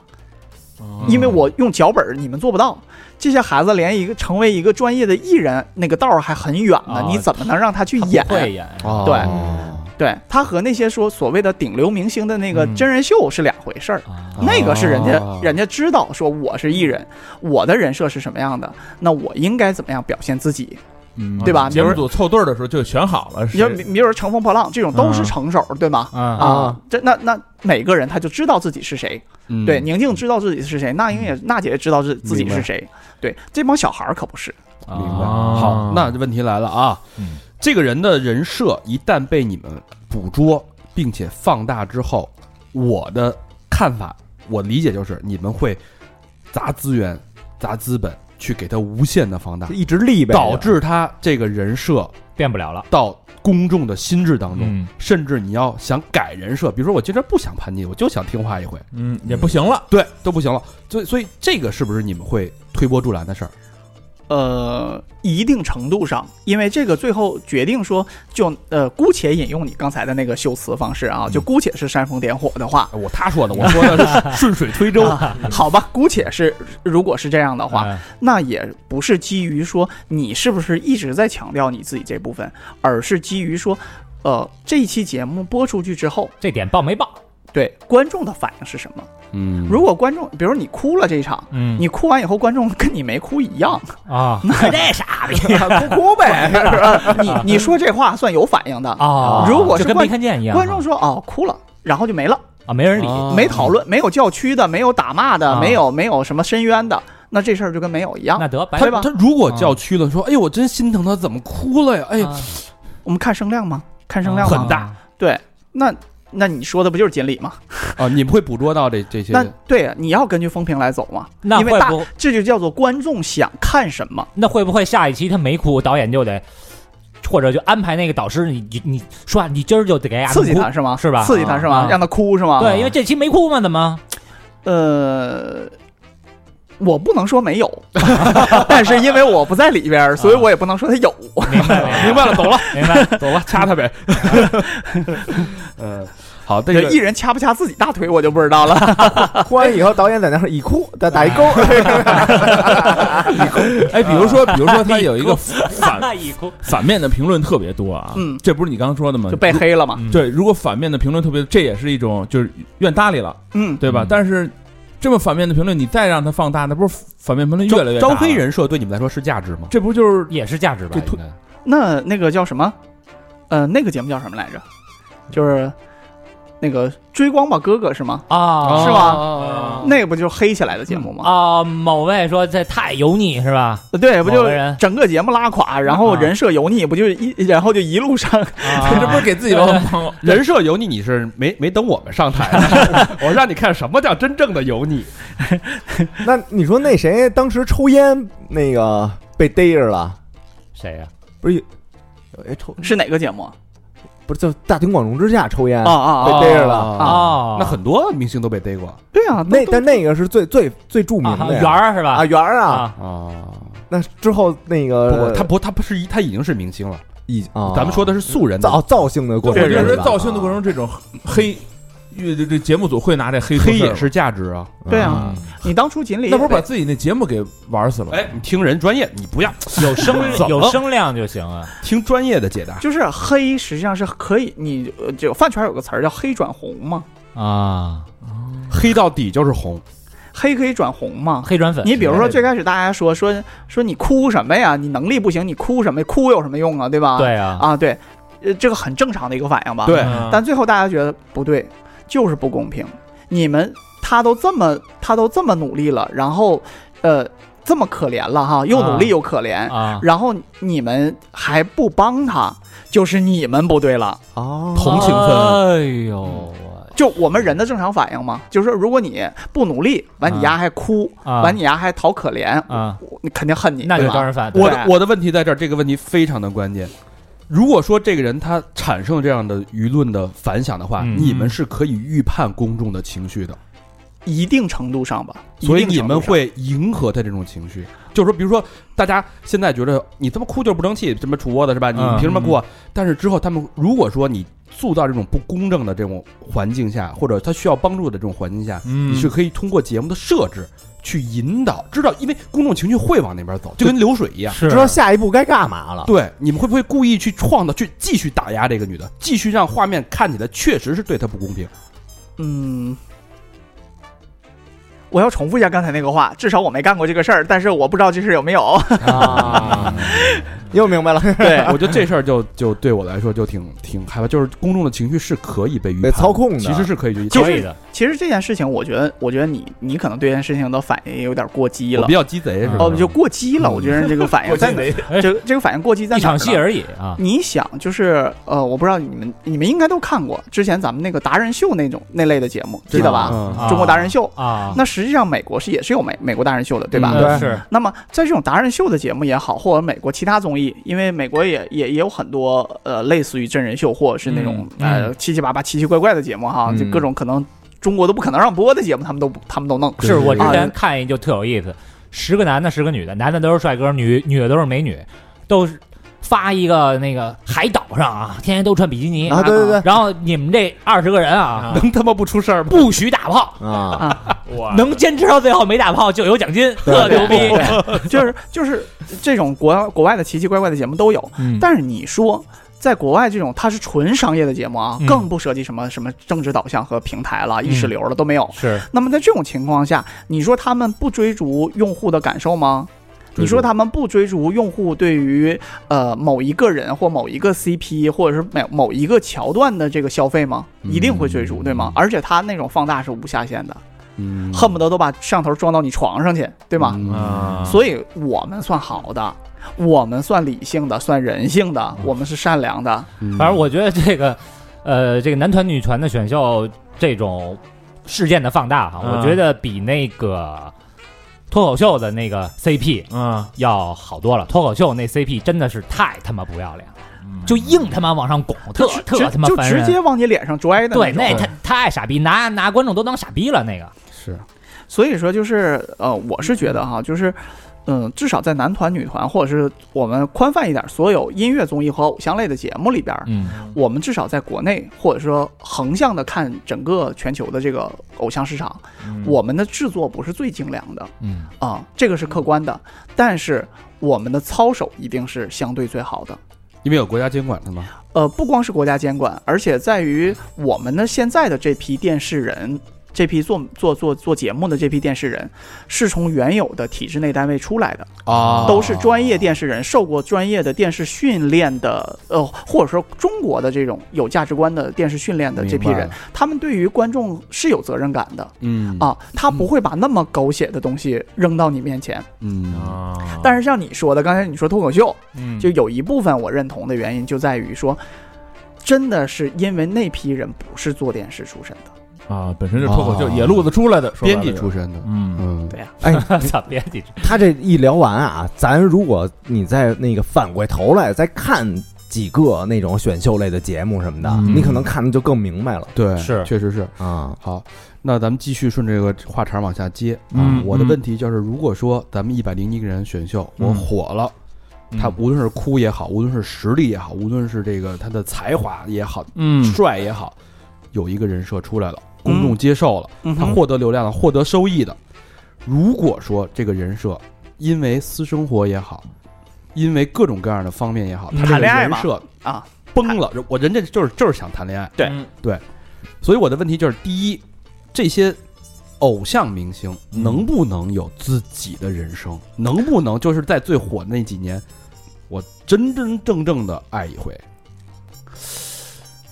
Speaker 4: 哦
Speaker 9: 因为我用脚本儿，你们做不到。这些孩子连一个成为一个专业的艺人，那个道儿还很远呢
Speaker 4: 啊，
Speaker 9: 你怎么能让他去
Speaker 4: 他不
Speaker 9: 演？
Speaker 4: 会演
Speaker 1: 哦
Speaker 9: 对对他和那些说所谓的顶流明星的那个
Speaker 10: 嗯
Speaker 9: 真人秀是两回事儿。
Speaker 4: 啊
Speaker 9: 那个是人家
Speaker 1: 哦，
Speaker 9: 人家知道说我是艺人，我的人设是什么样的，那我应该怎么样表现自己，
Speaker 2: 嗯
Speaker 9: 对
Speaker 4: 哦
Speaker 9: 吧
Speaker 2: 节目组凑对儿的时候就选好了，
Speaker 9: 你说，
Speaker 2: 是
Speaker 9: 比比如说乘风破浪这种都是成手，对吗？
Speaker 4: 啊
Speaker 9: 啊，这那那每个人他就知道自己是谁，
Speaker 1: 嗯
Speaker 9: 对，宁静知道自己是谁，那英也娜姐也知道自自己
Speaker 3: 明
Speaker 9: 是
Speaker 3: 白
Speaker 9: 谁，对，这帮小孩儿可不是，
Speaker 1: 明白。
Speaker 2: 啊
Speaker 1: 好，那问题来了啊，
Speaker 10: 嗯
Speaker 1: 这个人的人设一旦被你们捕捉并且放大之后，我的看法，我理解就是你们会砸资源、砸资本去给他无限的放大
Speaker 3: 就，一直立呗，
Speaker 1: 导致他这个人设
Speaker 4: 变不了了，
Speaker 1: 到公众的心智当中。
Speaker 10: 嗯
Speaker 1: 甚至你要想改人设，比如说我今天不想叛逆，我就想听话一回，
Speaker 10: 嗯
Speaker 2: 也不行了，
Speaker 1: 对，都不行了。所以，所以这个是不是你们会推波助澜的事儿？
Speaker 9: 呃，一定程度上，因为这个最后决定说，就呃，姑且引用你刚才的那个修辞方式啊，就姑且是煽风点火的话，
Speaker 1: 我他说的，我说的 是顺水推舟。
Speaker 9: 好吧，姑且是如果是这样的话，
Speaker 4: 嗯
Speaker 9: 那也不是基于说你是不是一直在强调你自己这部分，而是基于说，呃，这一期节目播出去之后，
Speaker 4: 这点爆没爆？
Speaker 9: 对观众的反应是什么？
Speaker 1: 嗯
Speaker 9: 如果观众，比如你哭了这一场，
Speaker 10: 嗯
Speaker 9: 你哭完以后，观众跟你没哭一样，
Speaker 4: 啊
Speaker 9: 那这傻逼， 哭哭 呗，是吧？你你说这话算有反应的
Speaker 4: 啊！
Speaker 9: 如果是
Speaker 4: 就跟
Speaker 9: 观
Speaker 4: 没看见一样，
Speaker 9: 观众说哦哭了，然后就没了，
Speaker 4: 啊没人理，
Speaker 9: 没讨论，没有叫屈的，没有打骂的，
Speaker 4: 啊
Speaker 9: 没有没有什么深渊的，那这事儿就跟没有一样
Speaker 4: 那。得白
Speaker 1: 他
Speaker 9: 对吧
Speaker 1: 他如果叫屈了，说：“哎呦，我真心疼他，怎么哭了呀？”哎呀，
Speaker 4: 啊
Speaker 9: 我们看声量吗？看
Speaker 4: 哦
Speaker 9: 声量吗啊
Speaker 1: 很大
Speaker 9: 对，那那你说的不就是锦鲤吗？
Speaker 1: 啊，你们会捕捉到这这些
Speaker 9: 那对啊，你要根据风评来走嘛，
Speaker 4: 那
Speaker 9: 因为
Speaker 4: 会
Speaker 9: 大
Speaker 4: 不
Speaker 9: 这就叫做观众想看什么。
Speaker 4: 那会不会下一期他没哭，导演就得或者就安排那个导师，你你你说啊你今儿就得给俺
Speaker 9: 刺激
Speaker 4: 哭
Speaker 9: 他是吗？
Speaker 4: 是吧
Speaker 9: 刺激他是吗
Speaker 4: 啊？
Speaker 9: 让他哭是吗？
Speaker 4: 对，因为这期没哭嘛，怎么？
Speaker 9: 呃，我不能说没有， 但是因为我不在里边儿，所
Speaker 4: 啊
Speaker 9: 以我也不能说他有。
Speaker 4: 明白了，明白了，走了， 明白了。
Speaker 1: 走了，掐他呗。嗯，好，这
Speaker 9: 这
Speaker 1: 个
Speaker 9: 艺人掐不掐自己大腿，我就不知道了。
Speaker 3: 哭完以后导演在那儿一哭，再打一勾，
Speaker 2: 哎，比如说，比如说他有一个反
Speaker 4: 那一哭，
Speaker 2: 反面的评论特别多啊，
Speaker 9: 嗯
Speaker 2: 这不是你刚刚说的吗？
Speaker 9: 就被黑了嘛。
Speaker 10: 嗯
Speaker 2: 对，如果反面的评论特别多，这也是一种就是愿搭理了，
Speaker 9: 嗯，
Speaker 2: 对吧？
Speaker 10: 嗯
Speaker 2: 但是这么反面的评论，你再让它放大，那不是反面评论越来越大
Speaker 1: 招
Speaker 2: 了
Speaker 1: 黑？人设对你们来说是价值吗？
Speaker 2: 这不就是
Speaker 4: 也是价值吧
Speaker 2: 这？突
Speaker 4: 应该
Speaker 9: 那那个叫什么？呃，那个节目叫什么来着？就是那个《追光吧哥哥》是吗？
Speaker 4: 啊
Speaker 9: 是
Speaker 1: 吗？
Speaker 9: 那个不就是黑起来的节目吗？
Speaker 4: 啊！某位说这太油腻是吧？
Speaker 9: 对，哎不
Speaker 4: 某
Speaker 9: 就
Speaker 4: 个 人
Speaker 9: 整个节目拉垮，然后人设油腻，不就一 然后就一路上
Speaker 4: 啊
Speaker 2: 这不是给自己 挖坑吗？
Speaker 1: 人设油腻，你是没没等我们上台， 我让你看什么叫真正的油腻。
Speaker 3: 那你说那谁当时抽烟那个被逮着了？
Speaker 4: 谁呀？
Speaker 3: 不是，哎抽
Speaker 9: 是哪个节目啊
Speaker 3: 不是叫大庭广众之下抽烟
Speaker 9: 啊？啊！啊
Speaker 3: 被逮着了
Speaker 1: 啊！
Speaker 4: 哦，
Speaker 1: 那很多明星都被逮过
Speaker 9: 对啊，
Speaker 3: 那
Speaker 9: 都
Speaker 3: 但那个是最最最著名
Speaker 4: 啊
Speaker 3: 的呀
Speaker 4: 圆儿是吧
Speaker 3: 啊？圆儿啊，
Speaker 4: 啊
Speaker 1: 啊。
Speaker 3: 那之后那
Speaker 1: 不
Speaker 3: 个啊
Speaker 1: 不，他不，他不是一，他已经是明星了。
Speaker 3: 已啊
Speaker 1: 咱们说的是素人的
Speaker 3: 造造型的过
Speaker 2: 我
Speaker 3: 程
Speaker 2: 觉
Speaker 3: 是
Speaker 2: 得
Speaker 3: 吧，啊
Speaker 2: 造型的过程中，这种黑，这这这节目组会拿这黑
Speaker 1: 黑
Speaker 2: 也
Speaker 1: 也是价值啊！
Speaker 9: 对啊，你当初锦鲤
Speaker 2: 那不是把
Speaker 9: 也被
Speaker 2: 自己那节目给玩死了？
Speaker 1: 哎，你听人专业，你不要
Speaker 4: 有声
Speaker 1: 怎么
Speaker 4: 有声量就行啊。
Speaker 1: 听专业的解答。
Speaker 9: 就是黑，实际上是可以，你呃就饭圈有个词儿叫黑转红嘛，
Speaker 4: 啊，
Speaker 1: 黑到底就是红，
Speaker 9: 黑可以转红嘛。
Speaker 4: 黑转粉，
Speaker 9: 你比如说最开始大家说说说你哭什么呀？你能力不行，你哭什么？哭有什么用啊？对吧？
Speaker 4: 对啊，
Speaker 9: 啊，对，呃，这个很正常的一个反应吧。
Speaker 1: 对
Speaker 2: 嗯
Speaker 9: 但最后大家觉得不对，就是不公平。你们他都这么他都这么努力了，然后呃这么可怜了哈，又努力又可怜，
Speaker 4: 啊，
Speaker 9: 然后你们还不帮他，就是你们不对了。
Speaker 3: 哦，
Speaker 1: 同情分。
Speaker 4: 哎呦，我
Speaker 9: 就我们人的正常反应嘛，就是说如果你不努力，完你丫还哭，
Speaker 4: 啊
Speaker 9: 完你丫还讨可怜，
Speaker 4: 啊，
Speaker 9: 我你肯定恨你，
Speaker 4: 那就
Speaker 9: 对
Speaker 4: 招
Speaker 9: 吧？
Speaker 4: 人烦。
Speaker 1: 我
Speaker 9: 对
Speaker 1: 的我的问题在这儿，这个问题非常的关键。如果说这个人他产生了这样的舆论的反响的话，
Speaker 4: 嗯
Speaker 1: 你们是可以预判公众的情绪的，
Speaker 9: 一定程度上吧，
Speaker 1: 所
Speaker 9: 嗯
Speaker 1: 以
Speaker 9: 一定
Speaker 1: 你
Speaker 9: 程度
Speaker 1: 们
Speaker 9: 上
Speaker 1: 会迎合他这种情绪。就是说，比如说，大家现在觉得你他妈哭就是不争气，什么杵窝子是吧？你
Speaker 4: 嗯
Speaker 1: 凭什么哭啊？但是之后，他们如果说你塑造这种不公正的这种环境下，或者他需要帮助的这种环境下，
Speaker 2: 嗯
Speaker 1: 你是可以通过节目的设置去引导，知道，因为公众情绪会往那边走，就跟流水一样。
Speaker 4: 是啊
Speaker 3: 知道下一步该干嘛
Speaker 9: 啊
Speaker 3: 了。
Speaker 1: 对，你们会不会故意去创造，去继续打压这个女的，继续让画面看起来确实是对她不公平？
Speaker 9: 嗯，我要重复一下刚才那个话，至少我没干过这个事儿，但是我不知道这事儿有没有。
Speaker 3: 啊， 又明白了，
Speaker 9: 对，
Speaker 1: 我觉得这事儿就就对我来说就挺挺害怕，就是公众的情绪是可以被预
Speaker 3: 被
Speaker 1: 判
Speaker 3: 操控的
Speaker 1: 其实是可以去。
Speaker 9: 就
Speaker 1: 就是是
Speaker 4: 可以的，
Speaker 9: 其实这件事情，我觉得，我觉得你你可能对这件事情的反应有点过激
Speaker 1: 我
Speaker 9: 了
Speaker 1: 比。较鸡贼是吧？
Speaker 9: 哦，就过激了，我觉得这个反应在哪？这个这个反应过激在
Speaker 4: 哎一
Speaker 9: 哪儿
Speaker 4: 场
Speaker 9: 呢？
Speaker 4: 戏而已啊。
Speaker 9: 你想，就是呃，我不知道你们你们应该都看过之前咱们那个达人秀那种那类的节目，记得吧？
Speaker 1: 嗯
Speaker 4: 啊
Speaker 9: 中国达人秀。
Speaker 4: 啊，
Speaker 9: 那实际上美国是也是有美美国达人秀的，对吧？
Speaker 1: 嗯
Speaker 4: 呃是
Speaker 9: 那么在这种达人秀的节目也好，或者美国其他综艺，因为美国也也也有很多呃类似于真人秀或者是那种、
Speaker 4: 嗯
Speaker 9: 呃七七八八、奇奇怪怪的节目哈，
Speaker 3: 嗯
Speaker 9: 就各种可能中国都不可能让播的节目，他们都他们都 弄。
Speaker 4: 是我之前
Speaker 9: 啊
Speaker 4: 看一就特有意思，十个男的，十个女的，男的都是帅哥，女女的都是美女，都是发一个那个海岛上啊，天天都穿比基尼
Speaker 3: 啊对对对
Speaker 4: 然后你们这二十个人啊，
Speaker 1: 能他妈不出事儿吗？
Speaker 4: 不许打炮，
Speaker 3: 啊，
Speaker 4: 能坚持到最后没打炮就有奖金，特牛逼。
Speaker 9: 就是就是这种国国外的奇奇怪怪的节目都有，
Speaker 2: 嗯
Speaker 9: 但是你说。在国外，这种它是纯商业的节目啊，
Speaker 4: 嗯
Speaker 9: 更不涉及什么什么政治导向和平台了、意识流了都没有。
Speaker 4: 是
Speaker 9: 那么在这种情况下，你说他们不追逐用户的感受吗？
Speaker 1: 逐
Speaker 9: 你说他们不追逐用户对于呃某一个人或某一个 CP 或者是某某一个桥段的这个消费吗？一定会追逐，对吗？而且他那种放大是无下限的，
Speaker 1: 嗯
Speaker 9: 恨不得都把摄像头装到你床上去，对吗？啊
Speaker 1: 嗯
Speaker 9: 所以我们算好的，我们算理性的，算人性的，
Speaker 1: 嗯
Speaker 9: 我们是善良的。
Speaker 4: 反正我觉得这个，呃，这个男团女团的选秀这种事件的放大哈，
Speaker 2: 嗯
Speaker 4: 我觉得比那个脱口秀的那个 CP
Speaker 2: 啊，
Speaker 4: 要好多了。脱口秀那 CP 真的是太他妈不要脸了，就硬他妈往上拱，特
Speaker 9: 就
Speaker 4: 特
Speaker 9: 直
Speaker 4: 他妈
Speaker 9: 就
Speaker 4: 烦
Speaker 9: 直
Speaker 4: 人。
Speaker 9: 接往你脸上拽的
Speaker 4: 对，
Speaker 9: 种
Speaker 4: 那太太傻逼，拿拿观众都当傻逼了。那个
Speaker 1: 是
Speaker 9: 所以说就是呃，我是觉得哈，就是嗯，至少在男团、女团，或者是我们宽泛一点，所有音乐综艺和偶像类的节目里边，
Speaker 4: 嗯，
Speaker 9: 我们至少在国内，或者说横向的看整个全球的这个偶像市场，我们的制作不是最精良的，
Speaker 4: 嗯
Speaker 9: 啊、这个是客观的，但是我们的操守一定是相对最好的。
Speaker 1: 因为有国家监管是吗？
Speaker 9: 呃，不光是国家监管，而且在于我们的现在的这批电视人，这批做做做做节目的这批电视人，是从原有的体制内单位出来的，
Speaker 3: 啊
Speaker 9: 都是专业电视人，受过专业的电视训练的，呃，或者说中国的这种有价值观的电视训练的这批人，他们对于观众是有责任感的
Speaker 1: 嗯
Speaker 9: 啊，他不会把那么狗血的东西扔到你面前。
Speaker 1: 嗯
Speaker 2: 啊，
Speaker 9: 但是像你说的，刚才你说脱口秀，
Speaker 2: 嗯
Speaker 9: 就有一部分我认同的原因就在于说，真的是因为那批人不是做电视出身的。
Speaker 2: 啊，本身是脱口秀
Speaker 1: 啊
Speaker 2: 野路子出来的，说白
Speaker 1: 编
Speaker 2: 了
Speaker 1: 辑
Speaker 2: 就
Speaker 1: 出，身的，
Speaker 2: 嗯，
Speaker 1: 嗯，
Speaker 9: 对呀、
Speaker 4: 操，别提这
Speaker 3: 他这一聊完啊，咱如果你再那个反过头来再看几个那种选秀类的节目什么的，
Speaker 2: 嗯
Speaker 3: 你可能看的就更明白了
Speaker 1: 对，
Speaker 4: 是
Speaker 1: 确实是。
Speaker 3: 啊。
Speaker 1: 好，那咱们继续顺这个话茬儿往下接。
Speaker 2: 嗯
Speaker 1: 啊我的
Speaker 2: 嗯
Speaker 1: 问题就是，如果说咱们一百零一个人选秀，我
Speaker 2: 嗯
Speaker 1: 火了，
Speaker 9: 嗯
Speaker 1: 他无论是哭也好，无论是实力也好，无论是这个他的才华也好，
Speaker 2: 嗯
Speaker 1: 帅也好，有一个人设出来了，公众接受了，
Speaker 9: 嗯
Speaker 1: 他
Speaker 9: 哼
Speaker 1: 获得流量了，获得收益的。如果说这个人设因为私生活也好，因为各种各样的方面也好，他这个
Speaker 9: 谈恋爱
Speaker 1: 人
Speaker 9: 嘛
Speaker 1: 设
Speaker 9: 啊，
Speaker 1: 崩了，我人家就是就是想谈恋爱，
Speaker 9: 对
Speaker 2: 嗯
Speaker 1: 对，所以我的问题就是，第一，这些偶像明星
Speaker 2: 嗯
Speaker 1: 能不能有自己的人生，能不能就是在最火的那几年，我真真正正的爱一回？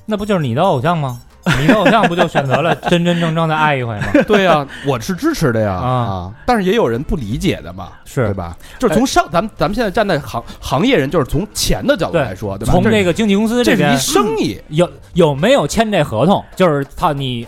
Speaker 4: 那不就是你的偶像吗？你的偶像不就选择了真真正正的爱一回吗？
Speaker 1: 对呀、 我是支持的呀
Speaker 4: 啊
Speaker 1: 啊！但是也有人不理解的嘛，对
Speaker 4: 是，
Speaker 1: 吧？就是从商，咱们咱们现在站在行行业人，就是从钱的角度
Speaker 4: 对
Speaker 1: 来说，对吧？
Speaker 4: 从
Speaker 1: 这
Speaker 4: 这个经纪公司
Speaker 1: 这是
Speaker 4: 边
Speaker 1: 一生意，
Speaker 4: 有有没有签这合同？就是操你，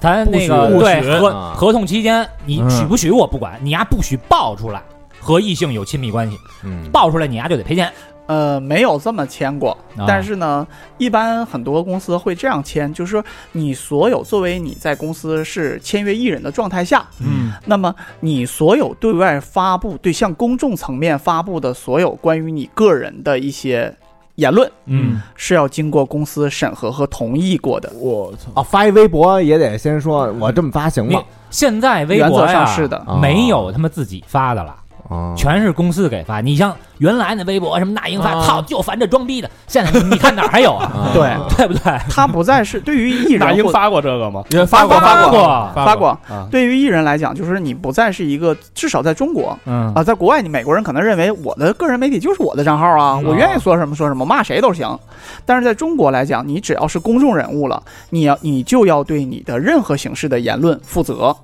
Speaker 4: 咱那个
Speaker 3: 不许不许
Speaker 4: 对合
Speaker 3: 啊
Speaker 4: 合同期间，你
Speaker 2: 嗯
Speaker 4: 许不许我不管，你丫不许爆出来和异性有亲密关系，
Speaker 3: 嗯，
Speaker 4: 爆出来你丫就得赔钱。
Speaker 9: 呃，没有这么签过，
Speaker 4: 啊
Speaker 9: 但是呢，一般很多公司会这样签，就是说你所有作为你在公司是签约艺人的状态下，
Speaker 2: 嗯
Speaker 9: 那么你所有对外发布、对向公众层面发布的所有关于你个人的一些言论，
Speaker 2: 嗯，
Speaker 9: 是要经过公司审核和同意过的。
Speaker 2: 我操，
Speaker 3: 啊，发一微博也得先说我这么发行吗？
Speaker 4: 现在微博
Speaker 9: 原则
Speaker 4: 呀
Speaker 9: 上是的
Speaker 1: 哦
Speaker 3: 啊
Speaker 4: 没有他妈自己发的了。
Speaker 3: 啊，
Speaker 4: 全是公司给发，你像原来那微博什么那英发，
Speaker 2: 啊
Speaker 4: 操、就烦这装逼的。现在你你看哪儿还有啊？
Speaker 3: 啊
Speaker 9: 对
Speaker 4: 对不对？
Speaker 9: 他不再是对于艺
Speaker 1: 那
Speaker 9: 人
Speaker 1: 英
Speaker 9: 或
Speaker 1: 发过这个吗？
Speaker 2: 也发
Speaker 9: 过
Speaker 2: 发
Speaker 9: 发
Speaker 2: 过
Speaker 9: 过
Speaker 2: 发
Speaker 9: 发，过，
Speaker 1: 啊，
Speaker 9: 对于艺人来讲，就是你不再是一个，至少在中国
Speaker 2: 嗯
Speaker 9: 啊，在国外，你美国人可能认为我的个人媒体就是我的账号啊，
Speaker 2: 嗯
Speaker 9: 我愿意说什么说什么，骂谁都行。但是在中国来讲，你只要是公众人物了，你要你就要对你的任何形式的言论负责。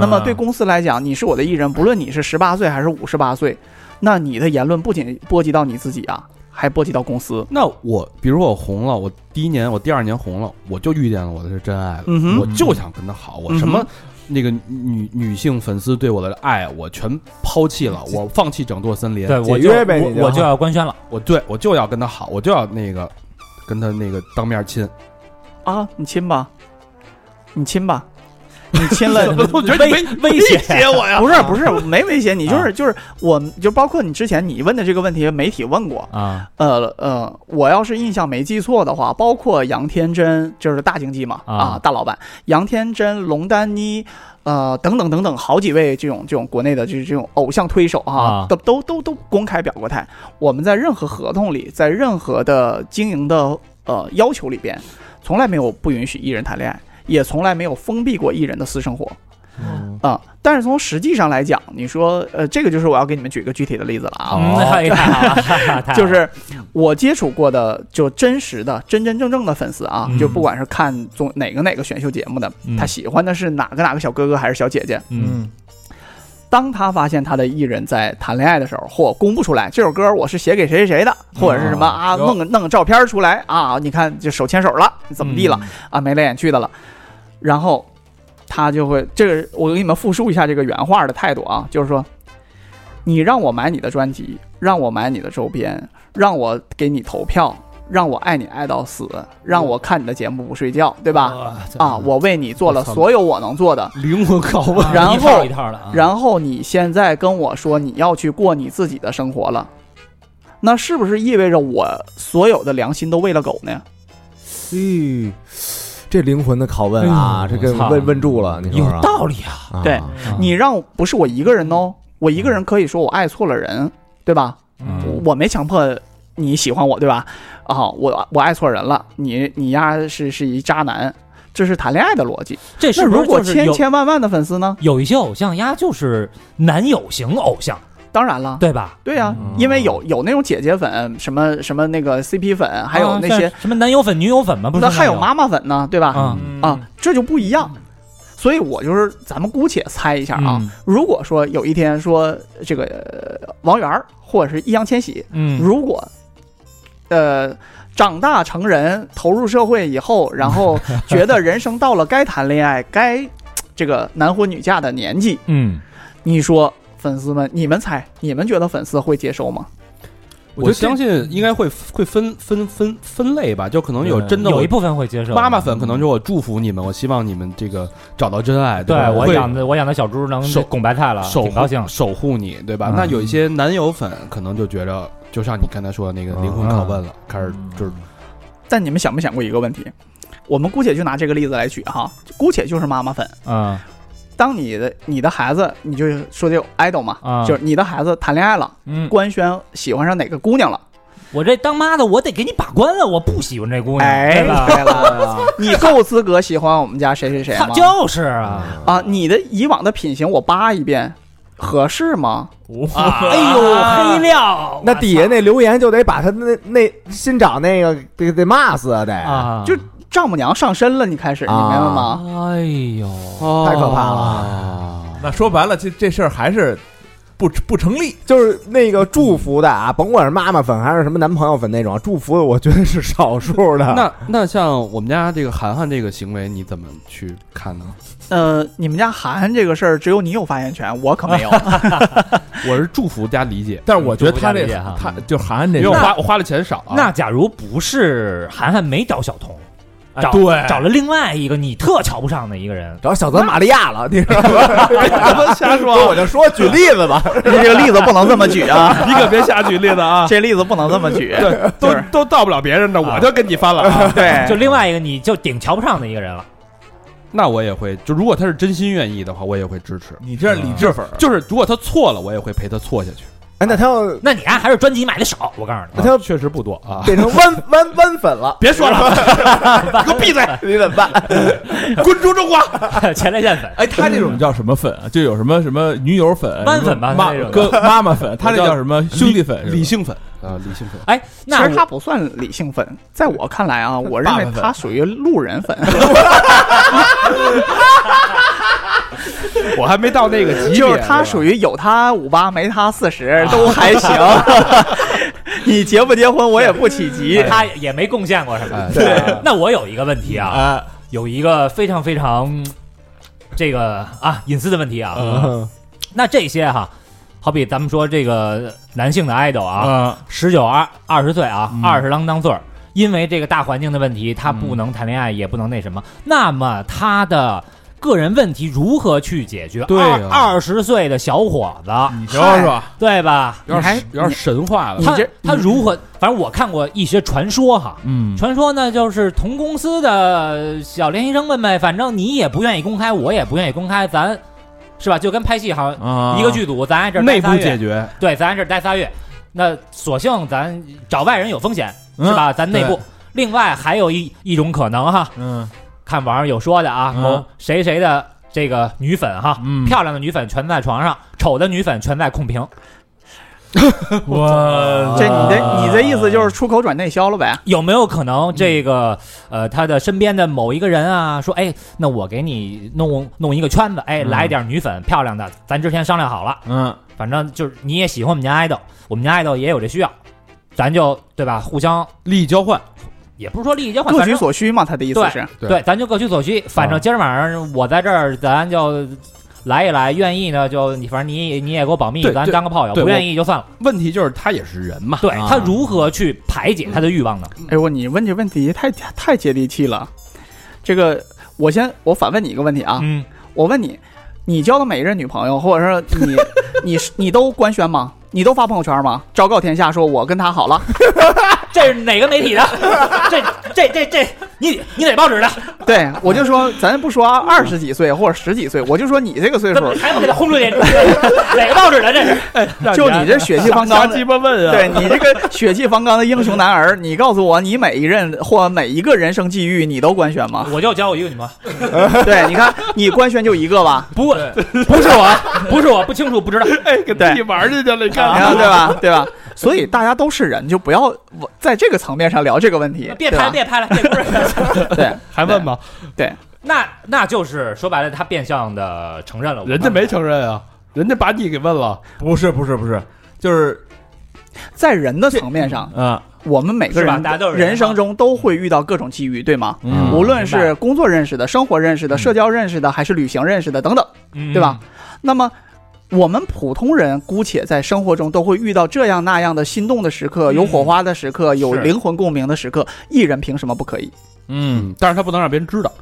Speaker 9: 那么对公司来讲，你是我的艺人，不论你是十八岁还是五十八岁，那你的言论不仅波及到你自己啊，还波及到公司。
Speaker 1: 那我比如说我红了，我第一年我第二年红了，我就遇见了我的是真爱了，
Speaker 9: 嗯哼
Speaker 1: 我就想跟他好，我
Speaker 4: 嗯
Speaker 1: 什么。那个女女性粉丝对我的爱，我全抛弃了，我放弃整座森林。
Speaker 4: 嗯对，我
Speaker 3: 解
Speaker 4: 就
Speaker 3: 约呗你就
Speaker 4: 我我就要官宣了。
Speaker 1: 我对我就要跟他好，我就要那个跟他那个当面亲。
Speaker 9: 啊，你亲吧，你亲吧，你亲 了，
Speaker 1: 我觉得你
Speaker 4: 威威胁啊
Speaker 1: 我呀！
Speaker 9: 不是不是我没威胁你，就是就是我就包括你之前你问的这个问题，媒体问过，
Speaker 4: 啊
Speaker 9: 呃呃，我要是印象没记错的话，包括杨天真，就是大经济嘛
Speaker 4: 啊
Speaker 9: 啊，大老板杨天真、龙丹妮。呃，等等等等，好几位这种这种国内的这这种偶像推手
Speaker 4: 啊
Speaker 9: 都都都都公开表过态。我们在任何合同里，在任何的经营的呃要求里边，从来没有不允许艺人谈恋爱，也从来没有封闭过艺人的私生活。啊、但是从实际上来讲，你说，呃，这个就是我要给你们举个具体的例子了啊，
Speaker 4: 嗯，太好了，太好了
Speaker 9: 就是我接触过的，就真实的、真真正正的粉丝啊，
Speaker 4: 嗯
Speaker 9: 就不管是看综哪个哪个选秀节目的，
Speaker 4: 嗯
Speaker 9: 他喜欢的是哪个哪个小哥哥还是小姐姐，
Speaker 4: 嗯，
Speaker 9: 当他发现他的艺人在谈恋爱的时候，或公布出来这首歌我是写给谁谁谁的，或者是什
Speaker 4: 哦
Speaker 9: 么啊，
Speaker 2: 有
Speaker 9: 弄个弄个照片出来啊，你看就手牵手了，怎么地了、
Speaker 4: 嗯
Speaker 9: 啊，眉来眼去的了，然后他就会这个，我给你们复述一下这个原话的态度啊，就是说，你让我买你的专辑，让我买你的周边，让我给你投票。让我爱你爱到死，让我看你的节目不睡觉，对吧？啊，我为你做了
Speaker 1: 嗯我操嗯
Speaker 9: 所有我能做的，
Speaker 1: 灵魂拷问。
Speaker 4: 啊
Speaker 9: 然后
Speaker 4: 一套一套的啊，
Speaker 9: 然后你现在跟我说你要去过你自己的生活了，那是不是意味着我所有的良心都喂了狗呢？
Speaker 3: 咦，这灵魂的拷问啊，
Speaker 2: 哎呦
Speaker 3: 这个
Speaker 4: 我操
Speaker 3: 问问住了，你说
Speaker 4: 有
Speaker 3: 是吧
Speaker 4: 道理啊。
Speaker 3: 啊
Speaker 9: 对 你让不是我一个人哦，我一个人可以说我爱错了人，对吧？
Speaker 2: 嗯
Speaker 9: 我没强迫你喜欢我，对吧？啊，我我爱错人了，你你丫是是一渣男。这是谈恋爱的逻辑。
Speaker 4: 这是
Speaker 9: 那
Speaker 4: 不是
Speaker 9: 如果
Speaker 4: 就是
Speaker 9: 千
Speaker 4: 有
Speaker 9: 千万万的粉丝呢？
Speaker 4: 有一些偶像呀，就是男友型偶像，
Speaker 9: 当然了，
Speaker 4: 对吧？
Speaker 9: 对呀、因为有有那种姐姐粉，什么什么那个 CP 粉，还有
Speaker 4: 啊
Speaker 9: 那
Speaker 4: 像
Speaker 9: 些，
Speaker 4: 什么男友粉、女友粉嘛，不是
Speaker 9: 那
Speaker 4: 男友？
Speaker 9: 还有妈妈粉呢，对吧？
Speaker 4: 啊
Speaker 9: 啊，这就不一样。所以我就是咱们姑且猜一下啊，
Speaker 4: 嗯
Speaker 9: 如果说有一天说这个呃王源儿或者是易烊千玺，
Speaker 4: 嗯，
Speaker 9: 如果呃长大成人投入社会以后，然 后觉得人生到了该谈恋爱、该这个男婚女嫁的年纪，
Speaker 4: 嗯，
Speaker 9: 你说粉丝们，你们猜，你们觉得粉丝会接受吗？
Speaker 1: 我就相信应该会会分分分分类吧，就可能有真的
Speaker 4: 有一
Speaker 1: 我
Speaker 4: 部分会接受
Speaker 1: 妈妈粉，可能就我祝福你们，我希望你们这个找到真爱，
Speaker 4: 对
Speaker 1: 吧？
Speaker 4: 我
Speaker 1: 会
Speaker 4: 养的我养的小猪能
Speaker 1: 手
Speaker 4: 拱白菜了，
Speaker 1: 守
Speaker 4: 啊挺高兴
Speaker 1: 护。守护你，对吧
Speaker 4: 嗯？
Speaker 1: 那有一些男友粉可能就觉着，就像你刚才说的那个灵魂拷问了，开始
Speaker 10: 嗯
Speaker 1: 就是
Speaker 9: 但你们想没想过一个问题？我们姑且就拿这个例子来举哈，姑且就是妈妈粉。
Speaker 4: 嗯
Speaker 9: 当你的你的孩子，你就说这有 idol 嘛，
Speaker 4: 啊
Speaker 9: 就是你的孩子谈恋爱了，
Speaker 4: 嗯，
Speaker 9: 官宣喜欢上哪个姑娘了，
Speaker 4: 我这当妈的，我得给你把关了，我不喜欢这姑娘，
Speaker 9: 哎，
Speaker 4: 对
Speaker 9: 对
Speaker 4: 吧？
Speaker 9: 了，你够资格喜欢我们家谁谁谁
Speaker 4: 他
Speaker 9: 吗？
Speaker 4: 就是啊，
Speaker 9: 啊，你的以往的品行我扒一遍，合适吗？
Speaker 4: 哎呦，黑料，啊
Speaker 3: 那底下那留言就得把他那那新找那个得得骂死啊，得
Speaker 4: 啊，
Speaker 9: 就丈母娘上身了，你开始，你明
Speaker 3: 啊
Speaker 9: 白吗？
Speaker 4: 哎呦，
Speaker 3: 太可怕了。
Speaker 10: 那说白了，这这事儿还是不不成立。
Speaker 3: 就是那个祝福的啊，甭管是妈妈粉还是什么男朋友粉那种，祝福的我觉得是少数的。
Speaker 1: 那那像我们家这个涵涵这个行为，你怎么去看呢？
Speaker 9: 呃，你们家涵涵这个事儿，只有你有发言权，我可没 有。
Speaker 1: 我是祝福加理解，嗯
Speaker 10: 但是我觉得他这
Speaker 4: 就不加理解哈
Speaker 10: 他就韩寒这
Speaker 1: 因
Speaker 10: 事
Speaker 1: 为
Speaker 10: 儿，
Speaker 1: 我花我花的钱少啊。
Speaker 4: 那假如不是涵涵没找小童，找
Speaker 10: 对
Speaker 4: 找了另外一个你特瞧不上的一个人，
Speaker 3: 找小泽玛利亚了，你知道吗？
Speaker 9: 瞎说
Speaker 3: 我就说举例子吧，
Speaker 9: 你这个例子不能这么举 啊，
Speaker 1: 你可别瞎举例子啊，
Speaker 9: 这例子不能这么举。
Speaker 1: 对，都
Speaker 9: 就是
Speaker 1: 都到不了别人的，我就跟你翻了啊。
Speaker 9: 对，
Speaker 4: 就另外一个你就顶瞧不上的一个人了，
Speaker 1: 那我也会，就如果他是真心愿意的话，我也会支持。嗯
Speaker 10: 你这理智粉儿，
Speaker 1: 就是如果他错了，我也会陪他错下去。
Speaker 3: 哎，那他要
Speaker 4: 那你啊还是专辑买的少，我告诉你，
Speaker 3: 那他要
Speaker 1: 确实不多啊，
Speaker 3: 变成弯弯弯粉了，
Speaker 1: 别 说了，
Speaker 3: 给我闭嘴！你怎么 办？
Speaker 1: 滚出中国！
Speaker 4: 前列腺粉，
Speaker 10: 哎，他
Speaker 1: 嗯
Speaker 10: 这种叫什么粉啊？就有什么什么女友粉、
Speaker 4: 班粉吧
Speaker 10: 妈
Speaker 4: 那种
Speaker 10: 哥妈妈粉，他这叫什么兄弟粉？
Speaker 1: 理性粉啊，理性粉。
Speaker 4: 哎，
Speaker 9: 其
Speaker 4: 那
Speaker 9: 实他不算理性粉，在我看来啊，我认
Speaker 10: 爸爸
Speaker 9: 为
Speaker 10: 粉
Speaker 9: 他属于路人粉。
Speaker 1: 我还没到那个级别，
Speaker 9: 就是他
Speaker 1: 于
Speaker 9: 属于有他五八没他四十
Speaker 4: 啊
Speaker 9: 都还 行。你结不结婚我也不起急。
Speaker 4: 他也没贡献过什么
Speaker 1: 哎。
Speaker 4: 对， 那我有一个问题啊，
Speaker 10: 啊，
Speaker 4: 有一个非常非常这个啊隐私的问题啊，
Speaker 3: 嗯
Speaker 4: 那这些哈。好比咱们说这个男性的 idol 啊，
Speaker 1: 嗯
Speaker 10: 啊，
Speaker 4: 十九二二十岁啊
Speaker 10: 嗯，
Speaker 4: 二十郎当岁儿，因为这个大环境的问题，他
Speaker 10: 嗯
Speaker 4: 不能谈恋爱，也不能那什么。那么他的个人问题如何去解决？
Speaker 1: 对啊
Speaker 4: 二十岁的小伙子，
Speaker 10: 你说说，
Speaker 4: 对吧？
Speaker 1: 有点
Speaker 9: 还
Speaker 1: 神有点神话了。
Speaker 9: 你
Speaker 4: 他
Speaker 9: 这
Speaker 4: 他如何？反正我看过一些传说哈。
Speaker 10: 嗯，
Speaker 4: 传说呢，就是同公司的小练习生们呗，反正你也不愿意公开，我也不愿意公开，咱是吧？就跟拍戏好像
Speaker 10: 啊，
Speaker 4: 一个剧组，咱在这儿待
Speaker 1: 内部
Speaker 4: 仨月
Speaker 1: 解决，
Speaker 4: 对，咱这儿待仨月，那索性咱找外人有风险、
Speaker 10: 嗯
Speaker 4: 是吧？咱内部
Speaker 10: 对。
Speaker 4: 另外还有一一种可能哈，
Speaker 10: 嗯
Speaker 4: 看网上有说的啊，
Speaker 10: 嗯
Speaker 4: 某谁谁的这个女粉哈，
Speaker 10: 嗯，
Speaker 4: 漂亮的女粉全在床上，丑的女粉全在控屏。啊
Speaker 10: 我
Speaker 9: 这你这你这意思就是出口转内销了呗？
Speaker 4: 有没有可能这个、呃，他的身边的某一个人啊，说哎，那我给你弄弄一个圈子，哎，
Speaker 10: 嗯
Speaker 4: 来点女粉漂亮的，咱之前商量好了，
Speaker 10: 嗯，
Speaker 4: 反正就是你也喜欢我们家 idol，我们家 idol 也有这需要，咱就对吧，互相
Speaker 1: 利益交换，
Speaker 4: 也不是说利益交换，
Speaker 9: 各
Speaker 4: 反
Speaker 9: 取
Speaker 4: 正
Speaker 9: 所需嘛，他的意思是。
Speaker 1: 对
Speaker 4: 对，咱嗯就各取所需。反正今儿晚上我在这儿，咱就来一来，愿意呢就你，反正你你也给我保密，
Speaker 1: 对
Speaker 4: 咱
Speaker 1: 对
Speaker 4: 当个炮友；
Speaker 1: 对
Speaker 4: 不愿
Speaker 1: 我
Speaker 4: 意就算了。
Speaker 1: 问题就是他也是人嘛。
Speaker 4: 对
Speaker 2: 啊
Speaker 4: 他如何去排解他的欲望呢？
Speaker 9: 哎呦，你问这问题太太接地气了。这个，我先我反问你一个问题啊，
Speaker 4: 嗯，
Speaker 9: 我问你，你交的每一任女朋友，或者说你 你你都官宣吗？你都发朋友圈吗？昭告天下说我跟他好了，
Speaker 4: 这是哪个媒体的？这这这这，你你哪报纸的？
Speaker 9: 对，我就说，咱不说二十几岁或者十几岁，我就说你这个岁
Speaker 4: 怎
Speaker 9: 数
Speaker 4: 么，还不给他轰出去？ 哪个报纸的？这是
Speaker 9: 就你这血气方刚
Speaker 10: 瞎
Speaker 9: 的
Speaker 10: 鸡巴问啊！
Speaker 9: 对你这个血气方刚的英雄男儿，你告诉我，你每一任或每一个人生际遇，你都官宣 吗？
Speaker 4: 我就教我一个你们，
Speaker 9: 对，你看你官宣就一个 吧，
Speaker 4: 不不是 我，不是我，不清楚，不知道。
Speaker 9: 对，
Speaker 10: 你玩去去了，你看
Speaker 9: 你看对吧？对吧？所以大家都是人，就不要我在这个层面上聊这个问题，
Speaker 4: 别
Speaker 9: 对吧
Speaker 4: 拍，别拍了，这不是。
Speaker 9: 对，
Speaker 10: 还问吗？
Speaker 4: 那那就是说白了，他变相的承认了我
Speaker 10: 人家没承认啊，人家把你给问了，
Speaker 2: 不是不是不是，就是
Speaker 9: 在人的层 面上，
Speaker 2: 啊，
Speaker 9: 我们每个
Speaker 4: 是吧
Speaker 9: 人
Speaker 4: 大家都是人
Speaker 9: 人生中都会遇到各种际遇，对吗？
Speaker 2: 嗯
Speaker 9: 无论
Speaker 4: 明
Speaker 9: 是工作认识的、生活认识的、社交认识的，还是旅行认识的等等，
Speaker 4: 嗯
Speaker 9: 对吧？？那么我们普通人姑且在生活中都会遇到这样那样的心动的时刻，
Speaker 4: 嗯
Speaker 9: 有火花的时刻，有
Speaker 4: 是
Speaker 9: 灵魂共鸣的时刻，艺人凭什么不可以？
Speaker 2: 嗯，
Speaker 1: 但是他不能让别人知道。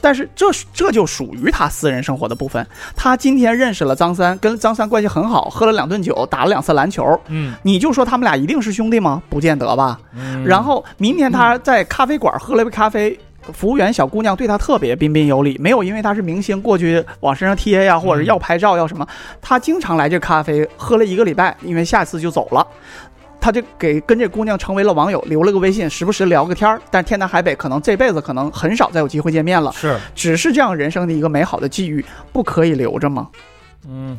Speaker 9: 但是这这就属于他私人生活的部分。他今天认识了张三，跟张三关系很好，喝了两顿酒，打了两次篮球。
Speaker 4: 嗯，
Speaker 9: 你就说他们俩一定是兄弟吗？不见得吧。然后明天他在咖啡馆喝了杯咖啡，服务员小姑娘对他特别彬彬有礼，没有因为他是明星过去往身上贴呀，或者是要拍照要什么。他经常来这咖啡喝了一个礼拜，因为下次就走了。他就给跟这姑娘成为了网友，留了个微信，时不时聊个天儿。但是天南海北，可能这辈子可能很少再有机会见面了。
Speaker 4: 嗯是
Speaker 9: 只是这样人生的一个美好的际遇，不可以留着吗？
Speaker 2: 嗯，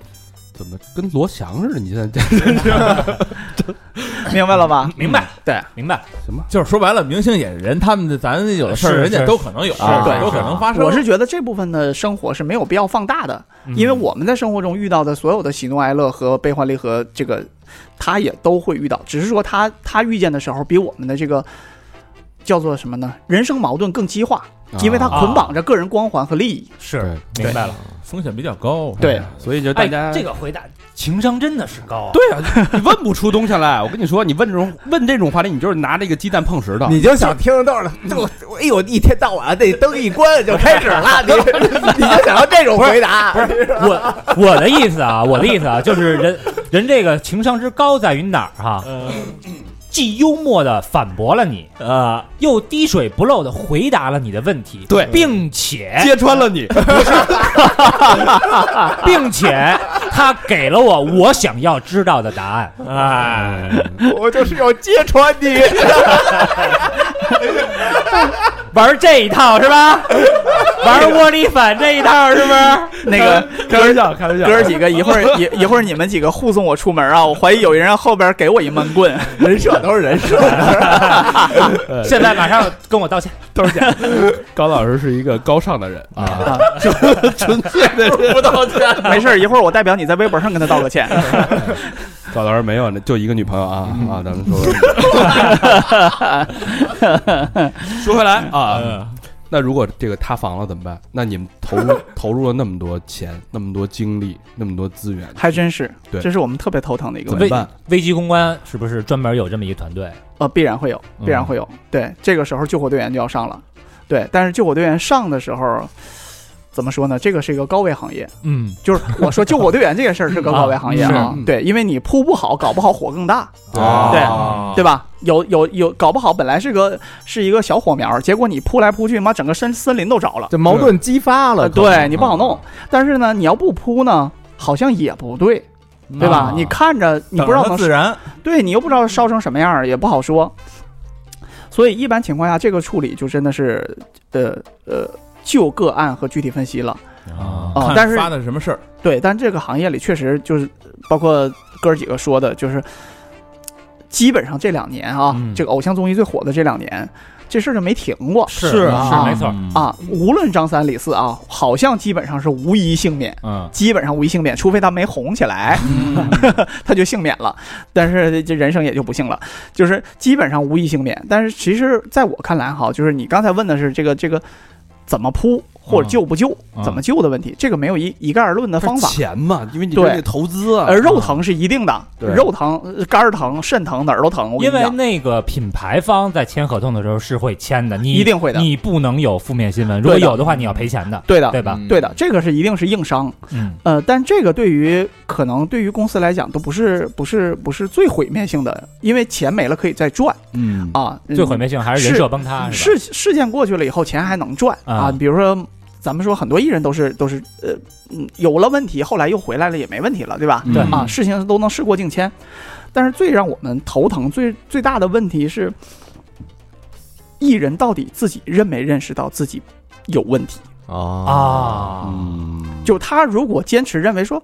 Speaker 1: 怎么跟罗翔似的？你现在这
Speaker 9: 明白了吧？
Speaker 4: 明白了，
Speaker 9: 对，
Speaker 4: 明白了。
Speaker 2: 就是说白了，明星也是人，他们的咱有的事
Speaker 4: 是
Speaker 2: 儿，人家
Speaker 4: 是
Speaker 2: 都可能有，
Speaker 3: 啊
Speaker 9: 对
Speaker 2: 都可能发生。
Speaker 9: 我是觉得这部分的生活是没有必要放大的，因为我们在生活中遇到的所有的喜怒哀乐和悲欢离合，这个他也都会遇到，只是说他他遇见的时候比我们的这个叫做什么呢？人生矛盾更激化，因为它
Speaker 4: 啊
Speaker 9: 捆绑着个人光环和利益。
Speaker 4: 嗯是
Speaker 1: 啊对
Speaker 4: 明白了。
Speaker 2: 风险比较高。
Speaker 9: 对，
Speaker 1: 所以就大
Speaker 4: 哎
Speaker 1: 家，
Speaker 4: 这个回答情商真的是高啊！
Speaker 1: 对啊，你问不出东西来。我跟你说，你问这种问这种话题，你就是拿这个鸡蛋碰石头。
Speaker 3: 你就想听到了，就哎呦，一天到晚这灯一关就开始了，你你就想要这种回答，不是？
Speaker 4: 我我的意思啊，我的意思啊，就是人 人这个情商之高在于哪儿哈？
Speaker 9: 嗯
Speaker 4: 既幽默的反驳了你，呃，又滴水不漏的回答了你的问题，
Speaker 1: 对
Speaker 4: 并且
Speaker 1: 揭穿了你，
Speaker 4: 并且他给了我我想要知道的答案，
Speaker 9: 嗯
Speaker 4: 哎，
Speaker 3: 我就是要揭穿你。
Speaker 4: 玩这一套是吧？玩窝里反这一套是不是？
Speaker 9: 那个
Speaker 10: 开玩笑，开玩笑。
Speaker 9: 哥儿几个一会儿一一会儿你们几个护送我出门啊！我怀疑有人后边给我一闷棍。
Speaker 3: 人设都是人设，
Speaker 4: 现在马上跟我道歉，
Speaker 10: 都是假的。高老师是一个高尚的人啊，
Speaker 3: 不道歉。
Speaker 9: 没事儿，一会儿我代表你在微博上跟他道个歉。
Speaker 1: 高老师没有，就一个女朋友啊啊！咱们说说回来
Speaker 9: 嗯
Speaker 1: 啊，
Speaker 4: 嗯
Speaker 1: 那如果这个塌房了怎么办？那你们投入 投入了那么多钱，那么多精力，那么多资源，
Speaker 9: 还真是，
Speaker 1: 对
Speaker 9: 这是我们特别头疼的一个
Speaker 1: 怎
Speaker 9: 问题。
Speaker 1: 么办？
Speaker 4: 危机公关是不是专门有这么一个团队？
Speaker 9: 呃，必然会有，必然会有。对，这个时候救火队员就要上了。对，但是救火队员上的时候，怎么说呢？这个是一个高危行业，
Speaker 4: 嗯，
Speaker 9: 就是我说救火队员这个事儿是个高危行业
Speaker 4: 啊
Speaker 9: 啊。
Speaker 1: 是
Speaker 9: 对，因为你扑不好，搞不好火更大，
Speaker 2: 啊
Speaker 9: 对吧？有有有，搞不好本来是个是一个小火苗，结果你扑来扑去，妈整个森森林都着了。
Speaker 3: 这矛盾激发了，
Speaker 9: 呃对你不好弄。但是呢，你要不扑呢，好像也不对，对吧？你看着你不知道
Speaker 2: 啊
Speaker 9: 能
Speaker 2: 等着自然，
Speaker 9: 对你又不知道烧成什么样，儿，也不好说。所以一般情况下，这个处理就真的是，呃呃，就个案和具体分析了。
Speaker 2: 啊
Speaker 9: 哦
Speaker 2: 看
Speaker 9: 但是
Speaker 2: 发的是什么事儿？
Speaker 9: 对，但这个行业里确实就是，包括哥儿几个说的，就是基本上这两年啊，
Speaker 2: 嗯
Speaker 9: 这个偶像综艺最火的这两年，这事儿就没停过
Speaker 2: 是
Speaker 9: 啊
Speaker 4: 是没错，
Speaker 9: 啊。无论张三李四啊，好像基本上是无一幸免。
Speaker 2: 嗯，
Speaker 9: 基本上无一幸免，除非他没红起来，
Speaker 4: 嗯
Speaker 9: 他就幸免了。但是这人生也就不幸了，就是基本上无一幸免。但是其实在我看来哈，就是你刚才问的是这个这个怎么扑，或者救不救、
Speaker 4: 嗯
Speaker 2: 啊
Speaker 9: 怎么救的问题，这个没有一一概而论的啊方法。
Speaker 1: 钱嘛，因为你这得
Speaker 9: 对
Speaker 1: 投资啊
Speaker 9: 呃，，肉疼是一定的，
Speaker 1: 对
Speaker 9: 肉疼、呃肝儿疼、肾疼，哪儿都疼。我跟
Speaker 4: 因
Speaker 9: 你
Speaker 4: 为
Speaker 9: 讲，
Speaker 4: 那个品牌方在签合同的时候是会签的，你
Speaker 9: 一定会的，
Speaker 4: 你不能有负面新闻，如果
Speaker 9: 对的嗯
Speaker 4: 有的话，你要赔钱的，
Speaker 9: 对的，
Speaker 4: 对吧？
Speaker 9: 对的，这个是一定是硬伤。
Speaker 4: 嗯，
Speaker 9: 呃，但这个对于可能对于公司来讲，都不是不是不是最毁灭性的，因为钱没了可以再赚
Speaker 2: 嗯
Speaker 9: 啊。嗯
Speaker 4: 最毁灭性还是人
Speaker 9: 是
Speaker 4: 设崩塌，是吧？
Speaker 9: 事事件过去了以后，钱还能赚
Speaker 4: 啊
Speaker 9: 啊。比如说，咱们说很多艺人都是都是呃嗯有了问题，后来又回来了也没问题了，对吧？
Speaker 2: 嗯
Speaker 4: 对
Speaker 9: 啊，事情都能事过境迁。但是最让我们头疼、最最大的问题是，艺人到底自己认没认识到自己有问题？
Speaker 3: 啊
Speaker 4: 啊，
Speaker 1: 嗯，
Speaker 9: 就他如果坚持认为说，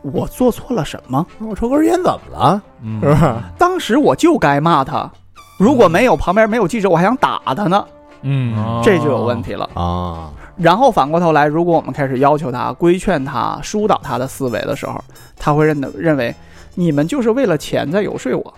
Speaker 9: 我做错了什么，
Speaker 3: 我抽根烟怎么了？
Speaker 2: 嗯
Speaker 3: 是不是？
Speaker 9: 当时我就该骂他，如果没有旁边没有记者，我还想打他呢，
Speaker 4: 嗯，
Speaker 9: 这就有问题了。
Speaker 3: 啊，
Speaker 9: 然后反过头来，如果我们开始要求他、规劝他、疏导他的思维的时候，他会认得认为你们就是为了钱在游说我。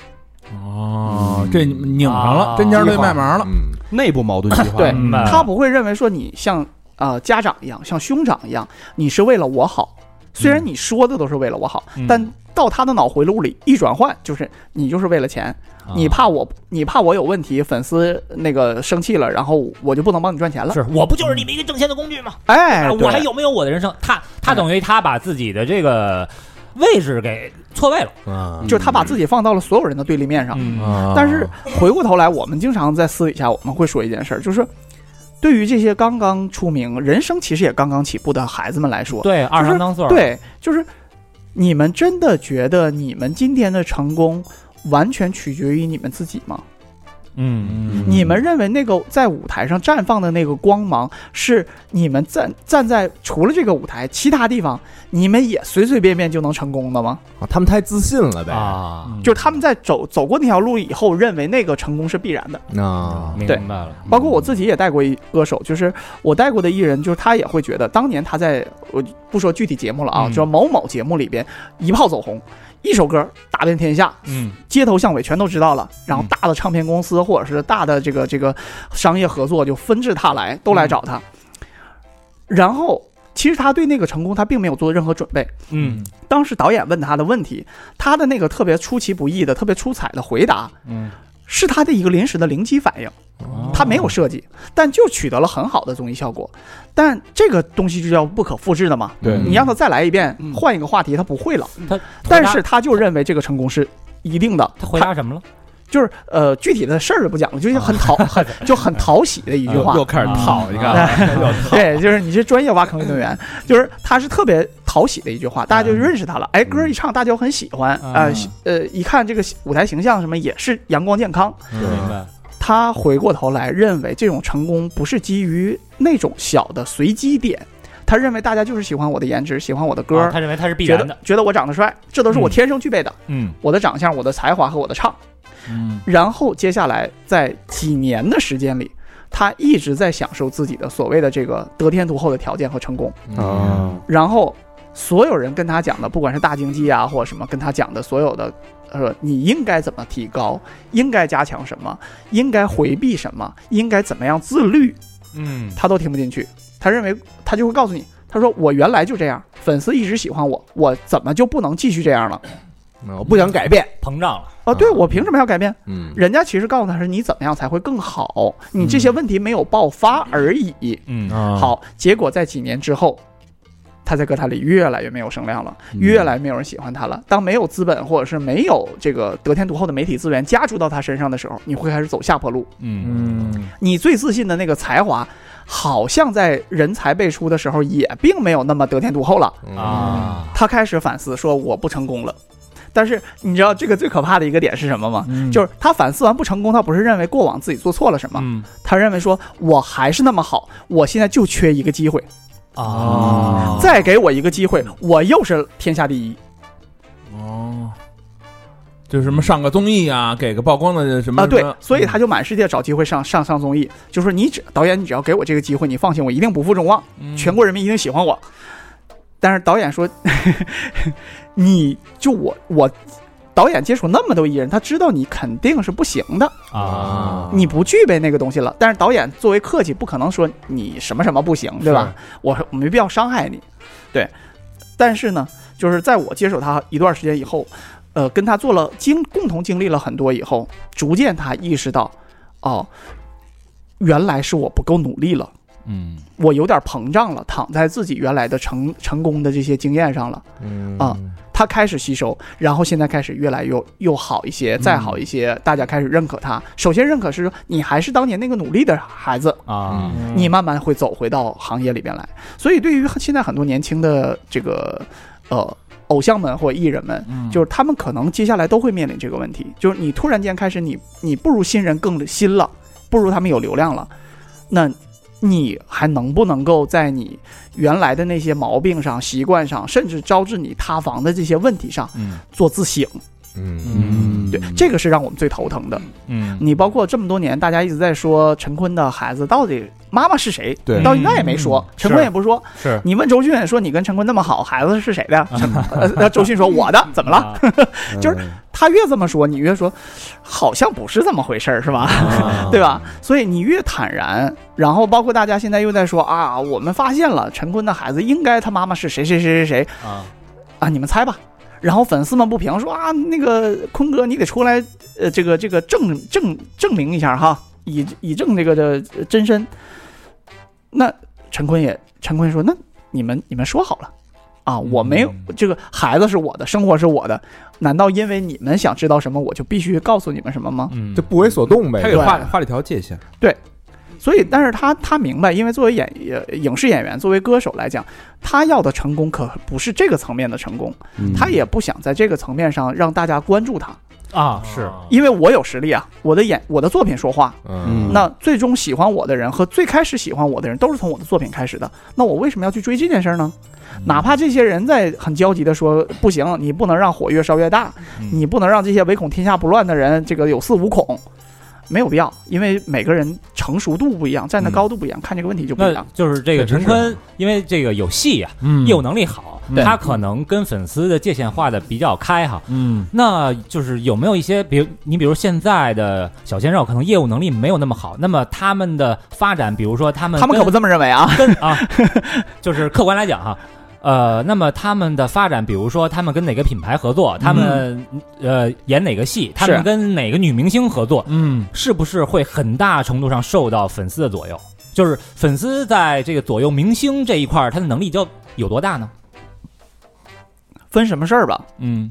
Speaker 2: 哦，这拧上了，
Speaker 4: 啊
Speaker 2: 针尖儿对麦芒了，嗯
Speaker 3: 嗯，
Speaker 1: 内部矛盾激化，
Speaker 9: 对
Speaker 4: 明白了
Speaker 9: 他不会认为说你像呃家长一样，像兄长一样，你是为了我好。虽然你说的都是为了我好，
Speaker 4: 嗯
Speaker 9: 但到他的脑回路里一转换，就是你就是为了钱，
Speaker 4: 啊
Speaker 9: 你怕我，你怕我有问题，粉丝那个生气了，然后我就不能帮你赚钱了。
Speaker 4: 是我不就是你们一个挣钱的工具吗？啊
Speaker 9: 哎，
Speaker 4: 我还
Speaker 9: 对哎
Speaker 4: 有没有我的人生？他他等于他把自己的这个位置给错位了。
Speaker 3: 啊
Speaker 9: 就是他把自己放到了所有人的对立面上。
Speaker 4: 嗯
Speaker 9: 但是回过头来，我们经常在私底下我们会说一件事儿，就是对于这些刚刚出名、人生其实也刚刚起步的孩子们来说，
Speaker 4: 对，二郎当岁儿，
Speaker 9: 对，就是你们真的觉得你们今天的成功完全取决于你们自己吗？
Speaker 4: 嗯，
Speaker 2: 嗯
Speaker 9: 你们认为那个在舞台上绽放的那个光芒，是你们站站在除了这个舞台，其他地方你们也随随便便就能成功的吗？
Speaker 3: 啊他们太自信了呗
Speaker 4: 啊，
Speaker 9: 就是他们在走走过那条路以后，认为那个成功是必然的。
Speaker 3: 啊
Speaker 4: 明
Speaker 9: 对
Speaker 4: 白了，
Speaker 9: 包括我自己也带过一歌手，就是我带过的艺人，就是他也会觉得，当年他在我不说具体节目了啊，
Speaker 4: 嗯
Speaker 9: 就是某某节目里边一炮走红，一首歌打遍天下，
Speaker 4: 嗯，
Speaker 9: 街头巷尾全都知道了。然后
Speaker 4: 嗯
Speaker 9: 大的唱片公司或者是大的这个这个商业合作就纷至沓来，都来找他。然后其实他对那个成功他并没有做任何准备。
Speaker 4: 嗯，
Speaker 9: 当时导演问他的问题，他的那个特别出其不意的、特别出彩的回答，
Speaker 2: 嗯，
Speaker 9: 是他的一个临时的灵机反应。他没有设计，但就取得了很好的综艺效果。但这个东西就叫不可复制的嘛。
Speaker 2: 嗯
Speaker 1: 对
Speaker 9: 你让他再来一遍
Speaker 1: 嗯，
Speaker 9: 换一个话题，他不会了。
Speaker 4: 他
Speaker 9: 但是他就认为这个成功是一定的。
Speaker 4: 他回答什么了？
Speaker 9: 就是呃，具体的事儿不讲了，就是很讨很就很讨喜的一句话
Speaker 1: 嗯
Speaker 9: 嗯
Speaker 1: 又。开始套，你看，
Speaker 9: 对，就是你是专业挖坑运动员，就是他是特别讨喜的一句话，大家就认识他了。哎，歌一唱，大家就很喜欢
Speaker 4: 嗯
Speaker 9: 啊。呃，一看这个舞台形象什么也是阳光健康，
Speaker 4: 嗯明白，
Speaker 9: 他回过头来认为这种成功不是基于那种小的随机点，他认为大家就是喜欢我的颜值，喜欢我的歌，
Speaker 4: 啊他认为他是必
Speaker 9: 觉
Speaker 4: 然的
Speaker 9: 得，觉得我长得帅，这都是我
Speaker 4: 嗯
Speaker 9: 天生具备的，
Speaker 4: 嗯
Speaker 9: 我的长相、我的才华和我的唱。
Speaker 2: 嗯
Speaker 9: 然后接下来在几年的时间里，他一直在享受自己的所谓的这个得天独厚的条件和成功。
Speaker 4: 嗯
Speaker 3: 啊
Speaker 9: 然后所有人跟他讲的，不管是大经济啊或者什么，跟他讲的所有的，呃，你应该怎么提高，应该加强什么，应该回避什么，应该怎么样自律，
Speaker 4: 嗯
Speaker 9: 他都听不进去。他认为他就会告诉你，他说我原来就这样，粉丝一直喜欢我，我怎么就不能继续这样了？
Speaker 3: 我不想改变，
Speaker 4: 膨胀了，
Speaker 9: 啊，对我凭什么要改变？
Speaker 3: 嗯
Speaker 9: 人家其实告诉他是你怎么样才会更好，你这些问题没有爆发而已。
Speaker 4: 嗯
Speaker 2: 啊，
Speaker 9: 好，结果在几年之后，他在歌坛里越来越没有声量了，越来越没有人喜欢他了。当没有资本或者是没有这个得天独厚的媒体资源加注到他身上的时候，你会开始走下坡路。
Speaker 2: 嗯
Speaker 9: 你最自信的那个才华，好像在人才辈出的时候也并没有那么得天独厚了。
Speaker 4: 啊，
Speaker 9: 他开始反思，说我不成功了。但是你知道这个最可怕的一个点是什么吗？就是他反思完不成功，他不是认为过往自己做错了什么，
Speaker 4: 嗯
Speaker 9: 他认为说我还是那么好，我现在就缺一个机会。
Speaker 4: 啊，
Speaker 9: 再给我一个机会，我又是天下第一。
Speaker 2: 哦，就是什么上个综艺啊，给个曝光的什么
Speaker 9: 啊，对
Speaker 2: 什么，
Speaker 9: 所以他就满世界找机会上上上综艺，就说你只导演，你只要给我这个机会，你放心，我一定不负众望，
Speaker 2: 嗯
Speaker 9: 全国人民一定喜欢我。 但是导演说，你就我我导演接触那么多艺人，他知道你肯定是不行的，
Speaker 4: 啊，
Speaker 9: 你不具备那个东西了。但是导演作为客气，不可能说你什么什么不行，对吧？我我没必要伤害你，对。但是呢，就是在我接手他一段时间以后，呃，跟他做了经共同经历了很多以后，逐渐他意识到，哦，原来是我不够努力了。
Speaker 2: 嗯
Speaker 9: 我有点膨胀了，躺在自己原来的成成功的这些经验上了。
Speaker 3: 嗯
Speaker 9: 啊他开始吸收，然后现在开始越来越又好一些，再好一些，大家开始认可他。首先认可是说你还是当年那个努力的孩子，
Speaker 4: 啊，
Speaker 2: 嗯
Speaker 9: 你慢慢会走回到行业里边来。所以对于现在很多年轻的这个呃偶像们或艺人们，
Speaker 2: 嗯
Speaker 9: 就是他们可能接下来都会面临这个问题，就是你突然间开始你你不如新人更新了，不如他们有流量了，那你还能不能够在你原来的那些毛病上、习惯上，甚至招致你塌房的这些问题上
Speaker 2: 嗯
Speaker 9: 做自省？
Speaker 3: 嗯
Speaker 2: 嗯，
Speaker 9: 对，这个是让我们最头疼的。
Speaker 2: 嗯
Speaker 9: 你包括这么多年，大家一直在说陈坤的孩子到底妈妈是谁，
Speaker 3: 对
Speaker 9: 到现在也没说，陈坤也不说。
Speaker 4: 嗯是嗯
Speaker 9: 你问周迅说你跟陈坤那么好，孩子是谁的呀？陈 呃那周迅说我的，怎么了？
Speaker 4: 啊
Speaker 1: 嗯
Speaker 9: 就是他越这么说，你越说好像不是这么回事儿，是吧？
Speaker 4: 嗯
Speaker 9: 对吧？所以你越坦然，然后包括大家现在又在说啊，我们发现了陈坤的孩子应该他妈妈是谁谁谁谁谁
Speaker 4: 啊
Speaker 9: 啊，你们猜吧。然后粉丝们不平说啊，那个坤哥你得出来，呃，这个这个证证证明一下哈，以以证这个的呃真身。那陈坤也陈坤说，那你们你们说好了。啊，我没有
Speaker 1: 嗯
Speaker 9: 这个孩子是我的，生活是我的，难道因为你们想知道什么，我就必须告诉你们什么吗？
Speaker 4: 嗯
Speaker 3: 就不为所动呗。
Speaker 1: 他给画画了一条界限，
Speaker 9: 所以，但是他他明白，因为作为演呃影视演员，作为歌手来讲，他要的成功可不是这个层面的成功，嗯
Speaker 2: 嗯
Speaker 9: 他也不想在这个层面上让大家关注他，
Speaker 4: 啊是
Speaker 9: 因为我有实力啊，我的演我的作品说话，
Speaker 3: 嗯，
Speaker 9: 那最终喜欢我的人和最开始喜欢我的人都是从我的作品开始的，那我为什么要去追这件事儿呢？哪怕这些人在很焦急的说不行，你不能让火越烧越大，你不能让这些唯恐天下不乱的人这个有恃无恐，没有必要，因为每个人成熟度不一样，站的高度不一样，看这个问题就不一
Speaker 4: 那
Speaker 9: 样。
Speaker 4: 就是这个
Speaker 10: 对真
Speaker 4: 陈
Speaker 10: 是
Speaker 4: 坤，因为这个有戏呀、
Speaker 2: 嗯
Speaker 4: 业务能力好，
Speaker 2: 对
Speaker 4: 他可能跟粉丝的界限画的比较开哈。
Speaker 2: 嗯
Speaker 4: 那就是有没有一些，比如你比如现在的小鲜肉，可能业务能力没有那么好，那么他们的发展，比如说他们
Speaker 9: 他们可不这么认为啊，
Speaker 4: 跟啊，就是客观来讲哈。呃，那么他们的发展，比如说他们跟哪个品牌合作，他们、呃演哪个戏，他们跟哪个女明星合作，
Speaker 2: 嗯
Speaker 4: 是不是会很大程度上受到粉丝的左右？就是粉丝在这个左右明星这一块儿，他的能力就有多大呢？
Speaker 9: 分什么事儿吧。
Speaker 2: 嗯，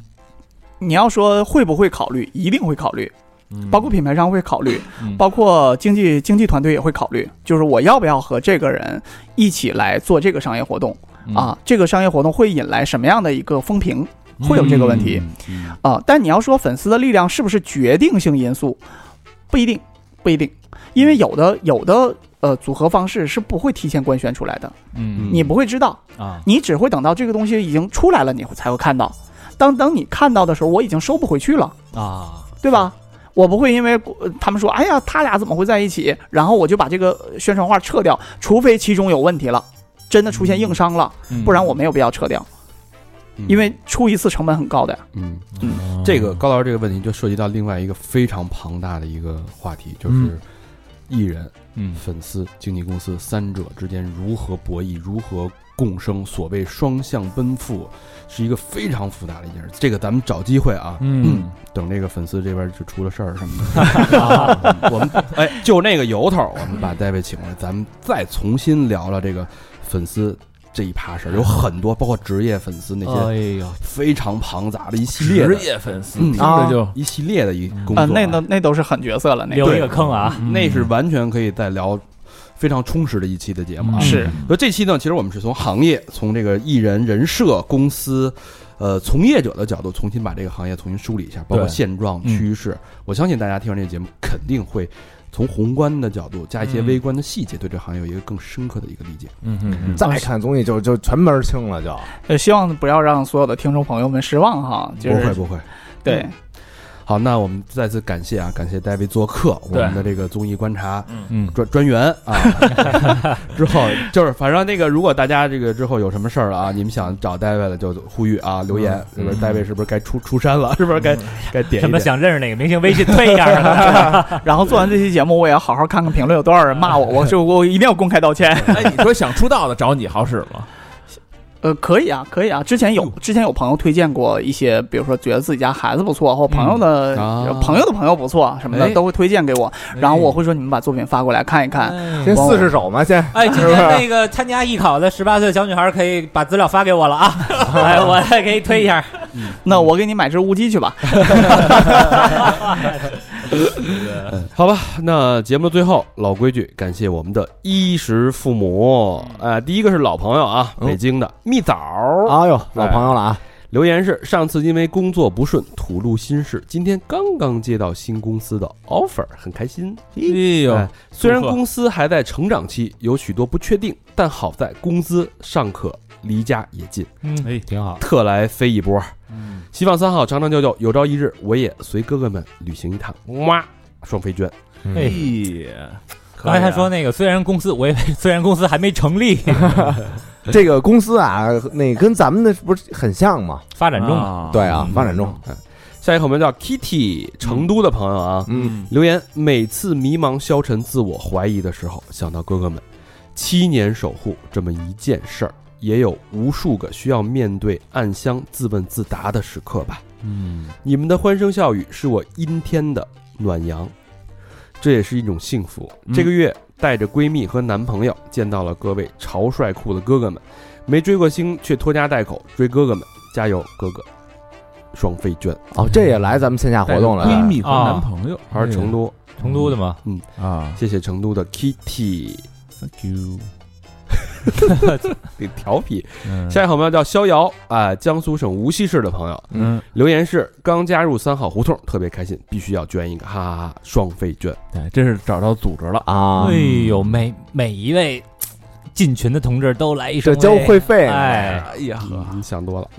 Speaker 9: 你要说会不会考虑，一定会考虑，
Speaker 4: 嗯
Speaker 9: 包括品牌商会考虑，
Speaker 2: 嗯
Speaker 9: 包括经济经济团队也会考虑，就是我要不要和这个人一起来做这个商业活动、
Speaker 4: 嗯
Speaker 9: 啊？这个商业活动会引来什么样的一个风评？会有这个问题啊？但你要说粉丝的力量是不是决定性因素，不一定，不一定，因为有的有的呃组合方式是不会提前官宣出来的，
Speaker 2: 嗯
Speaker 9: 你不会知道，
Speaker 4: 啊，
Speaker 9: 你只会等到这个东西已经出来了，你会才会看到。当当你看到的时候，我已经收不回去了。
Speaker 4: 啊，
Speaker 9: 对吧？我不会因为呃他们说，哎呀，他俩怎么会在一起？然后我就把这个呃宣传画撤掉，除非其中有问题了，真的出现硬伤
Speaker 4: 嗯
Speaker 9: 了，不然我没有必要撤掉，因为出一次成本很高的呀。
Speaker 1: 嗯，这个高老师这个问题就涉及到另外一个非常庞大的一个话题，就是
Speaker 2: 嗯
Speaker 1: 艺人、
Speaker 2: 嗯
Speaker 1: 粉丝、经纪公司三者之间如何博弈，如何共生，所谓双向奔赴，是一个非常复杂的一件事。这个咱们找机会啊，
Speaker 2: 嗯
Speaker 1: 等这个粉丝这边就出了事儿什么 的，我们哎就那个由头，我们把 David 请过来，咱们再重新聊聊这个粉丝这一趴事儿，有很多包括职业粉丝那些
Speaker 4: 哎呦，
Speaker 1: 非常庞杂的一系列
Speaker 2: 职
Speaker 1: 的
Speaker 2: 业粉丝
Speaker 1: 嗯
Speaker 2: 听着就
Speaker 1: 一系列的一工作
Speaker 9: 啊、
Speaker 1: 啊，嗯
Speaker 9: 那都那都是狠角色了，那
Speaker 4: 留一
Speaker 9: 个
Speaker 4: 个坑啊，
Speaker 1: 那是完全可以再聊非常充实的一期的节目啊。
Speaker 2: 嗯
Speaker 9: 是
Speaker 1: 所以这期呢，其实我们是从行业、从这个艺人、人设、公司，呃，从业者的角度，重新把这个行业重新梳理一下，包括
Speaker 2: 对
Speaker 1: 现状、
Speaker 2: 嗯
Speaker 1: 趋势。我相信大家听完这个节目，肯定会从宏观的角度加一些
Speaker 2: 嗯
Speaker 1: 微观的细节，对这行业有一个更深刻的一个理解。
Speaker 2: 嗯嗯
Speaker 3: 再看综艺就就全门儿清了，就
Speaker 9: 呃，希望不要让所有的听众朋友们失望哈，就
Speaker 1: 不会
Speaker 9: 是
Speaker 1: 不会，
Speaker 9: 对，
Speaker 1: 好，那我们再次感谢啊，感谢 David 做客我们的这个综艺观察
Speaker 2: 嗯，
Speaker 1: 专专员啊。 之后就是反正那个，如果大家这个之后有什么事儿了啊，你们想找 David 了，就呼吁啊留言，是
Speaker 3: 嗯
Speaker 1: 不是 David 是不是该出出山了？是不是该该点一点？
Speaker 4: 什么想认识哪个明星微信推一下 啊？
Speaker 9: 然后做完这期节目，我也要好好看看评论有多少人骂我，我就我一定要公开道歉。
Speaker 2: 哎，你说想出道的找你好使吗？
Speaker 9: 呃，可以啊，可以啊。之前有之前有朋友推荐过一些，比如说觉得自己家孩子不错，或朋友的、
Speaker 1: 嗯啊
Speaker 9: 朋友的朋友不错什么的，
Speaker 1: 哎嗯
Speaker 9: 都会推荐给我。然后我会说，你们把作品发过来看一看。
Speaker 4: 嗯
Speaker 3: 先试试手嘛，先
Speaker 4: 哎，今天那个参加艺考的十八岁小女孩可以把资料发给我了啊！哎，我再给你推一下。
Speaker 9: 那我给你买只乌鸡去吧。
Speaker 1: 嗯好吧， 那节目的最后，老规矩，感谢我们的衣食父母。呃，第一个是老朋友啊，
Speaker 2: 嗯
Speaker 1: 北京的蜜枣儿、
Speaker 3: 嗯哦哎呦，老朋友了啊，
Speaker 1: 留言是：上次因为工作不顺吐露心事，今天刚刚接到新公司的 offer，很开心。
Speaker 2: 哎呦
Speaker 1: 哎，虽然
Speaker 2: 祝贺
Speaker 1: 公司还在成长期，有许多不确定，但好在公司尚可，离家也近，
Speaker 4: 嗯，
Speaker 2: 哎
Speaker 4: 挺好。
Speaker 1: 特来飞一波。希望三好长长久久，有朝一日我也随哥哥们旅行一趟。哇，双飞娟，
Speaker 2: 哎
Speaker 4: 哎，刚才他说那个，虽然公司，我以为 虽然公司还没成立， 哎
Speaker 3: 这个公司啊，那跟咱们的不是很像吗？
Speaker 4: 发展中嘛。
Speaker 2: 啊
Speaker 3: 对啊，发展
Speaker 4: 嗯
Speaker 3: 中，
Speaker 1: 下一个我们叫 Kitty，成都的朋友啊，
Speaker 3: 嗯，
Speaker 1: 留言：每次迷茫、消沉、自我怀疑的时候，想到哥哥们七年守护这么一件事儿，也有无数个需要面对暗箱自问自答的时刻吧。
Speaker 2: 嗯，
Speaker 1: 你们的欢声笑语是我阴天的暖阳，这也是一种幸福。
Speaker 2: 嗯
Speaker 1: 这个月带着闺蜜和男朋友见到了各位潮帅酷的哥哥们，没追过星却拖家带口追哥哥们，加油哥哥！双飞娟，
Speaker 3: 哦，这也来咱们线下活动了，
Speaker 2: 哎闺蜜和
Speaker 4: 啊
Speaker 2: 男朋友，
Speaker 1: 还是成都，
Speaker 4: 成都的嘛
Speaker 2: 啊
Speaker 1: 谢谢成都的 Kitty。
Speaker 2: ，Thank you。
Speaker 1: 得调皮。
Speaker 2: 嗯
Speaker 1: 下一个好朋友叫逍遥啊、江苏省无锡市的朋友
Speaker 2: 嗯，
Speaker 1: 留言是：刚加入三好胡同，特别开心，必须要捐一个，哈哈哈！双飞捐，
Speaker 2: 对，这是找到组织了。
Speaker 3: 啊
Speaker 4: 哎，呦，每每一位进群的同志都来一声哎
Speaker 3: 这
Speaker 4: 喂，
Speaker 3: 交会费，
Speaker 4: 哎，
Speaker 2: 呀
Speaker 1: 你嗯想多了。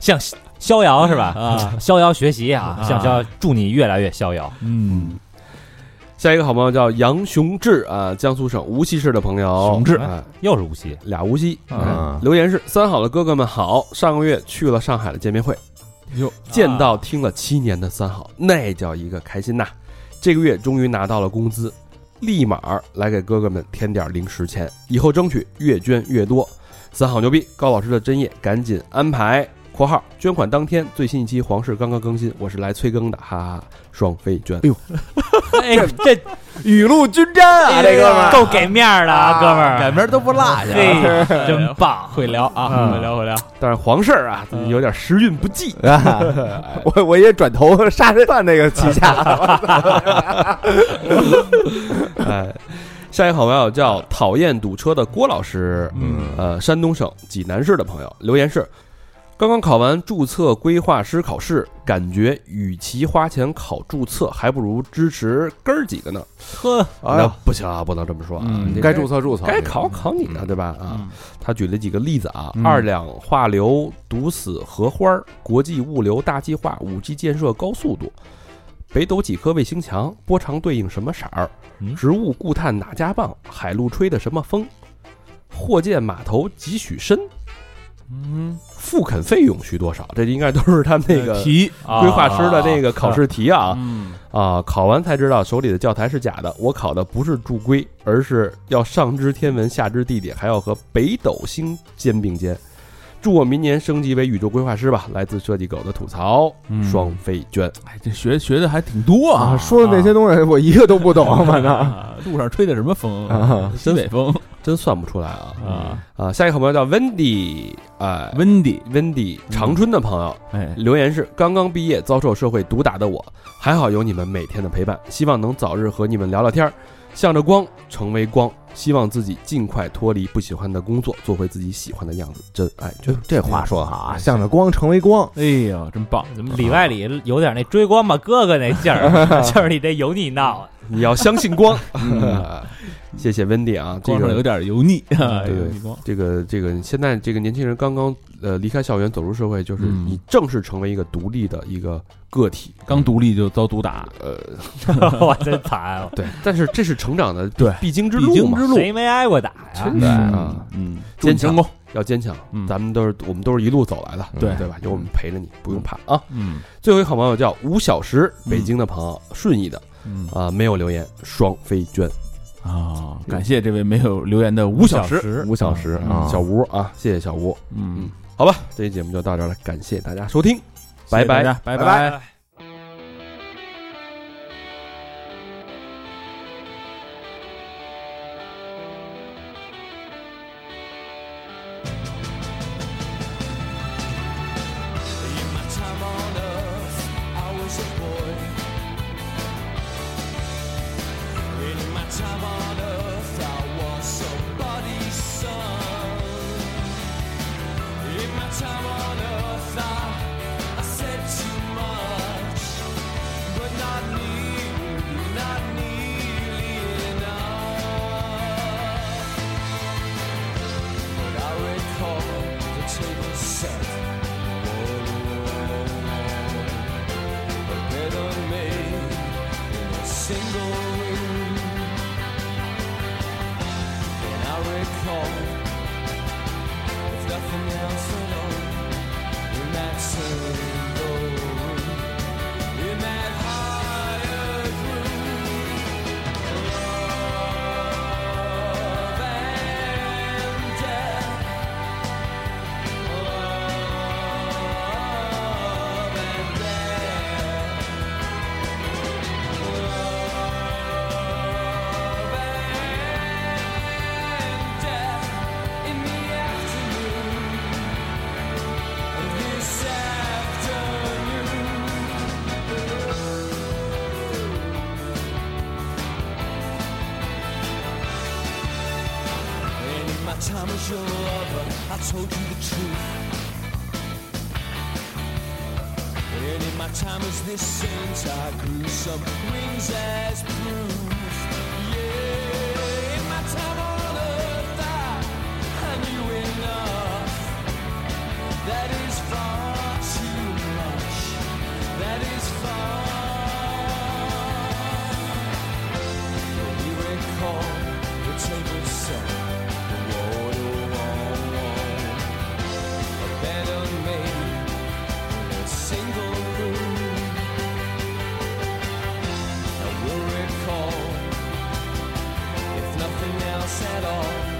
Speaker 4: 向逍遥是吧？啊，逍遥学习啊，向逍遥，祝你越来越逍遥。
Speaker 2: 嗯，
Speaker 1: 下一个好朋友叫杨雄志啊、江苏省无锡市的朋友，
Speaker 2: 雄志
Speaker 1: 哎
Speaker 4: 又是无锡，
Speaker 1: 俩无锡。
Speaker 3: 啊
Speaker 1: 哎
Speaker 4: 嗯
Speaker 1: 留言是：三好的哥哥们好，上个月去了上海的见面会，
Speaker 2: 哟，
Speaker 1: 见到听了七年的三好，那叫一个开心呐！这个月终于拿到了工资，立马儿来给哥哥们添点零食钱，以后争取越捐越多。三好牛逼，高老师的针叶赶紧安排。（括号捐款当天最新一期皇室刚刚更新，我是来催更的，哈哈哈！双飞捐。
Speaker 4: 哎，这
Speaker 3: 雨露均沾啊，这哥们儿
Speaker 4: 哎够给面儿的啊，哥们儿，
Speaker 2: 名都不落
Speaker 4: 对，真棒，
Speaker 10: 会聊啊，
Speaker 4: 嗯
Speaker 10: 会聊会聊。
Speaker 1: 但是皇室啊，自己有点时运不济。
Speaker 3: 啊 我我也转头 杀人犯那个旗 下，
Speaker 1: 哎，下一个好朋友叫讨厌堵车的郭老师，
Speaker 2: 嗯，
Speaker 1: 呃，山东省济南市的朋友留言是：刚刚考完注册规划师考试，感觉与其花钱考注册，还不如支持哥儿几个呢。
Speaker 4: 呵，
Speaker 3: 哎
Speaker 1: 那
Speaker 3: 呦
Speaker 1: 不行啊，不能这么说啊，
Speaker 2: 嗯
Speaker 1: 你
Speaker 3: 该注册注册，
Speaker 1: 该考考你呢，对吧？啊，
Speaker 2: 嗯
Speaker 1: 他举了几个例子啊，
Speaker 2: 嗯
Speaker 1: 二氧化硫堵死荷花儿，国际物流大计划，五 G 建设高速度，北斗几颗卫星墙，波长对应什么色儿
Speaker 4: 嗯，
Speaker 1: 植物固碳哪家棒，海陆吹的什么风，货建码头几许深，
Speaker 2: 嗯，呃
Speaker 1: 复垦费用需多少？这应该都是他那个
Speaker 2: 题，
Speaker 1: 规划师的那个考试题啊
Speaker 2: 嗯，
Speaker 1: 啊！考完才知道手里的教材是假的，我考的不是铸龟，而是要上知天文下知地理，还要和北斗星肩并肩。祝我明年升级为宇宙规划师吧！来自设计狗的吐槽，
Speaker 2: 嗯
Speaker 1: 双飞娟。
Speaker 2: 哎，这学学的还挺多
Speaker 3: 啊，
Speaker 2: 啊，
Speaker 3: 说的那些东西我一个都不懂，反 正
Speaker 2: 啊，路上吹的什么风
Speaker 3: 啊？
Speaker 2: 西北风
Speaker 1: 真算不出来啊！
Speaker 2: 啊
Speaker 1: 啊，下一个好朋友叫 Wendy，哎、
Speaker 2: ，Wendy，
Speaker 1: Wendy 长春的朋友、
Speaker 2: 哎，
Speaker 1: 留言是：刚刚毕业遭受社会毒打的我，还好有你们每天的陪伴，希望能早日和你们聊聊天儿，向着光成为光，希望自己尽快脱离不喜欢的工作，做回自己喜欢的样子。这哎，就
Speaker 3: 这话说的好啊，向着光成为光。
Speaker 2: 哎呀，真棒！
Speaker 4: 怎么里外里有点那追光吧哥哥那 劲儿，就是你得油腻闹。
Speaker 1: 你要相信光。嗯谢谢 Wendy 啊，这
Speaker 2: 光上
Speaker 1: 个
Speaker 2: 有点油腻，啊哎对
Speaker 1: 对这个这个现在这个年轻人刚刚呃离开校园走入社会，就是
Speaker 2: 嗯
Speaker 1: 你正式成为一个独立的一个个体。
Speaker 2: 刚独立就遭毒打，
Speaker 1: 呃，
Speaker 4: 我真惨，
Speaker 1: 对，但是这是成长的
Speaker 2: 对
Speaker 1: 必经之
Speaker 2: 必
Speaker 1: 路
Speaker 2: 经
Speaker 1: 嘛，
Speaker 2: 之路
Speaker 4: 谁没挨过打呀？
Speaker 1: 真的啊，
Speaker 2: 嗯，祝
Speaker 1: 坚
Speaker 2: 你成
Speaker 1: 强嗯
Speaker 2: 功，
Speaker 1: 要坚强。
Speaker 2: 嗯
Speaker 1: 咱们都是我们都是一路走来的，
Speaker 2: 对
Speaker 1: 对吧？有我们陪着你，不用怕啊。
Speaker 2: 嗯
Speaker 1: 最后一个好朋友叫吴小石，北
Speaker 2: 嗯
Speaker 1: 京的朋友，顺义的
Speaker 2: 嗯
Speaker 1: 啊，没有留言，双飞娟。
Speaker 2: 啊，感谢这位没有留言的吴小时，
Speaker 1: 吴小石
Speaker 2: 啊
Speaker 1: 小吴啊，谢谢小吴。
Speaker 2: 嗯，
Speaker 1: 好吧，这期节目就到这儿了，感谢大家收听，拜
Speaker 2: 谢谢大
Speaker 1: 拜。
Speaker 2: 家，拜拜。
Speaker 11: In my time on earth, I was a boy. In my time on earth, I was somebody's son. In my time on earth, I, I said too much, but not nearly, not nearly enough. But I recall the table set. Single and I recall, if nothing else at all, in that single room, in that higher room, love and death. Time as your lover, I told you the truth. And in my time as this since I grew some rings as proof. Yeah, in my time on earth I, I knew enough. That is far too much. That is far. We recall the table set, the water wall, a better made a single room. I will recall, if nothing else at all,